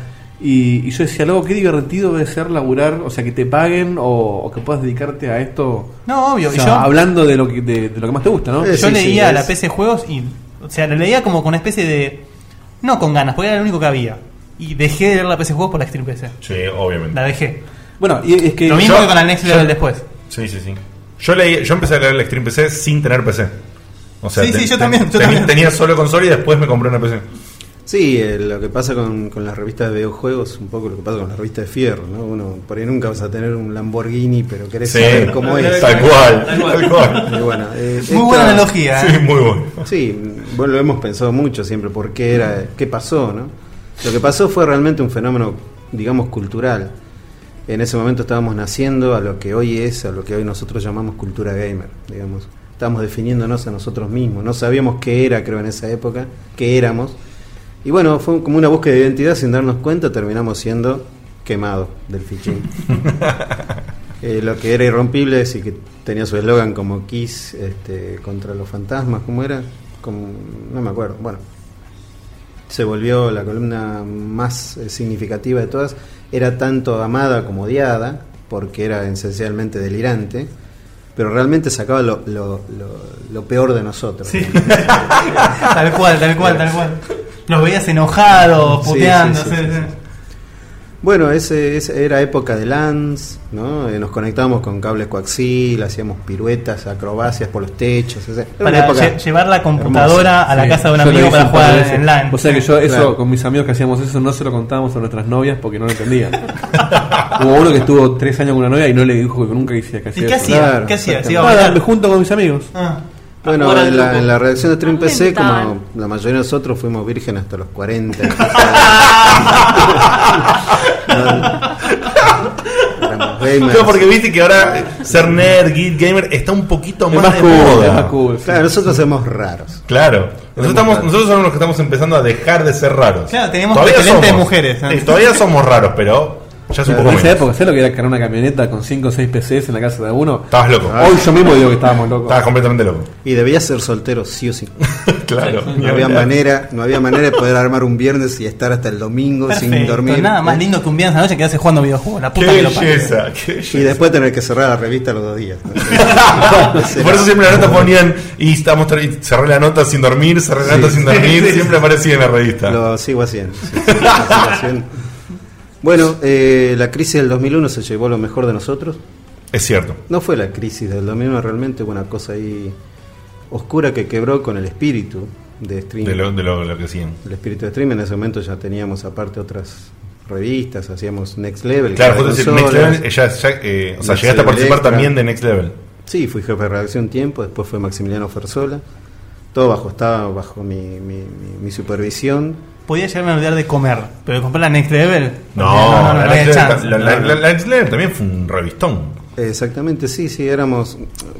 Speaker 1: Y, y yo decía, luego, qué divertido debe ser laburar, o sea, que te paguen o, o que puedas dedicarte a esto.
Speaker 2: No, obvio.
Speaker 1: O
Speaker 2: y
Speaker 1: sea,
Speaker 2: yo,
Speaker 1: hablando de lo, que, de, de lo que más te gusta, ¿no?
Speaker 2: yo
Speaker 9: Eh, sí, sí,
Speaker 2: leía
Speaker 9: es-
Speaker 2: la PC Juegos y. O sea, lo leía como con una especie de. No con ganas, porque era lo único que había. Y dejé de leer la PC Juegos por la Extreme PC.
Speaker 3: Sí, obviamente.
Speaker 2: La dejé.
Speaker 1: Bueno, y es que.
Speaker 2: Lo mismo
Speaker 3: Yo-
Speaker 2: que con el Next
Speaker 3: yo-
Speaker 2: Level después.
Speaker 3: Sí, sí, sí. Yo, leí, yo empecé a leer el Extreme PC sin tener PC. O sea,
Speaker 2: Sí, sí, yo también, yo
Speaker 3: teni-
Speaker 2: también.
Speaker 3: Tenía solo consola y después me compré una PC.
Speaker 9: Sí, eh, lo que pasa con, con las revistas de videojuegos, un poco lo que pasa con las revistas de fierro, ¿no? Uno por ahí nunca vas a tener un Lamborghini, pero querés
Speaker 3: Sí.
Speaker 9: saber cómo es.
Speaker 3: Tal cual, Ah. tal cual.
Speaker 9: Y bueno, eh,
Speaker 2: Muy buena
Speaker 9: esta-
Speaker 2: analogía. ¿eh?
Speaker 3: Sí, muy bueno.
Speaker 9: Sí, bueno, lo hemos pensado mucho siempre, por qué era, qué pasó, ¿no? Lo que pasó fue realmente un fenómeno, digamos, cultural. En ese momento estábamos naciendo a lo que hoy es, a lo que hoy nosotros llamamos cultura gamer, digamos. Estábamos definiéndonos a nosotros mismos, no sabíamos qué era, creo, en esa época, qué éramos. Y bueno, fue como una búsqueda de identidad sin darnos cuenta, terminamos siendo quemados del fichín. Eh, lo que era irrompible y que tenía su eslogan como Kiss este, contra los fantasmas, ¿cómo era? Como, no me acuerdo. Bueno, se volvió la columna más eh, significativa de todas. Era tanto amada como odiada, porque era esencialmente delirante, pero realmente sacaba lo, lo- lo- lo peor de nosotros.
Speaker 2: Sí. tal cual, tal cual, tal cual. Los veías enojados,
Speaker 9: Sí,
Speaker 2: puteando.
Speaker 9: sí, sí,
Speaker 2: sí,
Speaker 9: sí,
Speaker 2: sí.
Speaker 9: sí. Bueno, ese, ese era época de LANS, ¿no? Eh, nos conectábamos con cables coaxil, hacíamos piruetas, acrobacias por los techos. o sea, era una
Speaker 2: Para
Speaker 9: época
Speaker 2: lle- llevar la computadora a la
Speaker 1: Sí,
Speaker 2: casa de un
Speaker 1: yo lo
Speaker 2: amigo
Speaker 1: hice
Speaker 2: para
Speaker 1: un par de
Speaker 2: jugar
Speaker 1: veces.
Speaker 2: en LAN.
Speaker 1: O sea que yo eso,
Speaker 9: Claro.
Speaker 1: con mis amigos que hacíamos eso, no se lo contábamos a nuestras novias porque no lo entendían. Hubo uno que estuvo tres años con una novia y no le dijo que nunca quisiera que
Speaker 2: ¿Y
Speaker 1: hacía
Speaker 2: qué
Speaker 1: eso.
Speaker 2: hacía?
Speaker 9: Claro,
Speaker 2: ¿Qué hacía? ¿Se iba a
Speaker 1: Nada, me
Speaker 2: bailar?
Speaker 1: junto con mis amigos.
Speaker 2: Ah.
Speaker 9: Bueno,
Speaker 4: Ahora el
Speaker 9: en la,
Speaker 4: grupo.
Speaker 9: en la redacción de Stream
Speaker 5: ¿Dónde
Speaker 9: PC,
Speaker 5: estaban?
Speaker 9: como la mayoría de nosotros fuimos virgen hasta los 40. Éramos gamers.
Speaker 3: No, porque viste que ahora ser nerd, geek, gamer está un poquito
Speaker 1: Es
Speaker 3: más,
Speaker 1: más Ah.
Speaker 3: de
Speaker 1: cool,
Speaker 3: moda.
Speaker 1: es más cool. sí.
Speaker 9: Claro, nosotros somos raros.
Speaker 3: Claro. Nosotros, estamos, nosotros somos los que estamos empezando a dejar de ser raros.
Speaker 2: Claro, teníamos referentes de mujeres, ¿eh?
Speaker 3: sí, todavía somos raros, pero ya es un
Speaker 1: Pero
Speaker 3: poco
Speaker 1: en esa
Speaker 3: menos.
Speaker 1: época, ¿sabes lo que era cargar una camioneta con 5 o 6 PCs en la casa de uno?
Speaker 3: Estabas loco.
Speaker 1: Hoy yo mismo digo que estábamos locos.
Speaker 3: Estabas completamente loco.
Speaker 9: Y debía ser soltero sí o sí.
Speaker 3: claro.
Speaker 9: No había manera, no había manera de poder armar un viernes y estar hasta el domingo sin
Speaker 2: Perfecto,
Speaker 9: dormir.
Speaker 2: nada más lindo que un viernes a la noche quedarse jugando videojuegos. La
Speaker 3: Qué
Speaker 2: puta que lo parió.
Speaker 3: belleza, qué
Speaker 9: Y
Speaker 3: belleza.
Speaker 9: después tener que cerrar la revista los dos días.
Speaker 3: Por eso siempre la nota ponían y estamos tra- y cerré la nota sin dormir, cerré la
Speaker 9: Sí,
Speaker 3: nota sin
Speaker 9: sí,
Speaker 3: dormir, siempre aparecía en la revista.
Speaker 9: Lo sigo haciendo. sí, sí, lo sigo haciendo. Bueno, eh, la crisis del 2001 se llevó lo mejor de nosotros.
Speaker 3: Es cierto.
Speaker 9: No fue la crisis del 2001, realmente fue una cosa ahí oscura que quebró con el espíritu de streaming.
Speaker 3: De lo, de lo, lo que hacían.
Speaker 9: El espíritu de streaming en ese momento ya teníamos aparte otras revistas, hacíamos Next Level.
Speaker 3: Claro,
Speaker 9: que
Speaker 3: justo
Speaker 9: era
Speaker 3: decir,
Speaker 9: de
Speaker 3: Next
Speaker 9: consolas.
Speaker 3: Level, eh, ya- ya, eh, o sea,
Speaker 9: Next
Speaker 3: llegaste a
Speaker 9: Level
Speaker 3: participar
Speaker 9: Extra.
Speaker 3: también de Next Level.
Speaker 9: Sí, fui jefe de redacción un tiempo, después fue Maximiliano Ferzola. Todo bajo estaba bajo mi, mi- mi- mi supervisión.
Speaker 2: Podía llegarme a olvidar de comer, pero de comprar la Next Level.
Speaker 3: No, la
Speaker 2: había
Speaker 3: Next
Speaker 2: chance.
Speaker 3: Level- la- la- la- la Next Level también fue un revistón.
Speaker 9: Exactamente, sí, sí, éramos.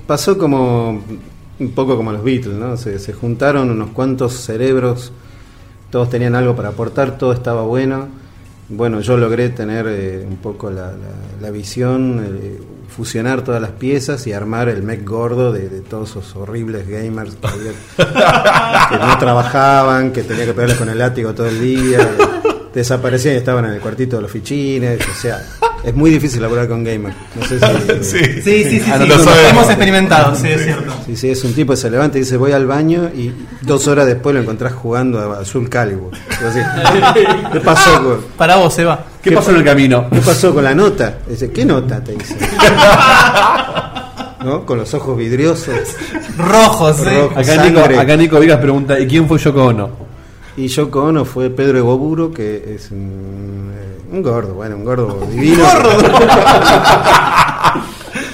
Speaker 9: Pasó como. Un poco como los Beatles, ¿no? Se, se juntaron unos cuantos cerebros, todos tenían algo para aportar, todo estaba bueno. Bueno, yo logré tener eh, un poco la, la- la visión, eh, fusionar todas las piezas y armar el mech gordo de, de todos esos horribles gamers que, había- que no trabajaban, que tenía que pegarle con el látigo todo el día, que desaparecían y estaban en el cuartito de los fichines. O sea, es muy difícil laburar con gamers. No sé si,
Speaker 3: Sí,
Speaker 2: Sí, sí, sí,
Speaker 3: Ah,
Speaker 2: sí,
Speaker 3: lo
Speaker 2: lo
Speaker 3: sabemos.
Speaker 2: hemos experimentado, sí, es cierto.
Speaker 9: Sí, sí, es un tipo que se levanta y dice voy al baño y dos horas después lo encontrás jugando a Azul Calibur. Y vos decís, ¿Qué pasó con,
Speaker 2: Para vos, Seba.
Speaker 1: ¿Qué pasó en el camino?
Speaker 9: qué pasó con la nota? Y Dice, ¿qué nota te hice? ¿No? Con los ojos vidriosos.
Speaker 2: Rojos, sí.
Speaker 9: Rojo.
Speaker 1: Acá Nico,
Speaker 9: Sangre.
Speaker 1: acá Nico Vigas pregunta, ¿y quién fue Yoko Ono?
Speaker 9: Y Yoko Ono fue Pedro Egoburo, que es un, eh, un gordo, bueno, un gordo divino.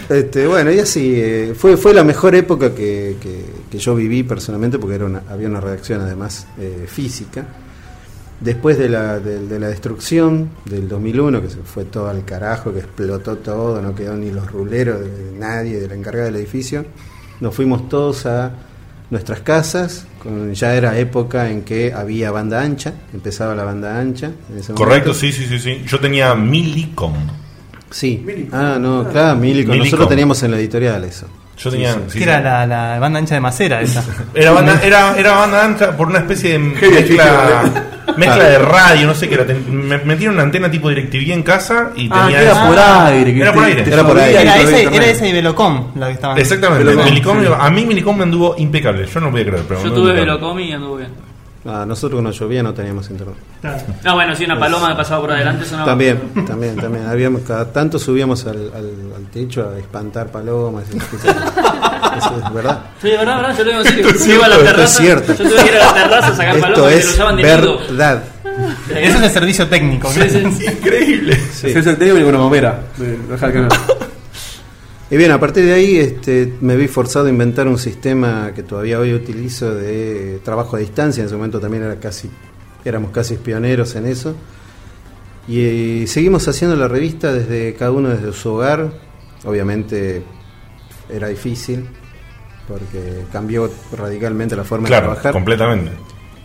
Speaker 9: Este, bueno, y así, eh, fue, fue la mejor época que, que- que yo viví personalmente, porque era una- había una redacción además eh, física. Después de la, de, de la destrucción del 2001, que se fue todo al carajo, que explotó todo, no quedó ni los ruleros de, de nadie, de la encargada del edificio, nos fuimos todos a nuestras casas, con- ya era época en que había banda ancha, empezaba la banda ancha. en ese
Speaker 3: Correcto,
Speaker 9: momento.
Speaker 3: sí, sí, sí, sí. Yo tenía Milicom.
Speaker 9: Sí. Ah, no, claro, Milicom.
Speaker 3: Milicom.
Speaker 9: Nosotros teníamos en la editorial eso.
Speaker 3: Yo tenía. sí,
Speaker 2: Que
Speaker 3: sí.
Speaker 2: era la, la banda ancha de macera esa.
Speaker 3: Era banda, era, era banda ancha por una especie de mezcla, mezcla de radio, no sé qué era. Ten- Me metieron una antena tipo DirecTV en casa y
Speaker 1: Ah,
Speaker 3: tenía.
Speaker 1: que era por aire. que
Speaker 3: Era por
Speaker 1: te-
Speaker 3: aire.
Speaker 1: te
Speaker 9: Era por
Speaker 1: subía y
Speaker 9: aire.
Speaker 1: te
Speaker 2: Era
Speaker 1: veía
Speaker 2: ese,
Speaker 1: internet.
Speaker 2: era ese y Velocom la que estaba.
Speaker 3: Exactamente.
Speaker 1: Velocom,
Speaker 3: Milicom,
Speaker 1: sí.
Speaker 3: A mí Milicom me anduvo impecable. Yo no voy a creer, pero. me
Speaker 4: Yo
Speaker 3: anduvo
Speaker 4: tuve
Speaker 3: impecable.
Speaker 4: Velocom y anduvo bien.
Speaker 9: A nosotros cuando llovía no teníamos internet.
Speaker 4: No, bueno, si una paloma que pasaba por adelante sonaba.
Speaker 9: También, también, también. Habíamos, cada tanto subíamos al, al- al techo a espantar palomas. y esas cosas. Eso es verdad.
Speaker 4: Sí, de verdad, verdad, yo lo digo en serio.
Speaker 9: Esto es
Speaker 4: Yo iba a la terraza.
Speaker 9: cierto, esto es cierto.
Speaker 4: Yo tuve que ir a la terraza a sacar
Speaker 9: Esto
Speaker 4: palomas que lo
Speaker 9: es
Speaker 4: usaban de nido.
Speaker 9: verdad.
Speaker 2: Eso es el servicio técnico.
Speaker 4: Sí, sí, sí.
Speaker 3: Increíble.
Speaker 9: Sí.
Speaker 1: César Tenio y una mamera. de- deja el canal.
Speaker 9: Y bien, a partir de ahí este, me vi forzado a inventar un sistema que todavía hoy utilizo de trabajo a distancia. En ese momento también era casi, éramos casi pioneros en eso. Y eh, seguimos haciendo la revista desde cada uno desde su hogar. Obviamente era difícil porque cambió radicalmente la forma de
Speaker 3: Claro,
Speaker 9: trabajar.
Speaker 3: completamente.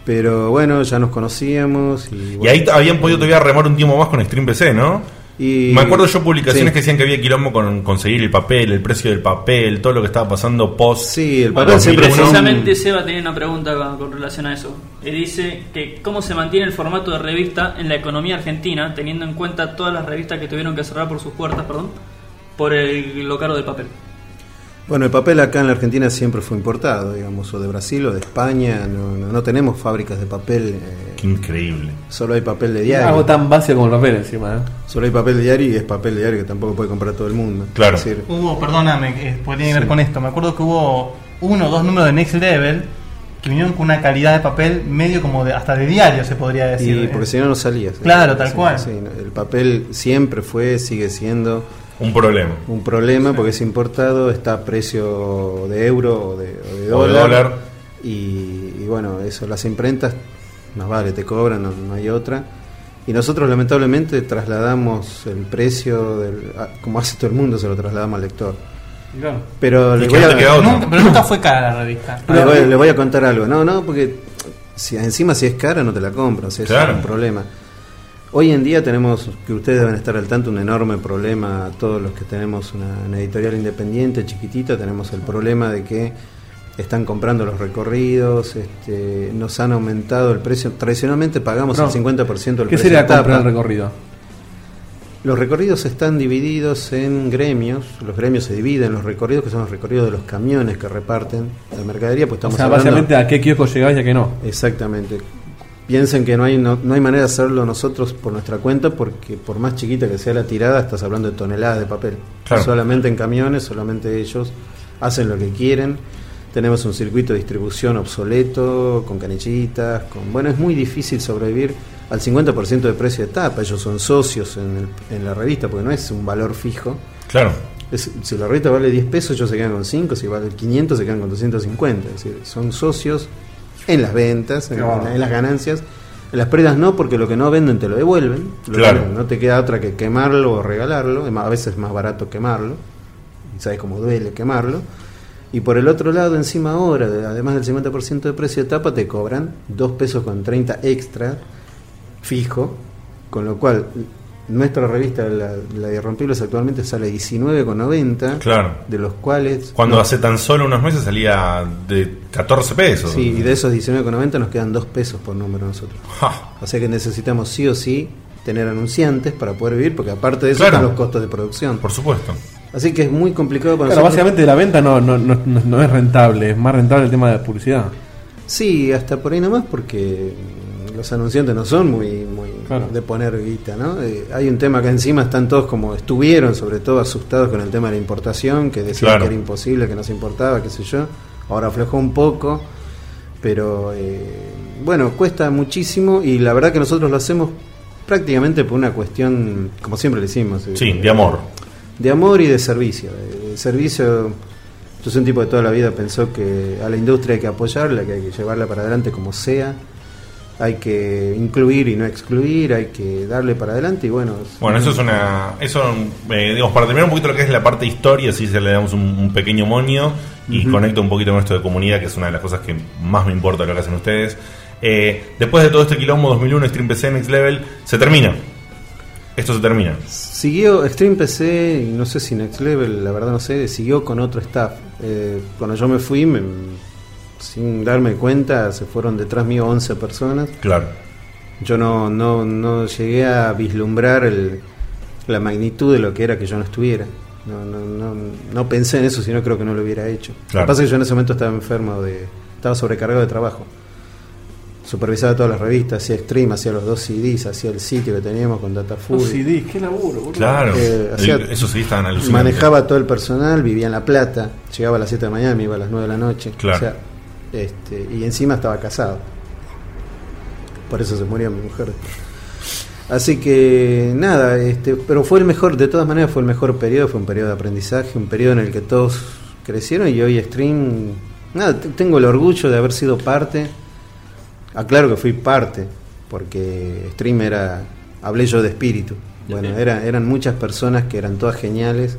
Speaker 9: Pero bueno, ya nos conocíamos. Y,
Speaker 3: Y ahí t- habían podido todavía remar un tiempo más con Stream PC, ¿no? Me acuerdo yo publicaciones que decían que había quilombo con conseguir el papel, el precio del papel, todo lo que estaba pasando post.
Speaker 9: Sí, el
Speaker 4: Bueno,
Speaker 9: papel siempre fue un-
Speaker 4: precisamente Seba tenía una pregunta con, con relación a eso. Y dice que cómo se mantiene el formato de revista en la economía argentina, teniendo en cuenta todas las revistas que tuvieron que cerrar por sus puertas, perdón, por el, lo caro del papel.
Speaker 9: Bueno, el papel acá en la Argentina siempre fue importado, digamos, o de Brasil o de España. No, no- no tenemos fábricas de papel,
Speaker 3: Qué
Speaker 9: eh,
Speaker 3: increíble.
Speaker 9: solo hay papel de
Speaker 1: Algo
Speaker 2: Ah,
Speaker 9: diario.
Speaker 1: tan vacío como el papel encima. ¿eh?
Speaker 9: Solo hay papel de diario y es papel de diario que tampoco puede comprar todo el mundo.
Speaker 3: Claro.
Speaker 9: Es decir,
Speaker 2: Hubo, perdóname, eh, porque tiene que ver
Speaker 9: Sí.
Speaker 2: con esto. Me acuerdo que hubo uno o dos números de Next Level que vinieron con una calidad de papel medio como de, hasta de diario, se podría decir.
Speaker 9: y
Speaker 2: Eh,
Speaker 9: porque si no, no salías.
Speaker 2: Claro, tal
Speaker 9: Sí,
Speaker 2: cual.
Speaker 9: sí, no, el papel siempre fue, sigue siendo
Speaker 3: Un problema.
Speaker 9: un problema porque es importado, está a precio de euro o de, o de
Speaker 3: O de
Speaker 9: dólar.
Speaker 3: dólar.
Speaker 9: Y, y bueno, eso, las imprentas, más vale, te cobran, no, no hay otra. Y nosotros lamentablemente trasladamos el precio, del- a- como hace todo el mundo, se lo trasladamos al lector. Pero
Speaker 3: Y
Speaker 9: les
Speaker 3: que
Speaker 9: Ah,
Speaker 3: no
Speaker 9: voy, a,
Speaker 3: te queda otra.
Speaker 2: nunca- pero nunca fue cara la revista.
Speaker 9: les Ah,
Speaker 1: eh,
Speaker 9: voy- les voy a contar algo. No, no, porque si encima si es cara no te la compras, o sea, eso
Speaker 3: Claro.
Speaker 9: es un problema. Hoy en día tenemos, que ustedes deben estar al tanto, un enorme problema, todos los que tenemos una, una editorial independiente, chiquitita, tenemos el problema de que están comprando los recorridos, este, nos han aumentado el precio, tradicionalmente pagamos
Speaker 1: No.
Speaker 9: el 50% del precio.
Speaker 1: ¿Qué sería
Speaker 9: de tapa.
Speaker 1: comprar el recorrido?
Speaker 9: Los recorridos están divididos en gremios, los gremios se dividen, los recorridos que son los recorridos de los camiones que reparten la mercadería, pues
Speaker 1: O
Speaker 9: estamos
Speaker 1: sea,
Speaker 9: hablando...
Speaker 1: básicamente a qué kiosco llegás y a qué no.
Speaker 9: Exactamente. Piensen que no hay, no, no hay manera de hacerlo nosotros por nuestra cuenta porque por más chiquita que sea la tirada estás hablando de toneladas de papel.
Speaker 3: Claro.
Speaker 9: Solamente en camiones, solamente ellos hacen lo que quieren. Tenemos un circuito de distribución obsoleto, con canillitas, con... Bueno, es muy difícil sobrevivir al 50% de precio de tapa. Ellos son socios en, el- en la revista porque no es un valor fijo.
Speaker 3: Claro.
Speaker 9: Es- si la revista vale 10 pesos, ellos se quedan con 5, si vale 500, se quedan con 250. Es decir, son socios en las ventas, en,
Speaker 1: Claro.
Speaker 9: en las ganancias. En las pérdidas no, porque lo que no venden te lo devuelven. Lo que
Speaker 3: Claro.
Speaker 9: no te queda otra que quemarlo o regalarlo. Es más, A veces es más barato quemarlo. Y sabes cómo duele quemarlo. Y por el otro lado, encima ahora, de- además del 50% de precio de tapa, te cobran 2 pesos con 30 extra fijo, con lo cual nuestra revista, la, la de Irrompibles, actualmente sale 19,90,
Speaker 3: Claro.
Speaker 9: de los cuales...
Speaker 3: Cuando
Speaker 9: no,
Speaker 3: hace tan solo unos meses salía de 14 pesos.
Speaker 9: Sí, y de esos 19,90 nos quedan 2 pesos por número a nosotros.
Speaker 3: Ja.
Speaker 9: O sea que necesitamos sí o sí tener anunciantes para poder vivir, porque aparte de eso
Speaker 3: Claro.
Speaker 9: están los costos de producción.
Speaker 3: Por supuesto.
Speaker 9: Así que es muy complicado para
Speaker 1: Claro,
Speaker 9: nosotros.
Speaker 1: básicamente la venta no, no, no, no- no es rentable, es más rentable el tema de la publicidad.
Speaker 9: Sí, hasta por ahí nomás porque mm, los anunciantes no son muy, muy
Speaker 1: Claro.
Speaker 9: de poner guita, ¿no? Eh, hay un tema que encima están todos como estuvieron, sobre todo asustados con el tema de la importación, que decían
Speaker 3: Claro.
Speaker 9: que era imposible, que no se importaba, qué sé yo. Ahora aflojó un poco, pero eh, bueno, cuesta muchísimo y la verdad que nosotros lo hacemos prácticamente por una cuestión, como siempre le hicimos. eh,
Speaker 3: Sí, de amor.
Speaker 9: de amor y de servicio. Eh, El servicio, yo soy un tipo que toda la vida pensó que a la industria hay que apoyarla, que hay que llevarla para adelante como sea, hay que incluir y no excluir, hay que darle para adelante y bueno.
Speaker 3: Bueno, eso es una. Eso, eh, digamos, para terminar un poquito lo que es la parte de historia, así se le damos un, un pequeño moño y conecto un poquito con esto de comunidad, que es una de las cosas que más me importa de lo que hacen ustedes. Eh, después de todo este quilombo 2001, Stream PC, Next Level, se termina. Esto se termina.
Speaker 9: Siguió Extreme PC, y no sé si Next Level, la verdad no sé, siguió con otro staff. Eh, cuando yo me fui, me- sin darme cuenta, se fueron detrás mío 11 personas.
Speaker 3: Claro.
Speaker 9: Yo no, no, no llegué a vislumbrar el- la magnitud de lo que era que yo no estuviera. No, no, no, no pensé en eso, sino creo que no lo hubiera hecho. Lo
Speaker 3: Claro.
Speaker 9: que pasa es que yo en ese momento estaba enfermo, de, estaba sobrecargado de trabajo. supervisaba todas las revistas, hacía stream, hacía los dos CDs, hacía el sitio que teníamos con Datafury.
Speaker 1: Los CDs, qué laburo, boludo.
Speaker 3: Claro.
Speaker 9: Eh,
Speaker 3: El-
Speaker 9: hacía-
Speaker 3: esos sí estaban alucinantes.
Speaker 9: Manejaba todo el personal, vivía en La Plata, llegaba a las 7 de la mañana, me iba a las 9 de la noche.
Speaker 3: Claro.
Speaker 9: O sea, este, y encima estaba casado. Por eso se murió mi mujer. Así que nada, este, pero fue el mejor, de todas maneras fue el mejor periodo, fue un periodo de aprendizaje, un periodo en el que todos crecieron y hoy Stream, nada, t- tengo el orgullo de haber sido parte, aclaro que fui parte, porque Stream era, hablé yo de espíritu, bueno, era- eran muchas personas que eran todas geniales,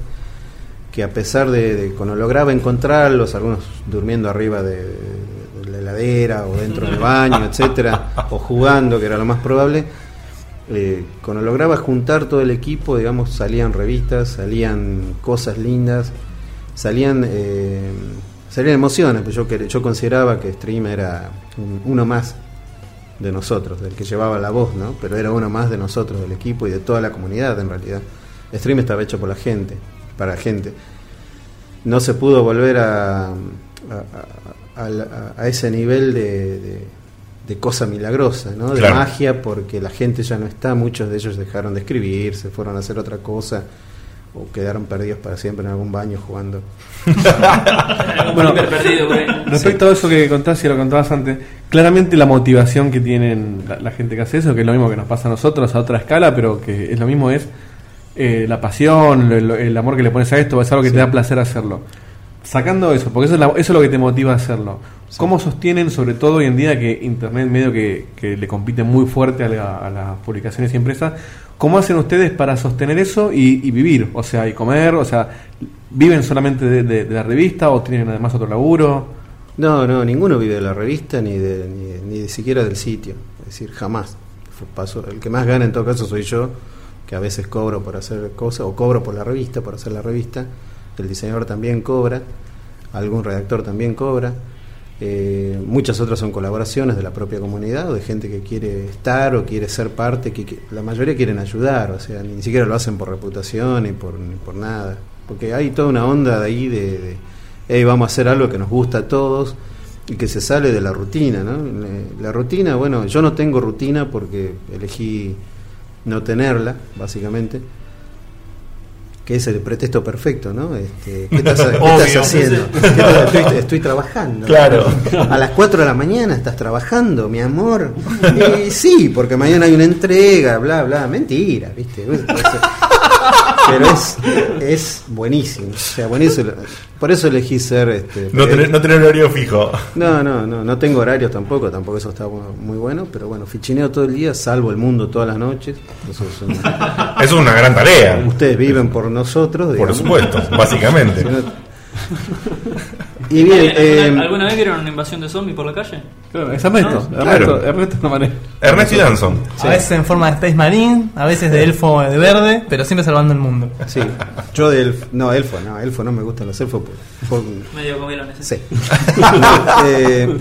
Speaker 9: que a pesar de, de cuando lograba encontrarlos, algunos durmiendo arriba de, de la heladera o dentro del baño, etcétera, o jugando, que era lo más probable, eh, cuando lograba juntar todo el equipo, digamos, salían revistas, salían cosas lindas, salían eh, salían emociones, pues yo quer- yo consideraba que Stream era un- uno más de nosotros, del que llevaba la voz, ¿no? Pero era uno más de nosotros, del equipo y de toda la comunidad en realidad. Stream estaba hecho por la gente, para gente. No se pudo volver a, a- a- a- a ese nivel de, de- de cosa milagrosa, ¿no? De
Speaker 3: Claro.
Speaker 9: magia, porque la gente ya no está, muchos de ellos dejaron de escribir, se fueron a hacer otra cosa o quedaron perdidos para siempre en algún baño jugando.
Speaker 1: Bueno,
Speaker 4: Bueno, perdido, güey.
Speaker 1: Respecto a eso que contás y lo contabas antes, claramente la motivación que tienen la, la gente que hace eso, que es lo mismo que nos pasa a nosotros a otra escala, pero que es lo mismo, es eh, la pasión, lo- lo- el amor que le pones a esto, es algo que te da placer hacerlo. Sacando eso, porque eso es, la- eso es lo que te motiva a hacerlo. ¿Cómo sostienen, sobre todo hoy en día, que Internet medio que, que le compite muy fuerte a, la- a las publicaciones y empresas? ¿Cómo hacen ustedes para sostener eso y, y vivir? O sea, y comer, o sea, ¿viven solamente de, de- de la revista o tienen además otro laburo?
Speaker 9: No, no, ninguno vive de la revista ni de, ni, de- ni de siquiera del sitio. Es decir, jamás. Fue paso- el que más gana en todo caso soy yo, que a veces cobro por hacer cosas, o cobro por la revista, por hacer la revista. El diseñador también cobra, algún redactor también cobra. Eh, muchas otras son colaboraciones de la propia comunidad o de gente que quiere estar o quiere ser parte, que, que- la mayoría quieren ayudar, o sea, ni siquiera lo hacen por reputación ni por, ni por nada. Porque hay toda una onda de ahí de, de, "Ey, vamos a hacer algo que nos gusta a todos y que se sale de la rutina, ¿no? Eh, La rutina, bueno, yo no tengo rutina porque elegí no tenerla, básicamente. Que es el pretexto perfecto, ¿no? Este, ¿Qué estás, qué estás
Speaker 3: Obvio.
Speaker 9: haciendo? ¿Qué estás- estoy, estoy trabajando.
Speaker 3: Claro.
Speaker 9: A las 4 de la mañana estás trabajando, mi amor. Y sí, porque mañana hay una entrega, bla, bla. Mentira, ¿viste? pues, eh, Pero es, es buenísimo. O sea, buenísimo. Por eso elegí ser. Este,
Speaker 3: No tener, no tener horario fijo.
Speaker 9: no, no, no, no tengo horarios tampoco, tampoco eso está bu- muy bueno, pero bueno, fichineo todo el día, salvo el mundo todas las noches. Eso es un-
Speaker 3: Eso es una gran tarea.
Speaker 9: ustedes viven por nosotros,
Speaker 3: Por
Speaker 9: digamos.
Speaker 3: supuesto, básicamente.
Speaker 9: Y bien,
Speaker 4: ¿Alguna,
Speaker 9: eh,
Speaker 4: alguna vez vieron una invasión de zombies por la calle?
Speaker 1: Claro, es Ernesto.
Speaker 3: No,
Speaker 1: Ernesto,
Speaker 3: claro.
Speaker 1: Ernesto no maneja.
Speaker 3: Ernesto y Danson.
Speaker 2: A veces en forma de Space Marine, a veces de elfo de verde, pero siempre salvando el mundo.
Speaker 9: sí, yo de elfo, no, elfo, no, elfo no me gustan los elfos. pues, Por, por-
Speaker 4: Medio ¿eh? comieron ese.
Speaker 9: sí. No, eh,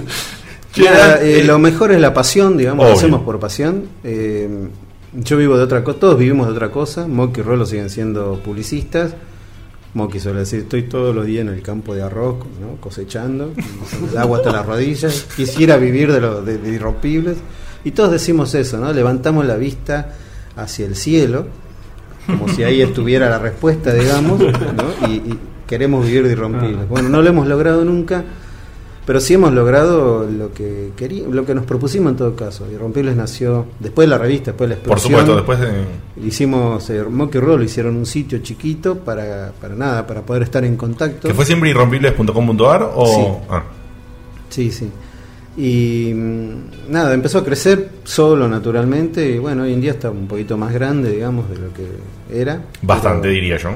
Speaker 9: nada, Eh, eh, lo mejor es la pasión, digamos, lo
Speaker 3: Obvio.
Speaker 9: hacemos por pasión. eh, yo vivo de otra cosa, todos vivimos de otra cosa, Moki y Rolo siguen siendo publicistas. Moki suele decir, estoy todos los días en el campo de arroz, ¿no? cosechando, el agua hasta las rodillas, quisiera vivir de los de, de irrompibles. Y todos decimos eso, ¿no? Levantamos la vista hacia el cielo, como si ahí estuviera la respuesta, digamos, ¿no? y, y queremos vivir de irrompibles. Bueno, no lo hemos logrado nunca, pero sí hemos logrado lo que querí- lo que nos propusimos en todo caso. Irrompibles nació después de la revista, después de la
Speaker 3: Por
Speaker 9: explosión.
Speaker 3: supuesto, después de.
Speaker 9: Hicimos, eh, Mock y Rolo hicieron un sitio chiquito para, para nada, para poder estar en contacto.
Speaker 3: ¿Que fue siempre irrompibles.com.ar o.?
Speaker 9: Sí.
Speaker 3: ah,
Speaker 9: Sí, sí. Y mm, nada, empezó a crecer solo naturalmente y bueno, hoy en día está un poquito más grande, digamos, de lo que era.
Speaker 3: bastante,
Speaker 9: Pero-
Speaker 3: diría yo.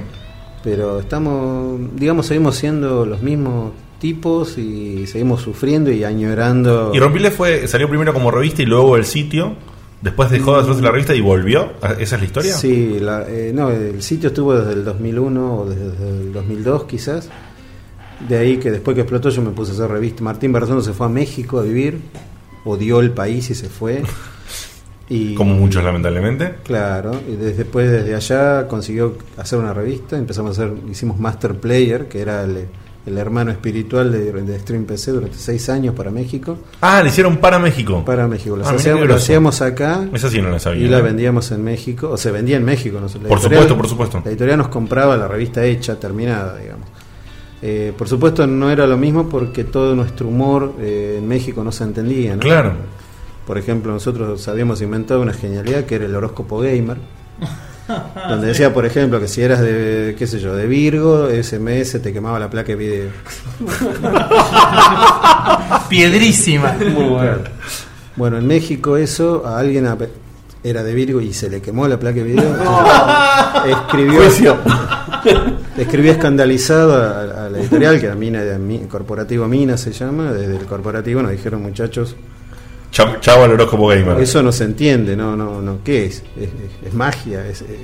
Speaker 9: pero estamos, digamos, seguimos siendo los mismos tipos y seguimos sufriendo y añorando.
Speaker 3: Irrompibles fue, salió primero como revista y luego el sitio. Después dejó de hacerse la revista y volvió. Ah, ¿Esa es la historia?
Speaker 9: Sí, la- eh, no, el sitio estuvo desde el 2001 o desde, el 2002 quizás. De ahí que después que explotó yo me puse a hacer revista. Martín Barzano se fue a México a vivir, odió el país y se fue. Y,
Speaker 3: Como muchos, lamentablemente.
Speaker 9: Claro, y desde- después desde allá consiguió hacer una revista, empezamos a hacer, hicimos Master Player, que era el, el hermano espiritual de, de Stream PC durante seis años para México.
Speaker 3: Ah, le hicieron para México.
Speaker 9: Para México. Las
Speaker 3: Ah, mirá
Speaker 9: hacíamos,
Speaker 3: qué
Speaker 9: lo
Speaker 3: groso.
Speaker 9: hacíamos acá.
Speaker 3: Esa sí no la sabía. ¿eh?
Speaker 9: Y la vendíamos en México. O se vendía en México. No sé, la
Speaker 3: Por
Speaker 9: editorial-
Speaker 3: supuesto, por supuesto.
Speaker 9: La editorial nos compraba la revista hecha, terminada, digamos. Eh, por supuesto, no era lo mismo porque todo nuestro humor eh, en México no se entendía. ¿no?
Speaker 3: Claro.
Speaker 9: Por ejemplo, nosotros habíamos inventado una genialidad que era el horóscopo gamer. Donde decía, por ejemplo, que si eras de, qué sé yo, de Virgo, SMS te quemaba la placa de video.
Speaker 10: Piedrísima. Muy bueno.
Speaker 9: Bueno, en México eso, a alguien ape- era de Virgo y se le quemó la placa de video. escribió,
Speaker 1: Juicio.
Speaker 9: escribió escandalizado a, a la editorial, que era Mina, de- Mi- Corporativo Mina se llama, desde el corporativo nos dijeron muchachos,
Speaker 3: Chau, chau al horóscopo gamer.
Speaker 9: eso no se entiende, no, no, no, ¿qué es? Es, es- es magia, es, eh,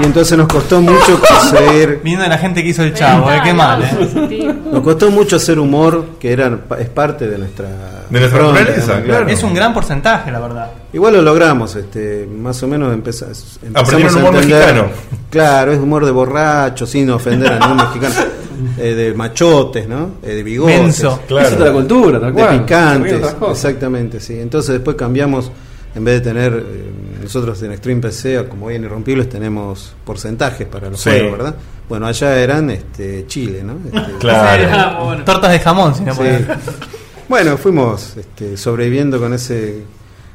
Speaker 9: Y entonces nos costó mucho conseguir.
Speaker 10: Viendo la gente que hizo el chavo, eh, qué mal, eh.
Speaker 9: Nos costó mucho hacer humor, que era, es parte de nuestra.
Speaker 10: De nuestra
Speaker 9: impronta,
Speaker 10: naturaleza,
Speaker 9: ¿no?
Speaker 10: Es un gran porcentaje, la verdad.
Speaker 9: Igual lo logramos, este, más o menos empeza- empezamos
Speaker 10: Aprendieron
Speaker 9: a
Speaker 10: humor
Speaker 9: entender-
Speaker 10: mexicano.
Speaker 9: Claro, es humor de borracho, sin ofender a ningún mexicano. eh, de machotes, ¿no? Eh, de bigotes.
Speaker 1: Menso. Claro. Es otra cultura, tal cual.
Speaker 9: De
Speaker 1: También
Speaker 9: picantes,
Speaker 1: otras cosas.
Speaker 9: exactamente, sí. Entonces después cambiamos, en vez de tener eh, nosotros en Extreme PC, o como hoy en Irrompibles, tenemos porcentajes para los
Speaker 10: Sí.
Speaker 9: juegos, ¿verdad? Bueno, allá eran este, Chile, ¿no? Este,
Speaker 4: Ah,
Speaker 10: Tortas de jamón, si no
Speaker 9: Sí.
Speaker 10: podés.
Speaker 9: Bueno, fuimos este, sobreviviendo con ese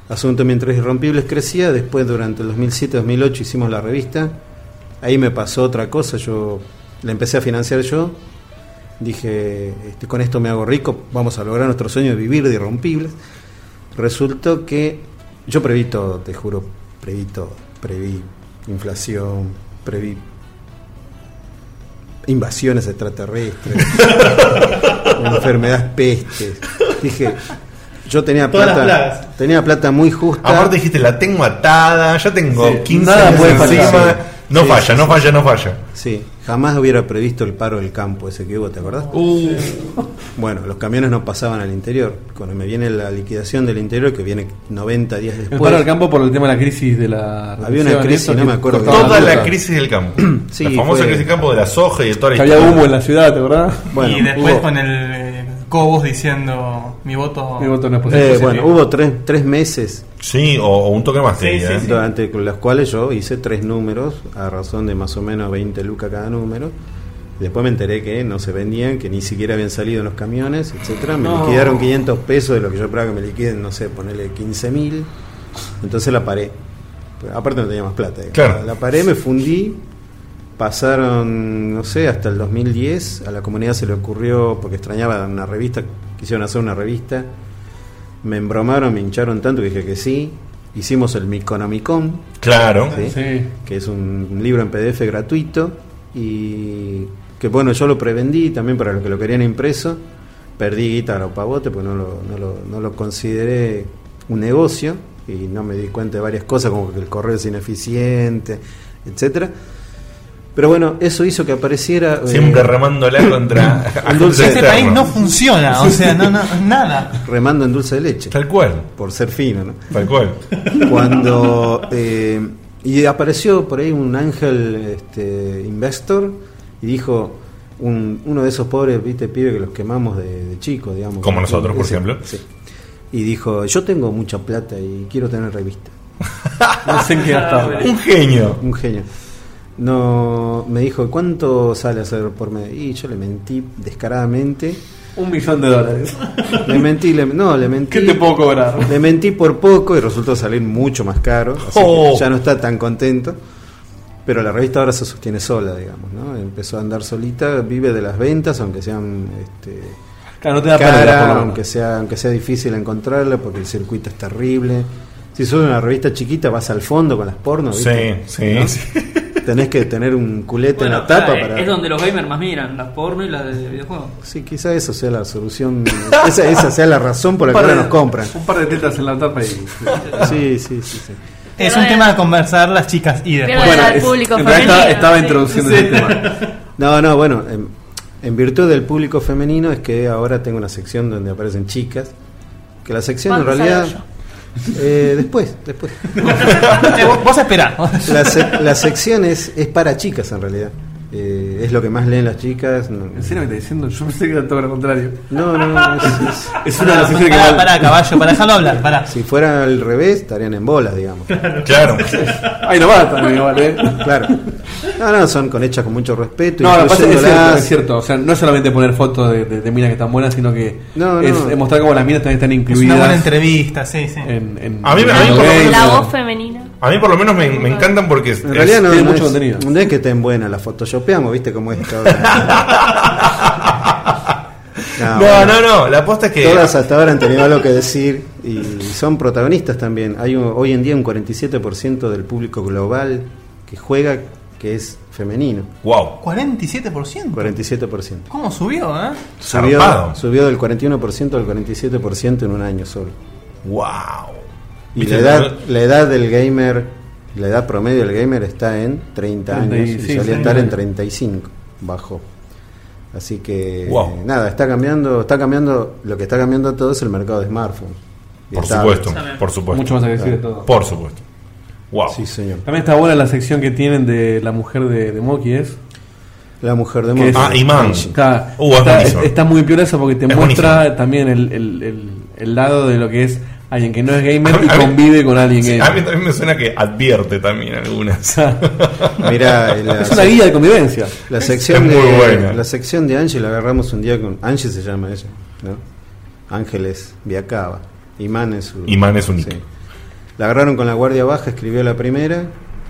Speaker 9: asunto mientras Irrompibles crecía. Después, durante el 2007-2008, hicimos la revista. Ahí me pasó otra cosa. Yo la empecé a financiar yo. Dije, este, con esto me hago rico. Vamos a lograr nuestro sueño de vivir de Irrompibles. Resultó que yo preví todo, te juro. Preví todo. Preví inflación, preví invasiones extraterrestres, enfermedades pestes. Dije, yo tenía
Speaker 3: Todas las
Speaker 9: plata,
Speaker 3: plagas.
Speaker 9: tenía plata muy justa.
Speaker 3: Aparte dijiste, la tengo atada, ya tengo 15
Speaker 9: Nada
Speaker 3: años
Speaker 9: puede
Speaker 3: encima.
Speaker 9: fallar.
Speaker 3: No
Speaker 9: Sí,
Speaker 3: falla,
Speaker 9: sí,
Speaker 3: no
Speaker 9: sí.
Speaker 3: falla, no falla.
Speaker 9: Sí, jamás hubiera previsto el paro del campo ese que hubo, ¿te acordás?
Speaker 3: Uh.
Speaker 9: Bueno, los camiones no pasaban al interior. Cuando me viene la liquidación del interior, que viene 90 días
Speaker 1: El
Speaker 9: después.
Speaker 1: paro del campo por el tema de la crisis de la.
Speaker 9: Había una crisis, no me acuerdo.
Speaker 3: Toda la crisis del campo.
Speaker 9: Sí,
Speaker 3: la famosa
Speaker 9: fue-
Speaker 3: crisis del campo de la soja y de toda la
Speaker 1: Que había
Speaker 3: historia.
Speaker 1: humo en la ciudad, ¿te acordás?
Speaker 9: Bueno,
Speaker 10: y después
Speaker 9: hubo-
Speaker 10: con el eh, Cobos diciendo mi voto.
Speaker 9: Eh, bueno, hubo tres, tres meses.
Speaker 3: Sí, o, un toque más, te Sí, diría, sí, ¿eh? sí.
Speaker 9: Durante los cuales yo hice tres números a razón de más o menos 20 lucas cada número. Después me enteré que no se vendían, que ni siquiera habían salido en los camiones, etcétera. Me
Speaker 1: No.
Speaker 9: liquidaron 500 pesos de lo que yo esperaba que me liquiden, no sé, ponerle 15 mil. Entonces la paré. Aparte no tenía más plata. digamos.
Speaker 3: Claro.
Speaker 9: La paré, me fundí. Pasaron, no sé, hasta el 2010. A la comunidad se le ocurrió, porque extrañaba una revista, quisieron hacer una revista. Me embromaron, me hincharon tanto que dije que sí. Hicimos el Miconomicon.
Speaker 3: Claro.
Speaker 9: ¿sí?
Speaker 1: Ah, Sí.
Speaker 9: Que es un libro en PDF gratuito. Y que bueno, yo lo prevendí también para los que lo querían impreso. Perdí guitarra o pavote, pues no lo, no, lo, no lo consideré un negocio. Y no me di cuenta de varias cosas, como que el correo es ineficiente, etcétera Pero bueno, eso hizo que apareciera. eh,
Speaker 3: Siempre remándola contra.
Speaker 9: Un dulce
Speaker 10: Ese
Speaker 9: eterno.
Speaker 10: país no funciona, o sea, no, no, nada.
Speaker 9: eh, remando en dulce de leche. Tal
Speaker 3: cual.
Speaker 9: Por ser fino, ¿no?
Speaker 3: Tal cual.
Speaker 9: Cuando. eh, y apareció por ahí un ángel este, investor y dijo. un- uno de esos pobres, viste, pibe que los quemamos de, de chico, digamos.
Speaker 3: Como nosotros, por
Speaker 9: Ese-
Speaker 3: ejemplo.
Speaker 9: sí. Y dijo: Yo tengo mucha plata y quiero tener revista.
Speaker 1: No sé en
Speaker 9: Ah,
Speaker 1: qué gastaba.
Speaker 3: Un genio.
Speaker 9: Un genio. No, me dijo: ¿Cuánto sale hacer por mes? Y yo le mentí descaradamente.
Speaker 1: Un millón de dólares.
Speaker 9: Le mentí, le- no, le mentí.
Speaker 1: ¿Qué te puedo cobrar?
Speaker 9: Le mentí por poco y resultó salir mucho más caro. Así que
Speaker 1: Oh.
Speaker 9: ya no está tan contento. Pero la revista ahora se sostiene sola, digamos, ¿no? Empezó a andar solita, vive de las ventas, aunque sean este,
Speaker 1: Claro, no te da
Speaker 9: cara,
Speaker 1: pérdida, por lo menos.
Speaker 9: aunque sea, aunque sea difícil encontrarla, porque el circuito es terrible. Si sos una revista chiquita, vas al fondo con las pornos,
Speaker 3: Sí, sí,
Speaker 9: ¿viste?
Speaker 3: sí.
Speaker 9: Tenés que tener un culete
Speaker 4: Bueno,
Speaker 9: en la tapa
Speaker 4: ah, es-
Speaker 9: para...
Speaker 4: Es donde los gamers más miran, las porno y las de videojuegos.
Speaker 9: Sí, quizá esa sea la solución, esa, esa sea la razón por la que
Speaker 1: Un par
Speaker 9: ahora
Speaker 1: de-
Speaker 9: nos compran.
Speaker 1: Un par de tetas en la tapa y.
Speaker 9: Sí, sí, sí, sí.
Speaker 10: Es un tema de conversar las chicas y después.
Speaker 1: Bueno, es- en realidad estaba, estaba introduciendo
Speaker 10: Sí.
Speaker 1: ese tema.
Speaker 9: No, no, bueno, en, en virtud del público femenino es que ahora tengo una sección donde aparecen chicas. Que la sección en
Speaker 10: ¿Cuándo
Speaker 9: realidad.
Speaker 10: salgo
Speaker 9: Eh, después, después.
Speaker 10: Vos esperá.
Speaker 9: La, se- la sección es, es para chicas en realidad. eh, es lo que más leen las chicas. no-
Speaker 1: ¿En serio me estás diciendo? Yo pensé que era todo lo contrario.
Speaker 9: No, no, no. Es,
Speaker 1: es una de las sesiones que
Speaker 9: para
Speaker 1: más-
Speaker 9: Si fuera al revés, estarían en bolas, digamos.
Speaker 3: Claro.
Speaker 1: Ahí no matan, igual, ¿eh?
Speaker 9: Claro. No, no, son con hechas con mucho respeto.
Speaker 1: No, lo que pasa es, que es cierto,
Speaker 9: incluyéndolas.
Speaker 1: es cierto. O sea, no es solamente poner fotos de, de- de minas que están buenas, sino que
Speaker 9: No,
Speaker 1: es
Speaker 9: no.
Speaker 1: es mostrar cómo las minas también están
Speaker 10: Es
Speaker 1: incluidas.
Speaker 10: una buena entrevista, sí, sí.
Speaker 3: A mí me- a mí por lo menos-
Speaker 5: La voz femenina.
Speaker 3: A mí por lo menos me, me encantan porque es-
Speaker 9: En realidad
Speaker 3: es-
Speaker 9: no,
Speaker 3: tiene
Speaker 9: no
Speaker 3: mucho
Speaker 9: es,
Speaker 3: contenido.
Speaker 9: no es que estén buenas, las photoshopeamos, viste cómo es esto ahora.
Speaker 3: No, no, no, la posta es que-
Speaker 9: Todas hasta ahora han tenido algo que decir y son protagonistas también. Hay un- hoy en día un 47% del público global que juega que es femenino.
Speaker 3: Wow.
Speaker 10: 47%.
Speaker 9: 47%.
Speaker 10: ¿Cómo subió, eh?
Speaker 9: Subió, subió del 41% al 47% en un año solo.
Speaker 3: ¡Wow!
Speaker 9: Y
Speaker 3: Viste,
Speaker 9: la edad,
Speaker 3: no-
Speaker 9: la edad del gamer, la edad promedio del gamer está en 30 años y
Speaker 1: 36,
Speaker 9: solía estar en
Speaker 1: años.
Speaker 9: 35, bajó. Así que
Speaker 1: Wow.
Speaker 9: eh, nada, está cambiando, está cambiando, lo que está cambiando todo es el mercado de smartphones. Y
Speaker 3: Por
Speaker 9: está-
Speaker 3: supuesto, por supuesto.
Speaker 1: Mucho más agresivo de todo.
Speaker 3: Por supuesto. Wow.
Speaker 9: Sí, señor.
Speaker 1: También está buena la sección que tienen de la mujer de, de Moki, ¿es?
Speaker 9: La mujer de
Speaker 1: Que
Speaker 9: Moki. Ah, Iman.
Speaker 1: Está,
Speaker 9: Uh, es
Speaker 1: está-
Speaker 9: buenísimo.
Speaker 1: está muy piola eso porque te
Speaker 9: Es
Speaker 1: muestra también el, el- el- el lado de lo que es alguien que no es gamer y
Speaker 3: A mí-
Speaker 1: convive con alguien
Speaker 3: Sí, a mí
Speaker 1: gamer.
Speaker 3: también me suena que advierte también algunas.
Speaker 9: Mirá, en la-
Speaker 1: Es una guía de convivencia.
Speaker 9: La
Speaker 3: Es-
Speaker 9: sección
Speaker 3: es muy
Speaker 9: de
Speaker 3: buena.
Speaker 9: la sección de Ángel la agarramos un día con Ángel se llama ella, ¿no? Ángeles Viacaba. Imán es su
Speaker 3: Imán es su nick.
Speaker 9: sí. La agarraron con la guardia baja, escribió la primera.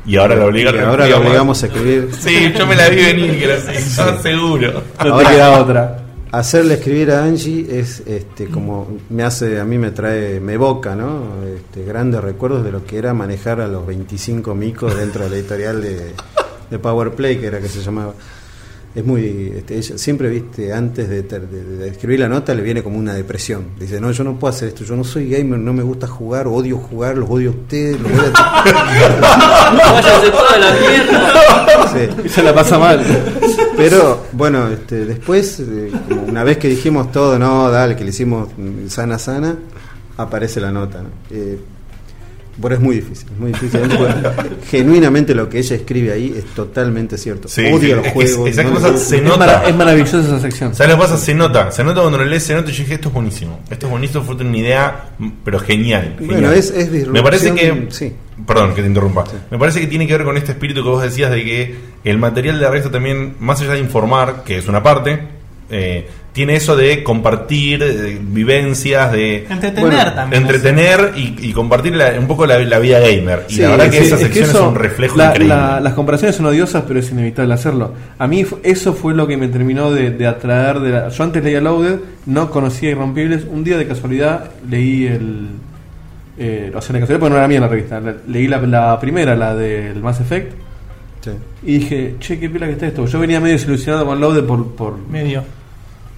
Speaker 3: Y ahora la
Speaker 9: obligan
Speaker 3: obligan-
Speaker 9: ahora la
Speaker 3: digamos-
Speaker 9: obligamos a escribir.
Speaker 3: Sí, yo me la vi venir, que la sección seguro.
Speaker 9: Ahora, Hacerle escribir a Angie es este como me hace a mí me trae me evoca, ¿no? Este, grandes recuerdos de lo que era manejar a los 25 micos dentro de la editorial de, de Power Play que era que se llamaba. Es muy este, ella siempre viste antes de, ter- de- de escribir la nota le viene como una depresión. Dice, "No, yo no puedo hacer esto, yo no soy gamer, no me gusta jugar, odio jugar, los odio a ustedes, los odio a
Speaker 4: Váyanse toda la mierda.
Speaker 9: Sí.
Speaker 1: Se la pasa mal.
Speaker 9: Pero bueno, este, después, eh, como una vez que dijimos todo, no, dale, que le hicimos mm, sana, sana, aparece la nota. ¿no? Eh, bueno, es muy difícil, es muy difícil. Porque Genuinamente lo que ella escribe ahí es totalmente cierto.
Speaker 3: Sí,
Speaker 9: Odio
Speaker 3: sí,
Speaker 9: los
Speaker 3: es que
Speaker 9: juegos.
Speaker 3: esa
Speaker 9: no
Speaker 3: cosa
Speaker 9: los-
Speaker 3: se Es nota. mara- es
Speaker 1: maravillosa esa sección.
Speaker 3: ¿Sabes lo que pasa? Se nota. Se nota cuando lo lees, se nota y yo dije, esto es buenísimo. Esto es buenísimo, fue una idea, mm, pero genial.
Speaker 9: Bueno,
Speaker 3: genial.
Speaker 9: es- es disrupción,
Speaker 3: Me parece que.
Speaker 9: sí.
Speaker 3: Perdón que te interrumpa. Me parece que tiene que ver con este espíritu que vos decías de que el material de arresto también, más allá de informar, que es una parte, eh, tiene eso de compartir eh, vivencias, de.
Speaker 10: Entretener Bueno, también.
Speaker 3: Entretener y, y compartir la- un poco la, la vida gamer. Y la verdad que
Speaker 1: Sí,
Speaker 3: esa
Speaker 1: es
Speaker 3: sección es,
Speaker 1: eso-
Speaker 3: un reflejo
Speaker 1: la-
Speaker 3: increíble.
Speaker 1: la- las comparaciones son odiosas, pero es inevitable hacerlo. A mí fu- eso fue lo que me terminó de, de atraer. De la- yo antes leía Loaded, no conocía Irrompibles. Un día de casualidad leí el... eh, o sea, de casualidad porque no era mía la revista. La- leí la, la primera, la del Mass Effect.
Speaker 9: Sí.
Speaker 1: Y dije, che, qué pila que está esto. Yo venía medio desilusionado con Loaded por... por
Speaker 10: Medio.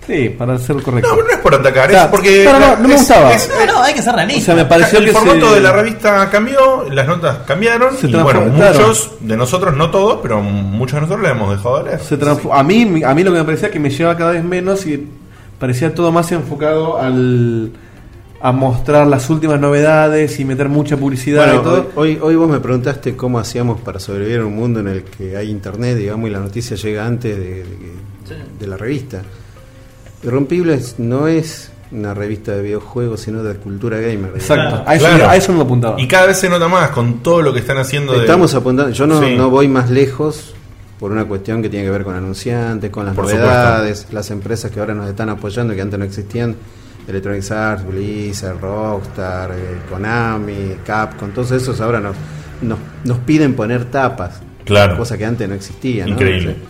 Speaker 1: Sí, para ser correcto.
Speaker 3: No, pero no es por atacar,
Speaker 1: O sea,
Speaker 3: es porque.
Speaker 1: No, no, no, no me
Speaker 3: es-
Speaker 1: gustaba.
Speaker 3: es-
Speaker 10: No, no, hay que ser realista.
Speaker 1: O sea, me pareció
Speaker 3: el
Speaker 1: que
Speaker 3: formato
Speaker 1: se-
Speaker 3: de la revista cambió, las notas cambiaron
Speaker 1: Se
Speaker 3: y bueno,
Speaker 1: transformaron.
Speaker 3: muchos de nosotros, no todos, pero muchos de nosotros la hemos dejado de leer.
Speaker 1: se transfo- a mí a mí lo que me parecía es que me llevaba cada vez menos y parecía todo más enfocado al a mostrar las últimas novedades y meter mucha publicidad
Speaker 9: Bueno, eh,
Speaker 1: y todo
Speaker 9: Hoy, hoy vos me preguntaste cómo hacíamos para sobrevivir en un mundo en el que hay internet, digamos, y la noticia llega antes de, de que- de la revista. Irrompibles no es una revista de videojuegos, sino de cultura gamer. digamos.
Speaker 1: Exacto. A eso- a eso no lo apuntaba.
Speaker 3: Y cada vez se nota más con todo lo que están haciendo. de-
Speaker 9: Estamos apuntando, yo no,
Speaker 3: Sí.
Speaker 9: no voy más lejos por una cuestión que tiene que ver con anunciantes, con las
Speaker 3: Por
Speaker 9: novedades, las empresas que ahora nos están apoyando que antes no existían, Electronic Arts, Blizzard, Rockstar, eh, Konami, Capcom, todos esos ahora nos, nos, nos piden poner tapas,
Speaker 3: Claro.
Speaker 9: cosa que antes no existía. ¿no?
Speaker 3: Increíble.
Speaker 9: O sea,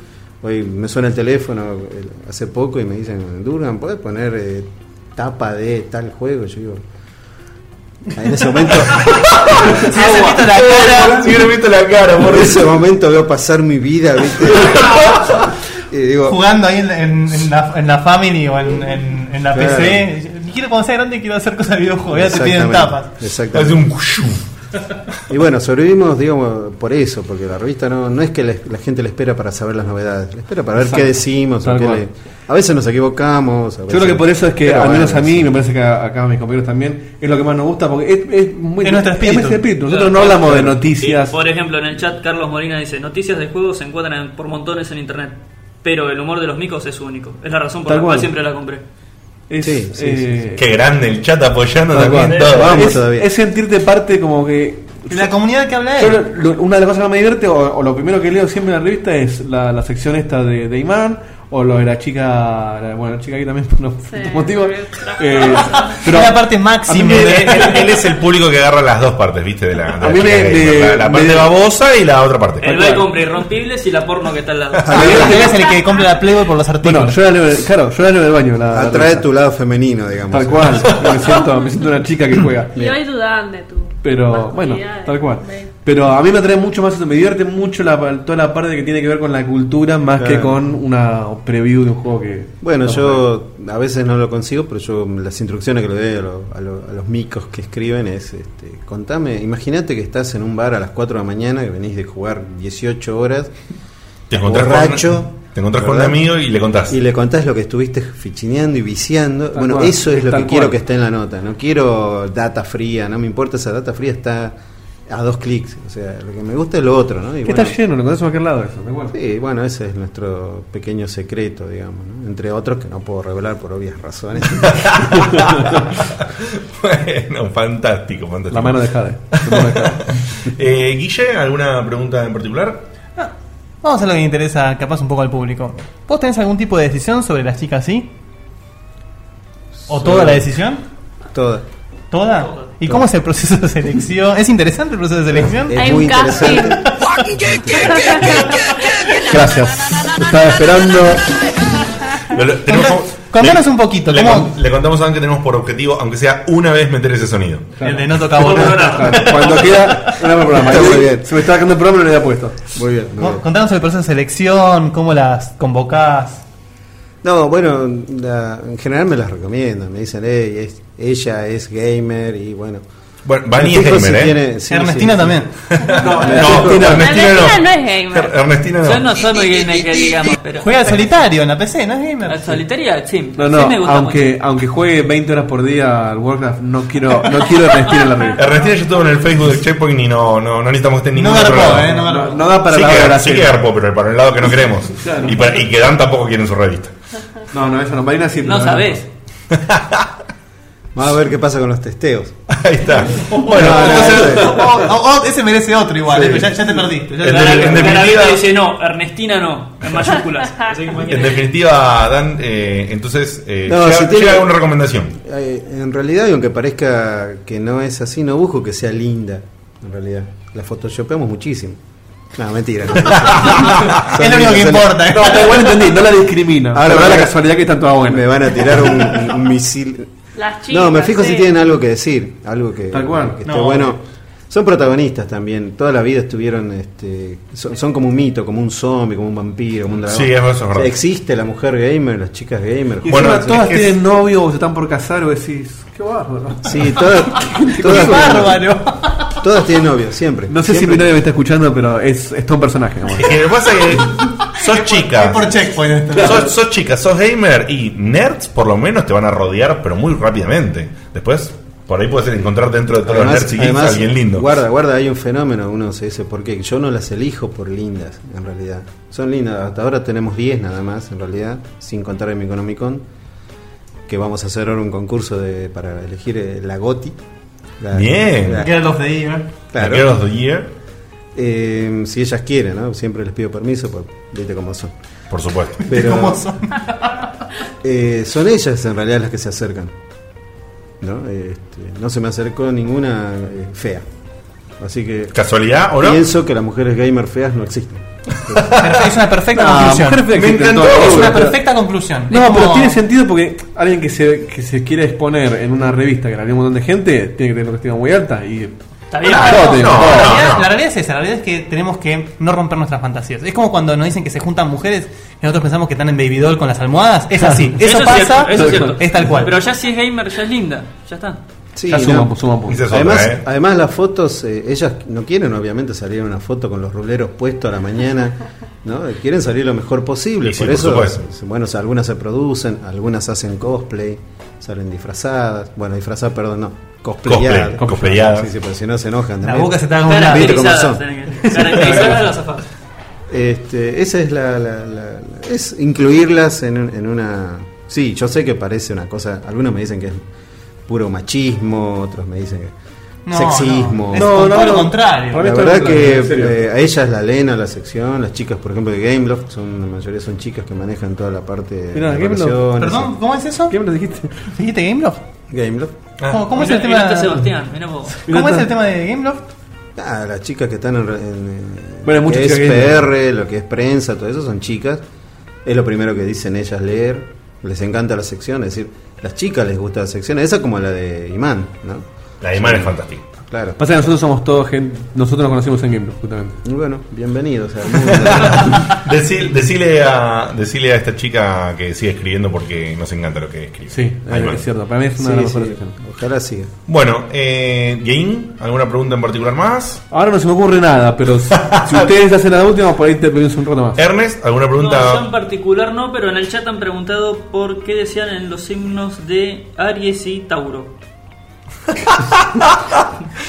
Speaker 9: Hoy me suena el teléfono eh, hace poco y me dicen, Durgan, ¿puedes poner eh, tapa de tal juego? Yo digo, en ese momento...
Speaker 10: Si hubiese visto la cara.
Speaker 3: la cara,
Speaker 9: por ese momento veo pasar mi vida, ¿viste? Y digo,
Speaker 10: Jugando ahí en, en- en la, en la Family o en, en- en la
Speaker 9: Claro.
Speaker 10: PC. Quiero cuando sea grande quiero hacer cosas de videojuegos. Ya te piden
Speaker 9: Exactamente,
Speaker 10: tapas.
Speaker 3: Hace
Speaker 9: Exactamente.
Speaker 3: un
Speaker 9: Y bueno, sobrevivimos, digamos, por eso, porque la revista no, no es que la, la gente le espera para saber las novedades, le espera para ver
Speaker 1: Exacto.
Speaker 9: qué decimos.
Speaker 1: Tal
Speaker 9: o qué
Speaker 1: cual.
Speaker 9: le- a veces nos equivocamos. a
Speaker 1: Yo creo
Speaker 9: veces-
Speaker 1: que por eso es que,
Speaker 9: Pero
Speaker 1: al menos
Speaker 9: bueno,
Speaker 1: a mí, y me parece que a- acá a mis compañeros también, es lo que más nos gusta, porque es, es muy.
Speaker 4: Es nuestro espíritu.
Speaker 1: Nosotros no hablamos de noticias.
Speaker 4: Sí, por ejemplo, en el chat Carlos Molina dice, noticias de juegos se encuentran por montones en internet, pero el humor de los micos es único. Es la razón por
Speaker 1: Tal
Speaker 4: la
Speaker 1: cual.
Speaker 4: cual siempre la compré.
Speaker 1: Es,
Speaker 9: Sí, sí,
Speaker 1: eh,
Speaker 3: Qué grande el chat apoyando
Speaker 1: tal
Speaker 3: también
Speaker 1: cual.
Speaker 3: todo.
Speaker 1: es, es sentirte parte como que.
Speaker 2: La comunidad que habla
Speaker 1: Yo
Speaker 2: él.
Speaker 1: lo- lo- una de las cosas que me divierte, o, o lo primero que leo siempre en la revista, es la, la sección esta de, de Imán, o lo de la chica. la- bueno, la chica aquí también por los motivos. Eh,
Speaker 2: Es la parte máxima
Speaker 1: a mí me-
Speaker 3: Él, él- él es el público que agarra las dos partes, ¿viste? De la, de la
Speaker 1: A mí me-
Speaker 3: chica
Speaker 1: me-
Speaker 3: que- la, la
Speaker 1: me- Eh,
Speaker 3: parte babosa y la otra parte.
Speaker 4: El ve compra irrompibles y la porno que está al lado.
Speaker 2: Él es el que compra la Playboy por los
Speaker 1: Bueno,
Speaker 2: artículos.
Speaker 1: yo la leo, de- claro, yo la leo del baño. La, la
Speaker 9: Atrae
Speaker 1: revista.
Speaker 9: tu lado femenino, digamos.
Speaker 1: Tal cual, me siento, me siento una chica que juega.
Speaker 5: Y hoy dudaban de tu.
Speaker 1: Pero bueno, tal cual. Pero a mí me atrae mucho más eso, me divierte mucho la, toda la parte que tiene que ver con la cultura más
Speaker 9: Claro.
Speaker 1: que con una preview de un juego que...
Speaker 9: Bueno, yo a veces no lo consigo, pero yo las instrucciones que le doy a, lo- a lo- a los micos que escriben es, este, contame, imagínate que estás en un bar a las 4 de la mañana, que venís de jugar 18 horas,
Speaker 3: Te encontrás
Speaker 9: borracho,
Speaker 3: con, te encontrás con un
Speaker 9: ¿verdad?
Speaker 3: amigo y le contás.
Speaker 9: y le contás lo que estuviste fichineando y viciando.
Speaker 1: Tal
Speaker 9: bueno,
Speaker 1: cual,
Speaker 9: eso es lo que
Speaker 1: tal
Speaker 9: quiero
Speaker 1: cual.
Speaker 9: que esté en la nota, no quiero data fría, no me importa esa data fría, está a dos clics, o sea, lo que me gusta es lo otro, ¿no? Y
Speaker 1: Que
Speaker 9: eh, bueno,
Speaker 1: está lleno, lo encontrás en cualquier lado eso, tal cual.
Speaker 9: Sí, bueno, ese es nuestro pequeño secreto, digamos, ¿no? entre otros que no puedo revelar por obvias razones.
Speaker 3: bueno, fantástico, fantástico.
Speaker 1: La mano de Jade. La mano de Jade.
Speaker 3: Eh, Guille, ¿alguna pregunta en particular?
Speaker 2: Vamos a lo que le interesa capaz un poco al público. ¿Vos tenés algún tipo de decisión sobre las chicas sí? ¿O toda la decisión?
Speaker 9: Todas.
Speaker 2: ¿Toda? ¿Y cómo es el proceso de selección? ¿Es interesante el proceso de selección?
Speaker 9: Es
Speaker 5: Hay
Speaker 9: muy
Speaker 5: un casting.
Speaker 9: interesante.
Speaker 1: Gracias. Estaba esperando...
Speaker 3: Lo- lo- tenemos como-
Speaker 2: Contanos un poquito,
Speaker 3: Le,
Speaker 2: ¿cómo?
Speaker 3: con- le contamos a Dan que tenemos por objetivo, aunque sea una vez meter ese sonido.
Speaker 2: El de no tocar
Speaker 1: Cuando queda... Una vez por programa.
Speaker 9: Está muy bien.
Speaker 1: Se me estaba quedando el programa y no le había puesto.
Speaker 9: Muy bien, muy bien.
Speaker 2: Contanos sobre el proceso de selección, cómo las convocás.
Speaker 9: No, bueno, la- en general me las recomiendan. Me dicen, hey, es- ella es gamer y bueno.
Speaker 3: Bueno, Vani es
Speaker 9: Me fijo
Speaker 3: gamer,
Speaker 9: si
Speaker 3: ¿eh?
Speaker 9: tiene- sí,
Speaker 2: Ernestina
Speaker 9: sí,
Speaker 2: también.
Speaker 3: No,
Speaker 9: Ernestina
Speaker 3: Ernestina
Speaker 5: La Argentina no
Speaker 3: no.
Speaker 5: es gamer.
Speaker 3: Er- Ernestina no.
Speaker 4: Yo no soy muy gamer que digamos, pero...
Speaker 2: Juega al solitario en la PC, ¿no es
Speaker 4: La
Speaker 2: gamer?
Speaker 4: solitaria, sí.
Speaker 1: No,
Speaker 4: sí me
Speaker 1: no,
Speaker 4: gusta
Speaker 1: aunque, aunque juegue 20 horas por día al Warcraft, no quiero, no quiero Ernestina en la revista.
Speaker 3: Ernestina yo estuve en el Facebook de Checkpoint y no, no, no necesitamos que esté en
Speaker 2: No
Speaker 3: ningún otro
Speaker 2: garpó,
Speaker 3: lado.
Speaker 2: ¿eh? No
Speaker 1: No,
Speaker 2: garpó.
Speaker 1: no da para
Speaker 3: sí,
Speaker 1: la
Speaker 3: que,
Speaker 1: hora
Speaker 3: sí que
Speaker 1: cero.
Speaker 3: garpó, pero para el lado que no queremos. y, para- y que Dan tampoco quiere en su revista.
Speaker 1: No, no, eso no. Marina sí.
Speaker 4: No sabés.
Speaker 9: Vamos a ver qué pasa con los testeos.
Speaker 3: Ahí está. Bueno,
Speaker 9: No, no,
Speaker 3: entonces,
Speaker 9: no.
Speaker 2: Oh, oh, oh, ese merece otro igual,
Speaker 9: Sí.
Speaker 2: eh, pero ya, ya te perdiste. ya-
Speaker 3: En
Speaker 4: La-
Speaker 3: de- en
Speaker 4: la- La
Speaker 3: definitiva-
Speaker 4: Biblia dice no, Ernestina no, en mayúsculas. Así que
Speaker 3: en
Speaker 4: imagínate.
Speaker 3: definitiva, Dan, eh, entonces, eh,
Speaker 9: No,
Speaker 3: llega,
Speaker 9: si tiene-
Speaker 3: llega una recomendación.
Speaker 9: Eh, en realidad, y aunque parezca que no es así, no busco que sea linda. En realidad, la photoshopeamos muchísimo. No, mentira. no. Son
Speaker 2: es lo único que
Speaker 9: lindas, son-
Speaker 2: importa. eh.
Speaker 1: No, pero igual entendí, no la discrimino.
Speaker 9: Ahora
Speaker 1: Ahora
Speaker 9: me
Speaker 1: da la
Speaker 9: van a-
Speaker 1: casualidad que están todas buenas.
Speaker 9: Me van a tirar un- un misil
Speaker 5: Las chicas.
Speaker 9: No, me fijo
Speaker 5: sí.
Speaker 9: si tienen algo que decir, algo que,
Speaker 1: Tal cual.
Speaker 9: que esté
Speaker 2: No,
Speaker 9: bueno.
Speaker 2: obvio.
Speaker 9: Son protagonistas también, toda la vida estuvieron, este, son, son como un mito, como un zombie, como un vampiro, como un dragón.
Speaker 3: Sí, eso es
Speaker 9: O sea,
Speaker 3: verdad.
Speaker 9: existe la mujer gamer, las chicas gamer.
Speaker 1: Y
Speaker 3: Bueno,
Speaker 1: bueno,
Speaker 3: es
Speaker 1: todas
Speaker 3: que es-
Speaker 1: tienen novio o se están por casar o decís, qué bárbaro.
Speaker 9: Sí, todas, todas,
Speaker 2: Bárbaro.
Speaker 9: todas tienen novio, siempre.
Speaker 1: No sé si mi
Speaker 9: Siempre.
Speaker 1: novia me está escuchando, pero es, es todo un personaje. amor.
Speaker 3: Es que lo que pasa es que sos
Speaker 2: Es
Speaker 3: chica.
Speaker 2: por checkpoint esto.
Speaker 3: Sos, sos chica, sos gamer y nerds por lo menos te van a rodear, pero muy rápidamente. Después, por ahí puedes encontrar dentro de todos los nerds y geeks a alguien lindo.
Speaker 9: Guarda, guarda, hay un fenómeno, uno se dice, ¿por qué? Yo no las elijo por lindas, en realidad. Son lindas, hasta ahora tenemos 10 nada más, en realidad, sin contar el Miconomicon, que vamos a hacer ahora un concurso de, para elegir eh, la GOTI. La-
Speaker 3: Bien.
Speaker 9: la-
Speaker 2: Girl of the Year.
Speaker 9: claro.
Speaker 3: Girl of the Year,
Speaker 9: Eh, si ellas quieren, ¿no? Siempre les pido permiso, pues, viste cómo son.
Speaker 3: por supuesto.
Speaker 9: Pero,
Speaker 2: ¿Cómo son?
Speaker 9: eh, son ellas en realidad las que se acercan. ¿no? Este, no se me acercó ninguna eh, fea. Así que
Speaker 3: ¿Casualidad o no?
Speaker 9: Pienso que las mujeres gamer feas no existen.
Speaker 2: Perfe- Es una perfecta
Speaker 1: No,
Speaker 2: conclusión.
Speaker 1: mujer fea
Speaker 3: Me
Speaker 1: existe en
Speaker 3: encantó,
Speaker 1: todas
Speaker 2: Es
Speaker 1: las
Speaker 2: una
Speaker 1: obras, pero-
Speaker 2: perfecta conclusión. Es
Speaker 1: No, pero
Speaker 2: como-
Speaker 1: tiene sentido porque alguien que se, que se quiere exponer en una revista que la lee un montón de gente, tiene que tener una estima muy alta y...
Speaker 4: Está bien.
Speaker 1: Ah,
Speaker 4: pero-
Speaker 1: no, te-
Speaker 3: no,
Speaker 2: La
Speaker 3: no.
Speaker 2: realidad- La realidad es esa, la realidad es que tenemos que no romper nuestras fantasías. Es como cuando nos dicen que se juntan mujeres y nosotros pensamos que están en baby doll con las almohadas. Es así, eso,
Speaker 4: es
Speaker 2: pasa,
Speaker 4: cierto, eso es, cierto.
Speaker 2: tal cual.
Speaker 4: Pero ya si es gamer, ya es linda. Ya está.
Speaker 9: Sí,
Speaker 1: ya
Speaker 9: no.
Speaker 1: suman, suman puntos.
Speaker 9: Además,
Speaker 3: ¿eh?
Speaker 9: además las fotos, eh, ellas no quieren obviamente salir en una foto con los rubleros puestos a la mañana, ¿no? Quieren salir lo mejor posible,
Speaker 3: Y sí,
Speaker 9: por
Speaker 3: por
Speaker 9: eso,
Speaker 3: supuesto.
Speaker 9: s- bueno, s- algunas se producen, algunas hacen cosplay, salen disfrazadas, bueno, disfrazadas, perdón, no, cosplayadas.
Speaker 3: Cosplay, cosplayadas.
Speaker 9: Sí, sí, porque si no se enojan.
Speaker 3: La
Speaker 9: también.
Speaker 3: boca se te haga como una-
Speaker 9: ¿Viste cómo
Speaker 3: Caracterizadas,
Speaker 9: son?
Speaker 3: tienen que- caracterizadas las zafadas.
Speaker 9: Este, esa es la, la- la- la- es incluirlas en, un- en una sí, yo sé que parece una cosa, algunos me dicen que es puro machismo, otros me dicen que
Speaker 10: No,
Speaker 9: sexismo.
Speaker 10: no, es No, no, todo lo no. contrario. Para mí
Speaker 9: La
Speaker 10: es todo lo
Speaker 9: verdad
Speaker 10: contrario,
Speaker 9: que
Speaker 10: en serio.
Speaker 9: eh, a ellas la Lena, la sección, las chicas, por ejemplo, de Gameloft, son la mayoría son chicas que manejan toda la parte de
Speaker 1: Mirá, Gameloft.
Speaker 9: relaciones.
Speaker 10: Perdón, ¿cómo es eso?
Speaker 1: ¿Gameloft dijiste?
Speaker 10: ¿Dijiste Gameloft?
Speaker 9: Gameloft.
Speaker 10: ¿Cómo, cómo es el tema?
Speaker 4: este
Speaker 10: ¿Cómo es el tema de Gameloft?
Speaker 9: Ah, las chicas que están en, re- en, eh,
Speaker 1: Bueno, hay
Speaker 9: lo
Speaker 1: muchas
Speaker 9: que es
Speaker 1: chicas que-
Speaker 9: PR, lo que es prensa, todo eso son chicas. Es lo primero que dicen ellas leer. Les encanta la sección, es decir, las chicas les gusta la sección. Esa como la de Imán, ¿no?
Speaker 3: La de Imán es fantástica.
Speaker 9: Claro.
Speaker 1: Pasa que nosotros somos todos gente, nosotros nos conocimos en Gameplay, justamente.
Speaker 9: Y bueno, bienvenidos. al
Speaker 3: Decil- decile, a, decile a esta chica que sigue escribiendo porque nos encanta lo que escribe.
Speaker 1: Sí, eh,
Speaker 3: Ahí va.
Speaker 1: es cierto, para mí es una de
Speaker 9: Sí,
Speaker 1: las mejores
Speaker 9: sí.
Speaker 1: secciones.
Speaker 9: Ojalá siga.
Speaker 3: Bueno, eh, Jain, ¿alguna pregunta en particular más?
Speaker 1: Ahora no se me ocurre nada, pero si si ustedes hacen la última, por ahí te pedimos un rato más.
Speaker 3: Ernest, ¿alguna
Speaker 1: pregunta?
Speaker 4: No, yo en particular no, pero en el chat han preguntado por qué decían en los signos de Aries y Tauro.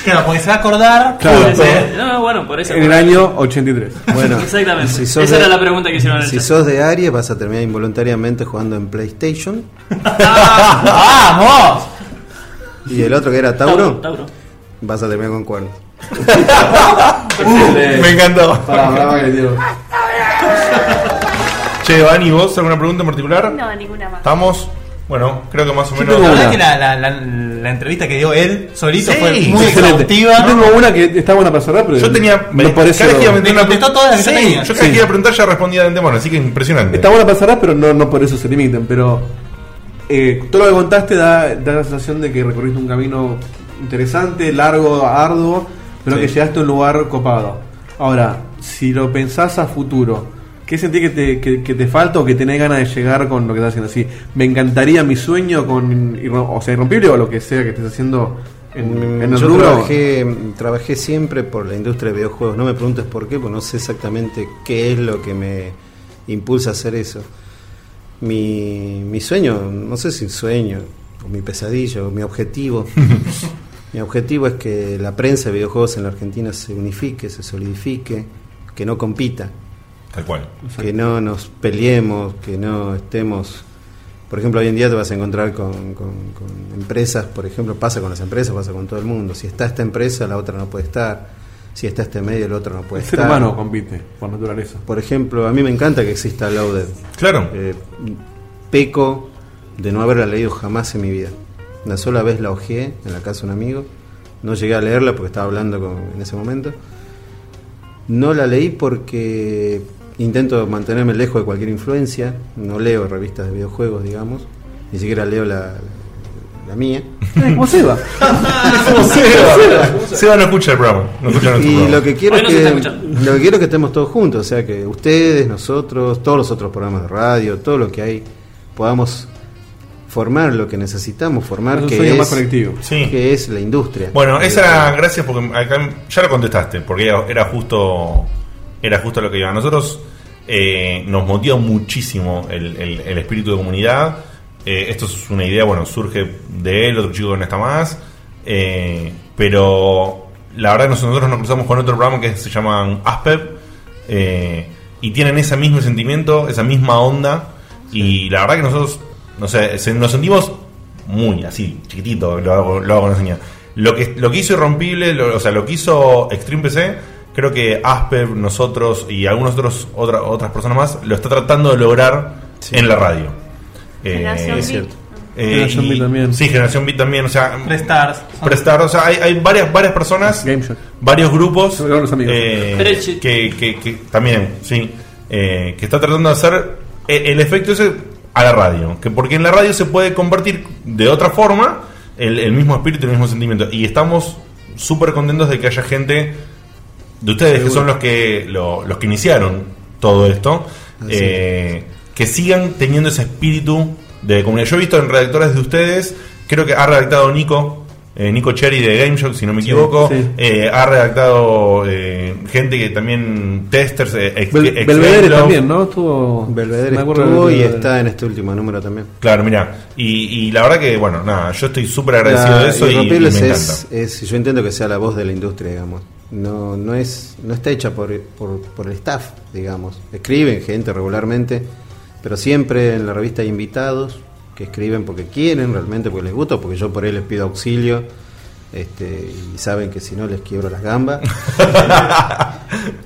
Speaker 10: Claro, porque se va a acordar.
Speaker 1: Claro.
Speaker 4: No, bueno, por eso.
Speaker 1: En el año 83.
Speaker 9: Bueno,
Speaker 4: Exactamente.
Speaker 9: si sos
Speaker 4: Esa
Speaker 9: de-
Speaker 4: era la pregunta que hicieron en el
Speaker 9: Si
Speaker 4: chat.
Speaker 9: sos de Aries, vas a terminar involuntariamente jugando en PlayStation.
Speaker 10: ¡Vamos!
Speaker 9: Y el otro que era Tauro,
Speaker 4: Tauro.
Speaker 9: vas a terminar con cuernos.
Speaker 3: Uh, me encantó. Che, Vani, ¿vos alguna pregunta en particular?
Speaker 5: No, ninguna más.
Speaker 3: Estamos, bueno, creo que más o
Speaker 10: Yo
Speaker 3: menos.
Speaker 10: tengo una. La verdad que la, la- la- la entrevista que dio él solito
Speaker 3: Sí.
Speaker 10: fue muy
Speaker 1: Excelente.
Speaker 10: exhaustiva.
Speaker 1: Yo tengo una que está buena para cerrar, pero.
Speaker 3: Yo tenía.
Speaker 1: No por eso.
Speaker 3: cada vez que iba a meter
Speaker 10: Me
Speaker 3: una
Speaker 10: contestó todas las que
Speaker 3: Sí,
Speaker 10: yo tenía.
Speaker 3: Yo cada vez que iba a preguntar ya respondía de antemano, así que impresionante.
Speaker 1: Está buena para cerrar, pero no, no por eso se limiten. Pero eh, todo lo que contaste da, da la sensación de que recorriste un camino interesante, largo, arduo, pero
Speaker 9: Sí.
Speaker 1: que llegaste a un lugar copado. Ahora, si lo pensás a futuro, ¿qué sentís que te, que, que te falta o que tenés ganas de llegar con lo que estás haciendo? Así, me encantaría mi sueño con, irro- o sea, irrompible o lo que sea que estés haciendo en, en el
Speaker 9: Mm, yo
Speaker 1: rubro.
Speaker 9: trabajé, trabajé siempre por la industria de videojuegos. No me preguntes por qué, porque no sé exactamente qué es lo que me impulsa a hacer eso. Mi, mi sueño, no sé si sueño, o mi pesadillo, o mi objetivo. mi objetivo es que la prensa de videojuegos en la Argentina se unifique, se solidifique, que no compita.
Speaker 3: Tal cual.
Speaker 9: Que no nos peleemos, que no estemos. Por ejemplo, hoy en día te vas a encontrar con, con- con empresas, por ejemplo, pasa con las empresas, pasa con todo el mundo. Si está esta empresa, la otra no puede estar. Si está este medio, el otro no
Speaker 1: El
Speaker 9: puede
Speaker 1: ser
Speaker 9: estar.
Speaker 1: humano compite, por naturaleza.
Speaker 9: Por ejemplo, a mí me encanta que exista Loaded.
Speaker 3: Claro.
Speaker 9: Eh, peco de no haberla leído jamás en mi vida. Una sola vez la hojeé en la casa de un amigo. No llegué a leerla porque estaba hablando con- en ese momento. No la leí porque intento mantenerme lejos de cualquier influencia. No leo revistas de videojuegos, digamos. Ni siquiera leo la, la mía.
Speaker 1: ¿Cómo se va?
Speaker 3: ¿Cómo Seba? Seba no escucha el programa. No escucha nuestro
Speaker 9: Y
Speaker 3: programa.
Speaker 9: lo que quiero
Speaker 4: Hoy
Speaker 9: es
Speaker 4: no se
Speaker 9: que,
Speaker 4: está escuchando.
Speaker 9: lo que quiero es que estemos todos juntos, o sea que ustedes, nosotros, todos los otros programas de radio, todo lo que hay, podamos formar lo que necesitamos formar,
Speaker 1: Un
Speaker 9: que
Speaker 1: sueño
Speaker 9: es,
Speaker 1: más colectivo.
Speaker 3: Sí.
Speaker 9: que es la industria.
Speaker 3: Bueno,
Speaker 9: Eh,
Speaker 3: esa era, gracias porque acá ya lo contestaste, porque era, era justo era justo lo que iba. A nosotros eh, nos motiva muchísimo el, el- el espíritu de comunidad. Eh, esto es una idea, bueno, surge de él, otro chico que no está más. Eh, pero la verdad, nosotros nos cruzamos con otro programa que se llama ASPEP eh, y tienen ese mismo sentimiento, esa misma onda. Y la verdad que nosotros, no sé, se- nos sentimos muy así, chiquitito, lo hago, lo hago con la señal. Lo que, lo que hizo Irrompible, lo- o sea, lo que hizo Extreme PC, creo que Asper, nosotros y algunas otros, otra- otras personas más, lo está tratando de lograr en la radio. Eh,
Speaker 5: Generación
Speaker 3: es
Speaker 5: Beat.
Speaker 3: cierto.
Speaker 1: Generación
Speaker 3: y-
Speaker 1: Beat también.
Speaker 3: Sí, Generación Beat también, o sea,
Speaker 10: Prestars.
Speaker 3: prestar, o sea, hay, hay varias, varias personas
Speaker 1: Game Shot.
Speaker 3: varios grupos
Speaker 1: Sobre todo los amigos.
Speaker 3: eh,
Speaker 4: Spreadsheet.
Speaker 3: que, que- que también, sí, eh, que está tratando de hacer eh, el, el efecto ese a la radio, que porque en la radio se puede compartir de otra forma el, el mismo espíritu, el mismo sentimiento, y estamos súper contentos de que haya gente de ustedes que son los que lo- los que iniciaron todo esto, eh, que sigan teniendo ese espíritu de comunidad. Yo he visto en redactores de ustedes, creo que ha redactado Nico eh, Nico Cherry de Game Shock, si no me equivoco,
Speaker 1: sí.
Speaker 3: eh, ha redactado eh, gente que también testers, eh, ex-
Speaker 1: Bel-
Speaker 3: ex-
Speaker 1: Belvedere
Speaker 3: Gameloft.
Speaker 1: también, ¿no? Estuvo.
Speaker 9: Belvedere
Speaker 1: me acuerdo
Speaker 9: estuvo
Speaker 1: de
Speaker 9: y
Speaker 1: Belvedere.
Speaker 9: está en este último número también.
Speaker 3: Claro, mira, y, y la verdad que, bueno, nada, yo estoy súper agradecido
Speaker 9: La
Speaker 3: de eso y, y me
Speaker 9: Irrompibles
Speaker 3: encanta.
Speaker 9: es, es- yo intento que sea la voz de la industria, digamos. No, no es, no está hecha por, por, por el staff, digamos. Escriben gente regularmente, pero siempre en la revista hay invitados que escriben porque quieren, realmente porque les gusta, porque yo por ahí les pido auxilio. Este, y saben que si no les quiebro las gambas.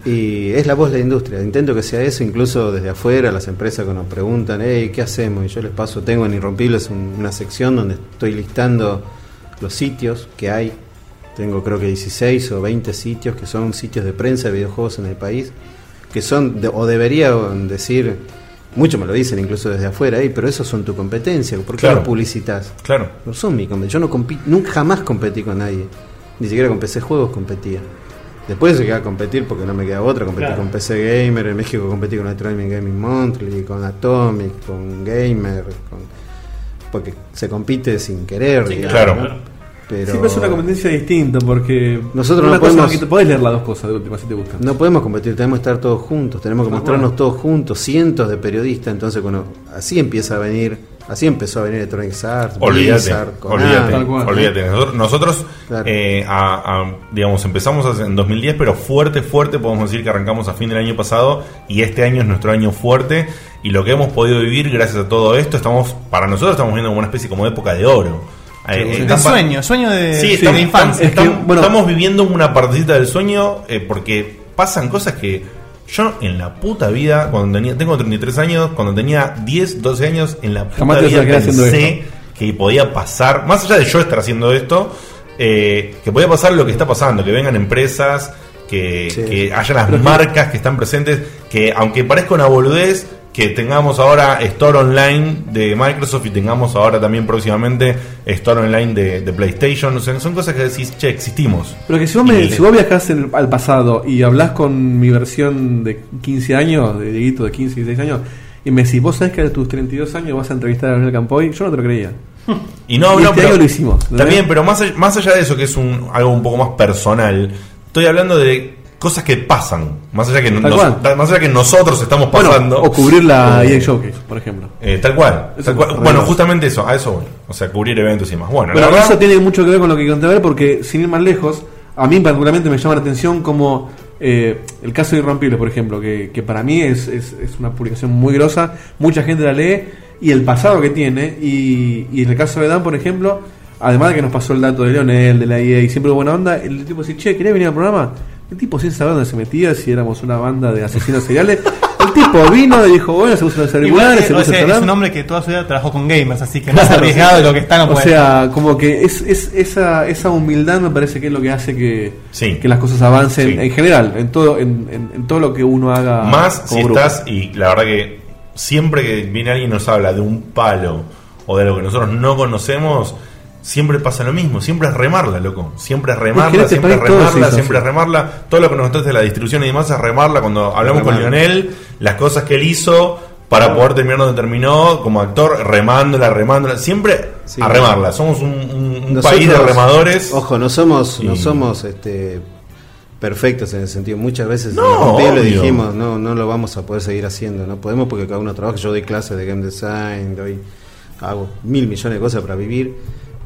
Speaker 9: y es la voz de la industria. Intento que sea eso, incluso desde afuera, las empresas que nos preguntan, hey, ¿qué hacemos? Y yo les paso, tengo en Irrompibles un- una sección donde estoy listando los sitios que hay. Tengo creo que 16 o 20 sitios que son sitios de prensa de videojuegos en el país, que son, de- o deberían decir, muchos me lo dicen incluso desde afuera, "Ey, pero esos son tu competencia, ¿por qué
Speaker 3: Claro.
Speaker 9: lo publicitas?
Speaker 3: Claro.
Speaker 9: No son mi competencia. Yo no compi- nunca jamás competí con nadie. Ni siquiera con PC Juegos competía. Después llegué a competir porque no me quedaba otra. Competí
Speaker 2: Claro.
Speaker 9: con PC Gamer, en México competí con Electronic Gaming Monthly, con Atomic, con Gamer. con- Porque se compite sin querer,
Speaker 3: Sí,
Speaker 9: digamos,
Speaker 3: claro.
Speaker 9: ¿no?
Speaker 3: Claro.
Speaker 9: Pero
Speaker 1: Siempre es una competencia distinta porque.
Speaker 9: Nosotros
Speaker 1: una
Speaker 9: no
Speaker 1: cosa
Speaker 9: podemos-
Speaker 1: que te podés leer las dos cosas de última si te gustan.
Speaker 9: no podemos competir, tenemos que estar todos juntos, tenemos que
Speaker 1: Ah,
Speaker 9: mostrarnos
Speaker 1: bueno.
Speaker 9: todos juntos, cientos de periodistas. Entonces, bueno, así empieza a venir, así empezó a venir Electronic Arts,
Speaker 3: Olvídate,
Speaker 9: Blizzard, Konami.
Speaker 3: olvídate,
Speaker 1: tal cual.
Speaker 3: olvídate. Nosotros, nosotros,
Speaker 9: Claro.
Speaker 3: eh, a- a- digamos, empezamos hace- en 2010, pero fuerte, fuerte, podemos decir que arrancamos a fin del año pasado y este año es nuestro año fuerte y lo que hemos podido vivir gracias a todo esto, estamos, para nosotros estamos viendo como una especie como de época de oro. Eh, eh,
Speaker 10: De
Speaker 3: tan pa-
Speaker 10: sueño, sueño de,
Speaker 3: Sí,
Speaker 10: de
Speaker 3: estamos,
Speaker 10: infancia.
Speaker 3: estamos-
Speaker 1: Es que, bueno-
Speaker 3: estamos viviendo una partecita del sueño eh, porque pasan cosas que yo en la puta vida, cuando tenía, tengo 33 años, cuando tenía 10, 12 años, en la puta
Speaker 1: Jamás te
Speaker 3: vida
Speaker 1: imaginas haciendo
Speaker 3: pensé que podía pasar, más allá de yo estar haciendo esto, eh, que podía pasar lo que está pasando, que vengan empresas, que,
Speaker 9: Sí.
Speaker 3: que haya las marcas que están presentes, que aunque parezca una boludez, que tengamos ahora Store Online de Microsoft y tengamos ahora también próximamente Store Online de, de PlayStation, o sea, son cosas que decís, che, existimos.
Speaker 1: Pero que si vos,
Speaker 3: Y-
Speaker 1: me, si vos viajás en- al pasado y hablás con mi versión de 15 años, de Dieguito de 15, 16 años, y me decís, vos sabés que a tus 32 años vas a entrevistar a Gabriel Campoy, yo no te lo creía.
Speaker 3: Y no,
Speaker 1: Y
Speaker 3: no,
Speaker 1: este
Speaker 3: pero
Speaker 1: año lo hicimos, ¿no?
Speaker 3: También, pero más allá, más allá de eso, que es un, algo un poco más personal, estoy hablando de cosas que pasan. Más allá que,
Speaker 1: Tal
Speaker 3: nos-
Speaker 1: cual.
Speaker 3: ta- más allá que nosotros estamos
Speaker 1: Bueno,
Speaker 3: pasando.
Speaker 1: o cubrir la
Speaker 3: Eh,
Speaker 1: EA Showcase, por ejemplo.
Speaker 3: eh, tal cual.
Speaker 1: Eso
Speaker 3: tal cual.
Speaker 1: es
Speaker 3: Bueno,
Speaker 1: verdad.
Speaker 3: justamente eso, a eso voy. O sea, cubrir eventos y más. Bueno, la
Speaker 1: Pero
Speaker 3: verdad-
Speaker 1: eso tiene mucho que ver con lo que conté ver porque sin ir más lejos, a mí particularmente me llama la atención como eh, el caso de Irrompible, por ejemplo, que, que para mí es, es- es una publicación muy grosa, mucha gente la lee y el pasado que tiene, y, y en el caso de Dan, por ejemplo, además de que nos pasó el dato de Leonel, de la idea y siempre hubo buena onda, el tipo dice, che, ¿querés venir al programa? El tipo sin saber dónde se metía, si éramos una banda de asesinos seriales. El tipo vino y dijo, bueno, se puso a
Speaker 10: Igual
Speaker 1: ceremoniales,
Speaker 2: eh,
Speaker 10: que,
Speaker 1: se
Speaker 10: o
Speaker 1: puso a
Speaker 10: sea, es
Speaker 1: charlar.
Speaker 10: un hombre que toda su vida trabajó con gamers, así que más
Speaker 1: Claro.
Speaker 10: arriesgado de lo que
Speaker 3: Ah,
Speaker 10: está no
Speaker 1: O
Speaker 10: puede.
Speaker 1: sea, como que es, es- esa, esa humildad me parece que es lo que hace que,
Speaker 3: Sí.
Speaker 1: que las cosas avancen
Speaker 3: Sí.
Speaker 1: en general, en todo, en, en- en todo lo que uno haga.
Speaker 3: Más
Speaker 1: como
Speaker 3: si
Speaker 1: grupo.
Speaker 3: estás, y la verdad que siempre que viene alguien y nos habla de un palo o de algo que nosotros no conocemos, siempre pasa lo mismo, siempre es remarla, loco. Siempre es
Speaker 1: Es que en
Speaker 3: remarla,
Speaker 1: este
Speaker 3: siempre es
Speaker 1: país todo se
Speaker 3: remarla,
Speaker 1: hizo
Speaker 3: siempre es
Speaker 1: así.
Speaker 3: remarla. Todo lo que nos contaste de la distribución y demás es remarla. Cuando hablamos con
Speaker 9: Remarla.
Speaker 3: Lionel, las cosas que él hizo para poder terminar donde terminó como actor, remándola, remándola, siempre
Speaker 9: Sí.
Speaker 3: a remarla. Somos un, un- un
Speaker 9: Nosotros,
Speaker 3: país de remadores.
Speaker 9: Ojo, no somos, no
Speaker 3: Y-
Speaker 9: somos este perfectos en el sentido. Muchas veces
Speaker 3: No,
Speaker 9: en le
Speaker 3: obvio.
Speaker 9: dijimos, no, no lo vamos a poder seguir haciendo, no podemos porque cada uno trabaja, yo doy clases de game design, doy, hago mil millones de cosas para vivir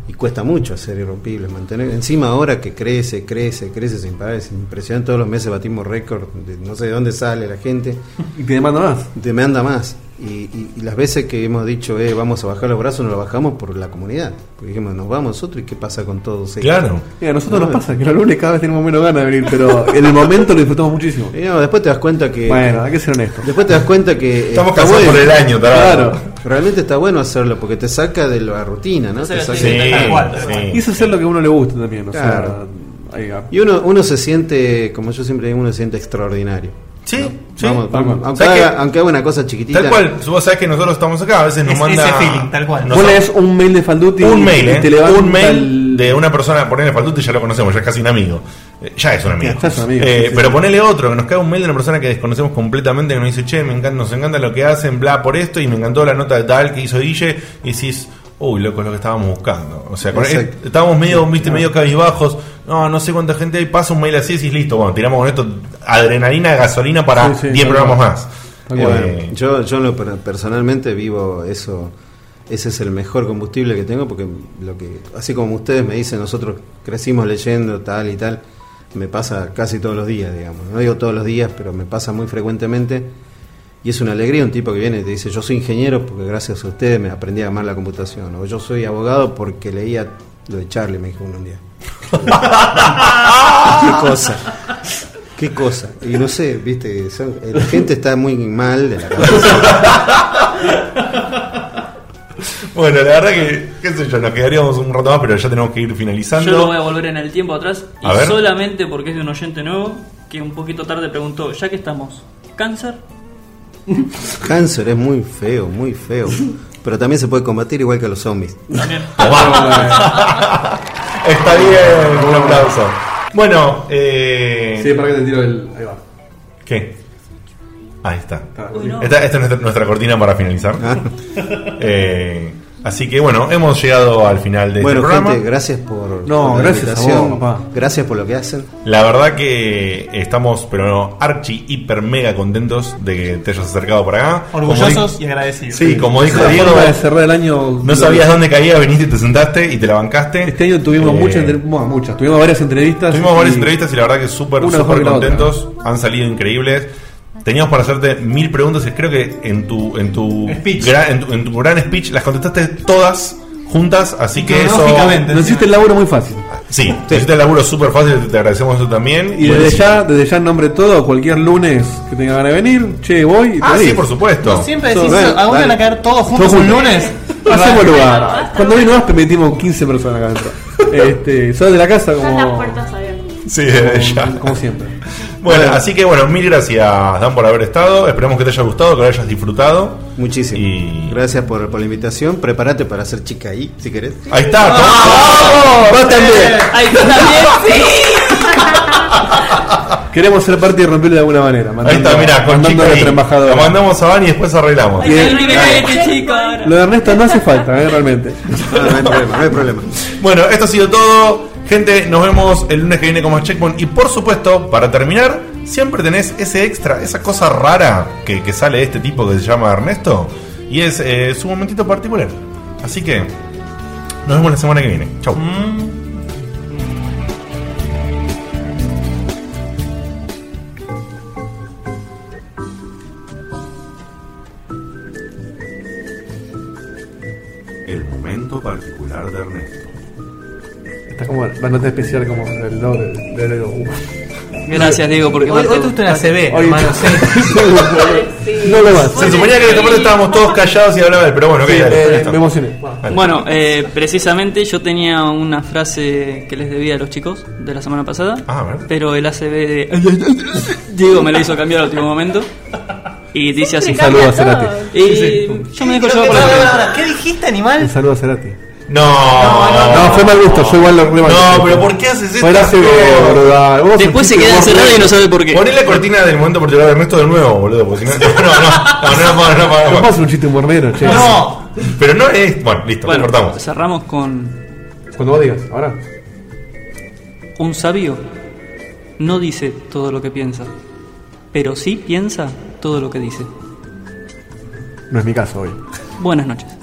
Speaker 9: y cuesta mucho hacer irrompibles, mantener, encima ahora que crece, crece, crece sin parar, es impresionante, todos los meses batimos récord, de- no sé de dónde sale la gente
Speaker 1: Y te demanda más.
Speaker 9: te me anda más. Y, y- y las veces que hemos dicho, eh, vamos a bajar los brazos, no lo bajamos por la comunidad. Porque dijimos, nos vamos nosotros y qué pasa con todos ellos.
Speaker 3: Claro.
Speaker 1: Mira, a nosotros
Speaker 9: No,
Speaker 1: nos pasa que los lunes cada vez tenemos menos ganas de venir, pero en el momento lo disfrutamos muchísimo.
Speaker 9: Y no, después te das cuenta que.
Speaker 1: Bueno, hay que ser honestos.
Speaker 9: Después te das cuenta que.
Speaker 3: Estamos
Speaker 9: está
Speaker 3: casados
Speaker 9: bueno.
Speaker 3: por el año, tarado.
Speaker 1: Claro.
Speaker 9: Realmente está bueno hacerlo porque te saca de la rutina, ¿no?
Speaker 4: Te
Speaker 9: Te
Speaker 4: saca-
Speaker 9: saca-
Speaker 3: Sí,
Speaker 10: Tal cual, tal
Speaker 3: sí.
Speaker 10: cual.
Speaker 1: Y eso es hacer lo que a uno le gusta también. O
Speaker 9: Claro.
Speaker 1: sea, ahí va.
Speaker 9: Y uno, uno se siente, como yo siempre digo, uno se siente extraordinario.
Speaker 3: Sí,
Speaker 9: ¿no?
Speaker 3: sí.
Speaker 9: Vamos,
Speaker 1: tal
Speaker 9: vamos.
Speaker 1: cual.
Speaker 9: Aunque,
Speaker 3: ¿Sabes
Speaker 9: haga,
Speaker 3: qué?
Speaker 9: aunque haga una cosa chiquitita.
Speaker 3: Tal cual, vos sabés que nosotros estamos acá, a veces nos
Speaker 10: Es-
Speaker 3: manda.
Speaker 10: ese feeling, tal cual.
Speaker 3: nos-
Speaker 1: Vos lees un mail de Falduti
Speaker 3: un mail,
Speaker 1: y
Speaker 3: ¿eh?
Speaker 1: te levanta
Speaker 3: un mail
Speaker 1: el-
Speaker 3: de una persona, ponele Faltuti, ya lo conocemos, ya es casi un amigo. Eh, ya es un amigo.
Speaker 1: Ya es un amigo,
Speaker 3: Eh,
Speaker 1: sí, sí.
Speaker 3: pero ponele otro, que nos cae un mail de una persona que desconocemos completamente, que nos dice, che, me encanta, nos encanta lo que hacen, bla, por esto, y me encantó la nota de tal que hizo Guille, y decís, Uy, loco, es lo que estábamos buscando. O sea, con-
Speaker 9: Exacto.
Speaker 3: eh, estábamos medio,
Speaker 9: Sí,
Speaker 3: viste,
Speaker 9: no.
Speaker 3: medio cabizbajos. No, no sé cuánta gente hay. Pasa un mail así y decís, listo, bueno, tiramos con esto adrenalina, gasolina para 10
Speaker 9: Sí, sí, tal
Speaker 3: programas
Speaker 9: cual.
Speaker 3: más.
Speaker 9: Tal
Speaker 3: Eh,
Speaker 9: cual. yo, yo en lo per- personalmente vivo eso. Ese es el mejor combustible que tengo porque lo que así como ustedes me dicen, nosotros crecimos leyendo tal y tal, me pasa casi todos los días, digamos. No digo todos los días, pero me pasa muy frecuentemente. Y es una alegría un tipo que viene y te dice, yo soy ingeniero porque gracias a ustedes me aprendí a amar la computación. O yo soy abogado porque leía lo de Charlie, me dijo uno un día. qué cosa. Qué cosa. Y no sé, viste, son- la gente está muy mal de la cabeza.
Speaker 3: Bueno, la verdad que, qué sé yo, nos quedaríamos un rato más, pero ya tenemos que ir finalizando.
Speaker 4: Yo lo voy a volver en el tiempo atrás y
Speaker 3: A ver.
Speaker 4: solamente porque es de un oyente nuevo que un poquito tarde preguntó, ya que estamos, ¿cáncer?
Speaker 9: Cáncer es muy feo, muy feo. Pero también se puede combatir igual que los zombies.
Speaker 4: También.
Speaker 3: Está bien, un aplauso. Bueno, eh...
Speaker 6: Sí, para que te tiro el. Ahí va.
Speaker 3: ¿Qué? Ahí está.
Speaker 6: Uy, no.
Speaker 3: Esta, esta es nuestra, nuestra cortina para finalizar. Eh, así que bueno, hemos llegado al final de
Speaker 9: Bueno,
Speaker 3: este programa.
Speaker 9: gente, gracias por,
Speaker 3: No,
Speaker 9: por
Speaker 3: gracias a vos, papá.
Speaker 9: Gracias por lo que hacen.
Speaker 3: La verdad que estamos, pero no, archi, hiper, mega contentos de que te hayas acercado por acá. Como
Speaker 2: Orgullosos
Speaker 3: di-
Speaker 2: y agradecidos.
Speaker 3: Sí, como dijo
Speaker 1: La
Speaker 3: Diego,
Speaker 1: forma de cerrar el año.
Speaker 3: no sabías dónde caía, viniste, te sentaste y te la bancaste.
Speaker 1: Este año tuvimos
Speaker 3: Eh,
Speaker 1: muchas, entre- bueno, muchas, tuvimos varias entrevistas.
Speaker 3: Tuvimos
Speaker 1: y-
Speaker 3: varias entrevistas y la verdad que súper,
Speaker 1: Una mejor
Speaker 3: súper
Speaker 1: que la otra.
Speaker 3: contentos. Han salido increíbles. Teníamos para hacerte mil preguntas y creo que en tu, en tu, gran, en tu, en tu gran speech las contestaste todas juntas, así que eso...
Speaker 1: Cronológicamente, Nos hiciste el laburo muy fácil.
Speaker 3: Sí, te hiciste el laburo súper fácil, te agradecemos eso también.
Speaker 1: Y desde ya, desde ya en nombre de todo, cualquier lunes que tenga ganas de venir, che, voy. y te
Speaker 3: Ah, sí,
Speaker 1: venís.
Speaker 3: por supuesto.
Speaker 1: No,
Speaker 2: Siempre decís,
Speaker 1: Todo, dale,
Speaker 2: ¿a dónde
Speaker 1: dale.
Speaker 2: van a caer todos juntos
Speaker 1: Todos
Speaker 2: un
Speaker 1: juntos.
Speaker 2: lunes?
Speaker 1: Hacemos lugar. Cuando vino más, te metimos 15 personas acá adentro. Este, sos de la casa como.
Speaker 3: Sí, desde ya.
Speaker 1: Como siempre.
Speaker 3: Bueno, así que bueno, mil gracias Dan por haber estado. Esperamos que te haya gustado, que lo hayas disfrutado.
Speaker 9: Muchísimo. Gracias por, por la invitación. Prepárate para ser chica ahí, si querés.
Speaker 3: Ahí está.
Speaker 1: Ah.
Speaker 9: ¡Vos también!
Speaker 4: ¡Ahí también!
Speaker 1: Queremos ser parte y romperlo de alguna manera.
Speaker 3: Ahí está, mira, con
Speaker 1: mandando
Speaker 3: chica
Speaker 1: a
Speaker 3: ahí.
Speaker 1: nuestra embajadora.
Speaker 3: Lo mandamos a Van y después arreglamos.
Speaker 1: Y el-
Speaker 4: chica!
Speaker 1: lo de Ernesto no hace falta, eh, realmente.
Speaker 9: Ah, No, no hay problema, no hay problema.
Speaker 3: Bueno, esto ha sido todo. Gente, nos vemos el lunes que viene con más Checkpoint. Y por supuesto, para terminar, siempre tenés ese extra, esa cosa rara que, que sale de este tipo que se llama Ernesto. Y es eh, su momentito particular. Así que, nos vemos la semana que viene. Chau. El momento particular de Ernesto.
Speaker 1: Está como la nota especial como el doble de de- de-
Speaker 4: Gracias, Diego, porque
Speaker 1: Hoy-
Speaker 4: marcó-
Speaker 1: hoy tuviste una
Speaker 2: CB,
Speaker 1: Hoy-
Speaker 2: hermano, sí.
Speaker 1: No lo vas.
Speaker 3: Se suponía que en esta parte estábamos todos callados y hablaba él, pero bueno, ok,
Speaker 1: Sí,
Speaker 3: dale,
Speaker 1: eh,
Speaker 3: Ernesto.
Speaker 1: me emocioné.
Speaker 3: Dale.
Speaker 4: Bueno, eh, precisamente yo tenía una frase que les debía a los chicos de la semana pasada,
Speaker 1: Ah.
Speaker 4: pero el ACB de Diego me la hizo cambiar al último momento y dice así.
Speaker 1: Siempre cambia Saludos a todo.
Speaker 4: Y yo me dejo llevar por la
Speaker 2: Ahora, ¿Qué dijiste, animal?
Speaker 1: Un saludo a Cerati.
Speaker 3: No,
Speaker 1: no, fue mal gusto, yo igual lo remangué.
Speaker 3: No, pero ¿por qué haces esto?
Speaker 1: Fue la CB, boludo. Vos
Speaker 4: Después se
Speaker 1: sentiste
Speaker 4: queda
Speaker 1: que vos-
Speaker 4: encerrado y no sabe por qué.
Speaker 3: Poné la cortina del momento particular de Ernesto de nuevo, boludo, porque si no. No, no, no, no, no, no, no,
Speaker 1: No
Speaker 3: no, no.
Speaker 1: pasa un chiste mornero, che.
Speaker 3: No. Pero no es. Bueno, listo,
Speaker 4: Bueno,
Speaker 3: cortamos.
Speaker 4: cerramos con
Speaker 1: Cuando vos digas, ahora.
Speaker 4: un sabio. No dice todo lo que piensa, pero sí piensa todo lo que dice.
Speaker 1: No es mi caso hoy.
Speaker 4: Buenas noches.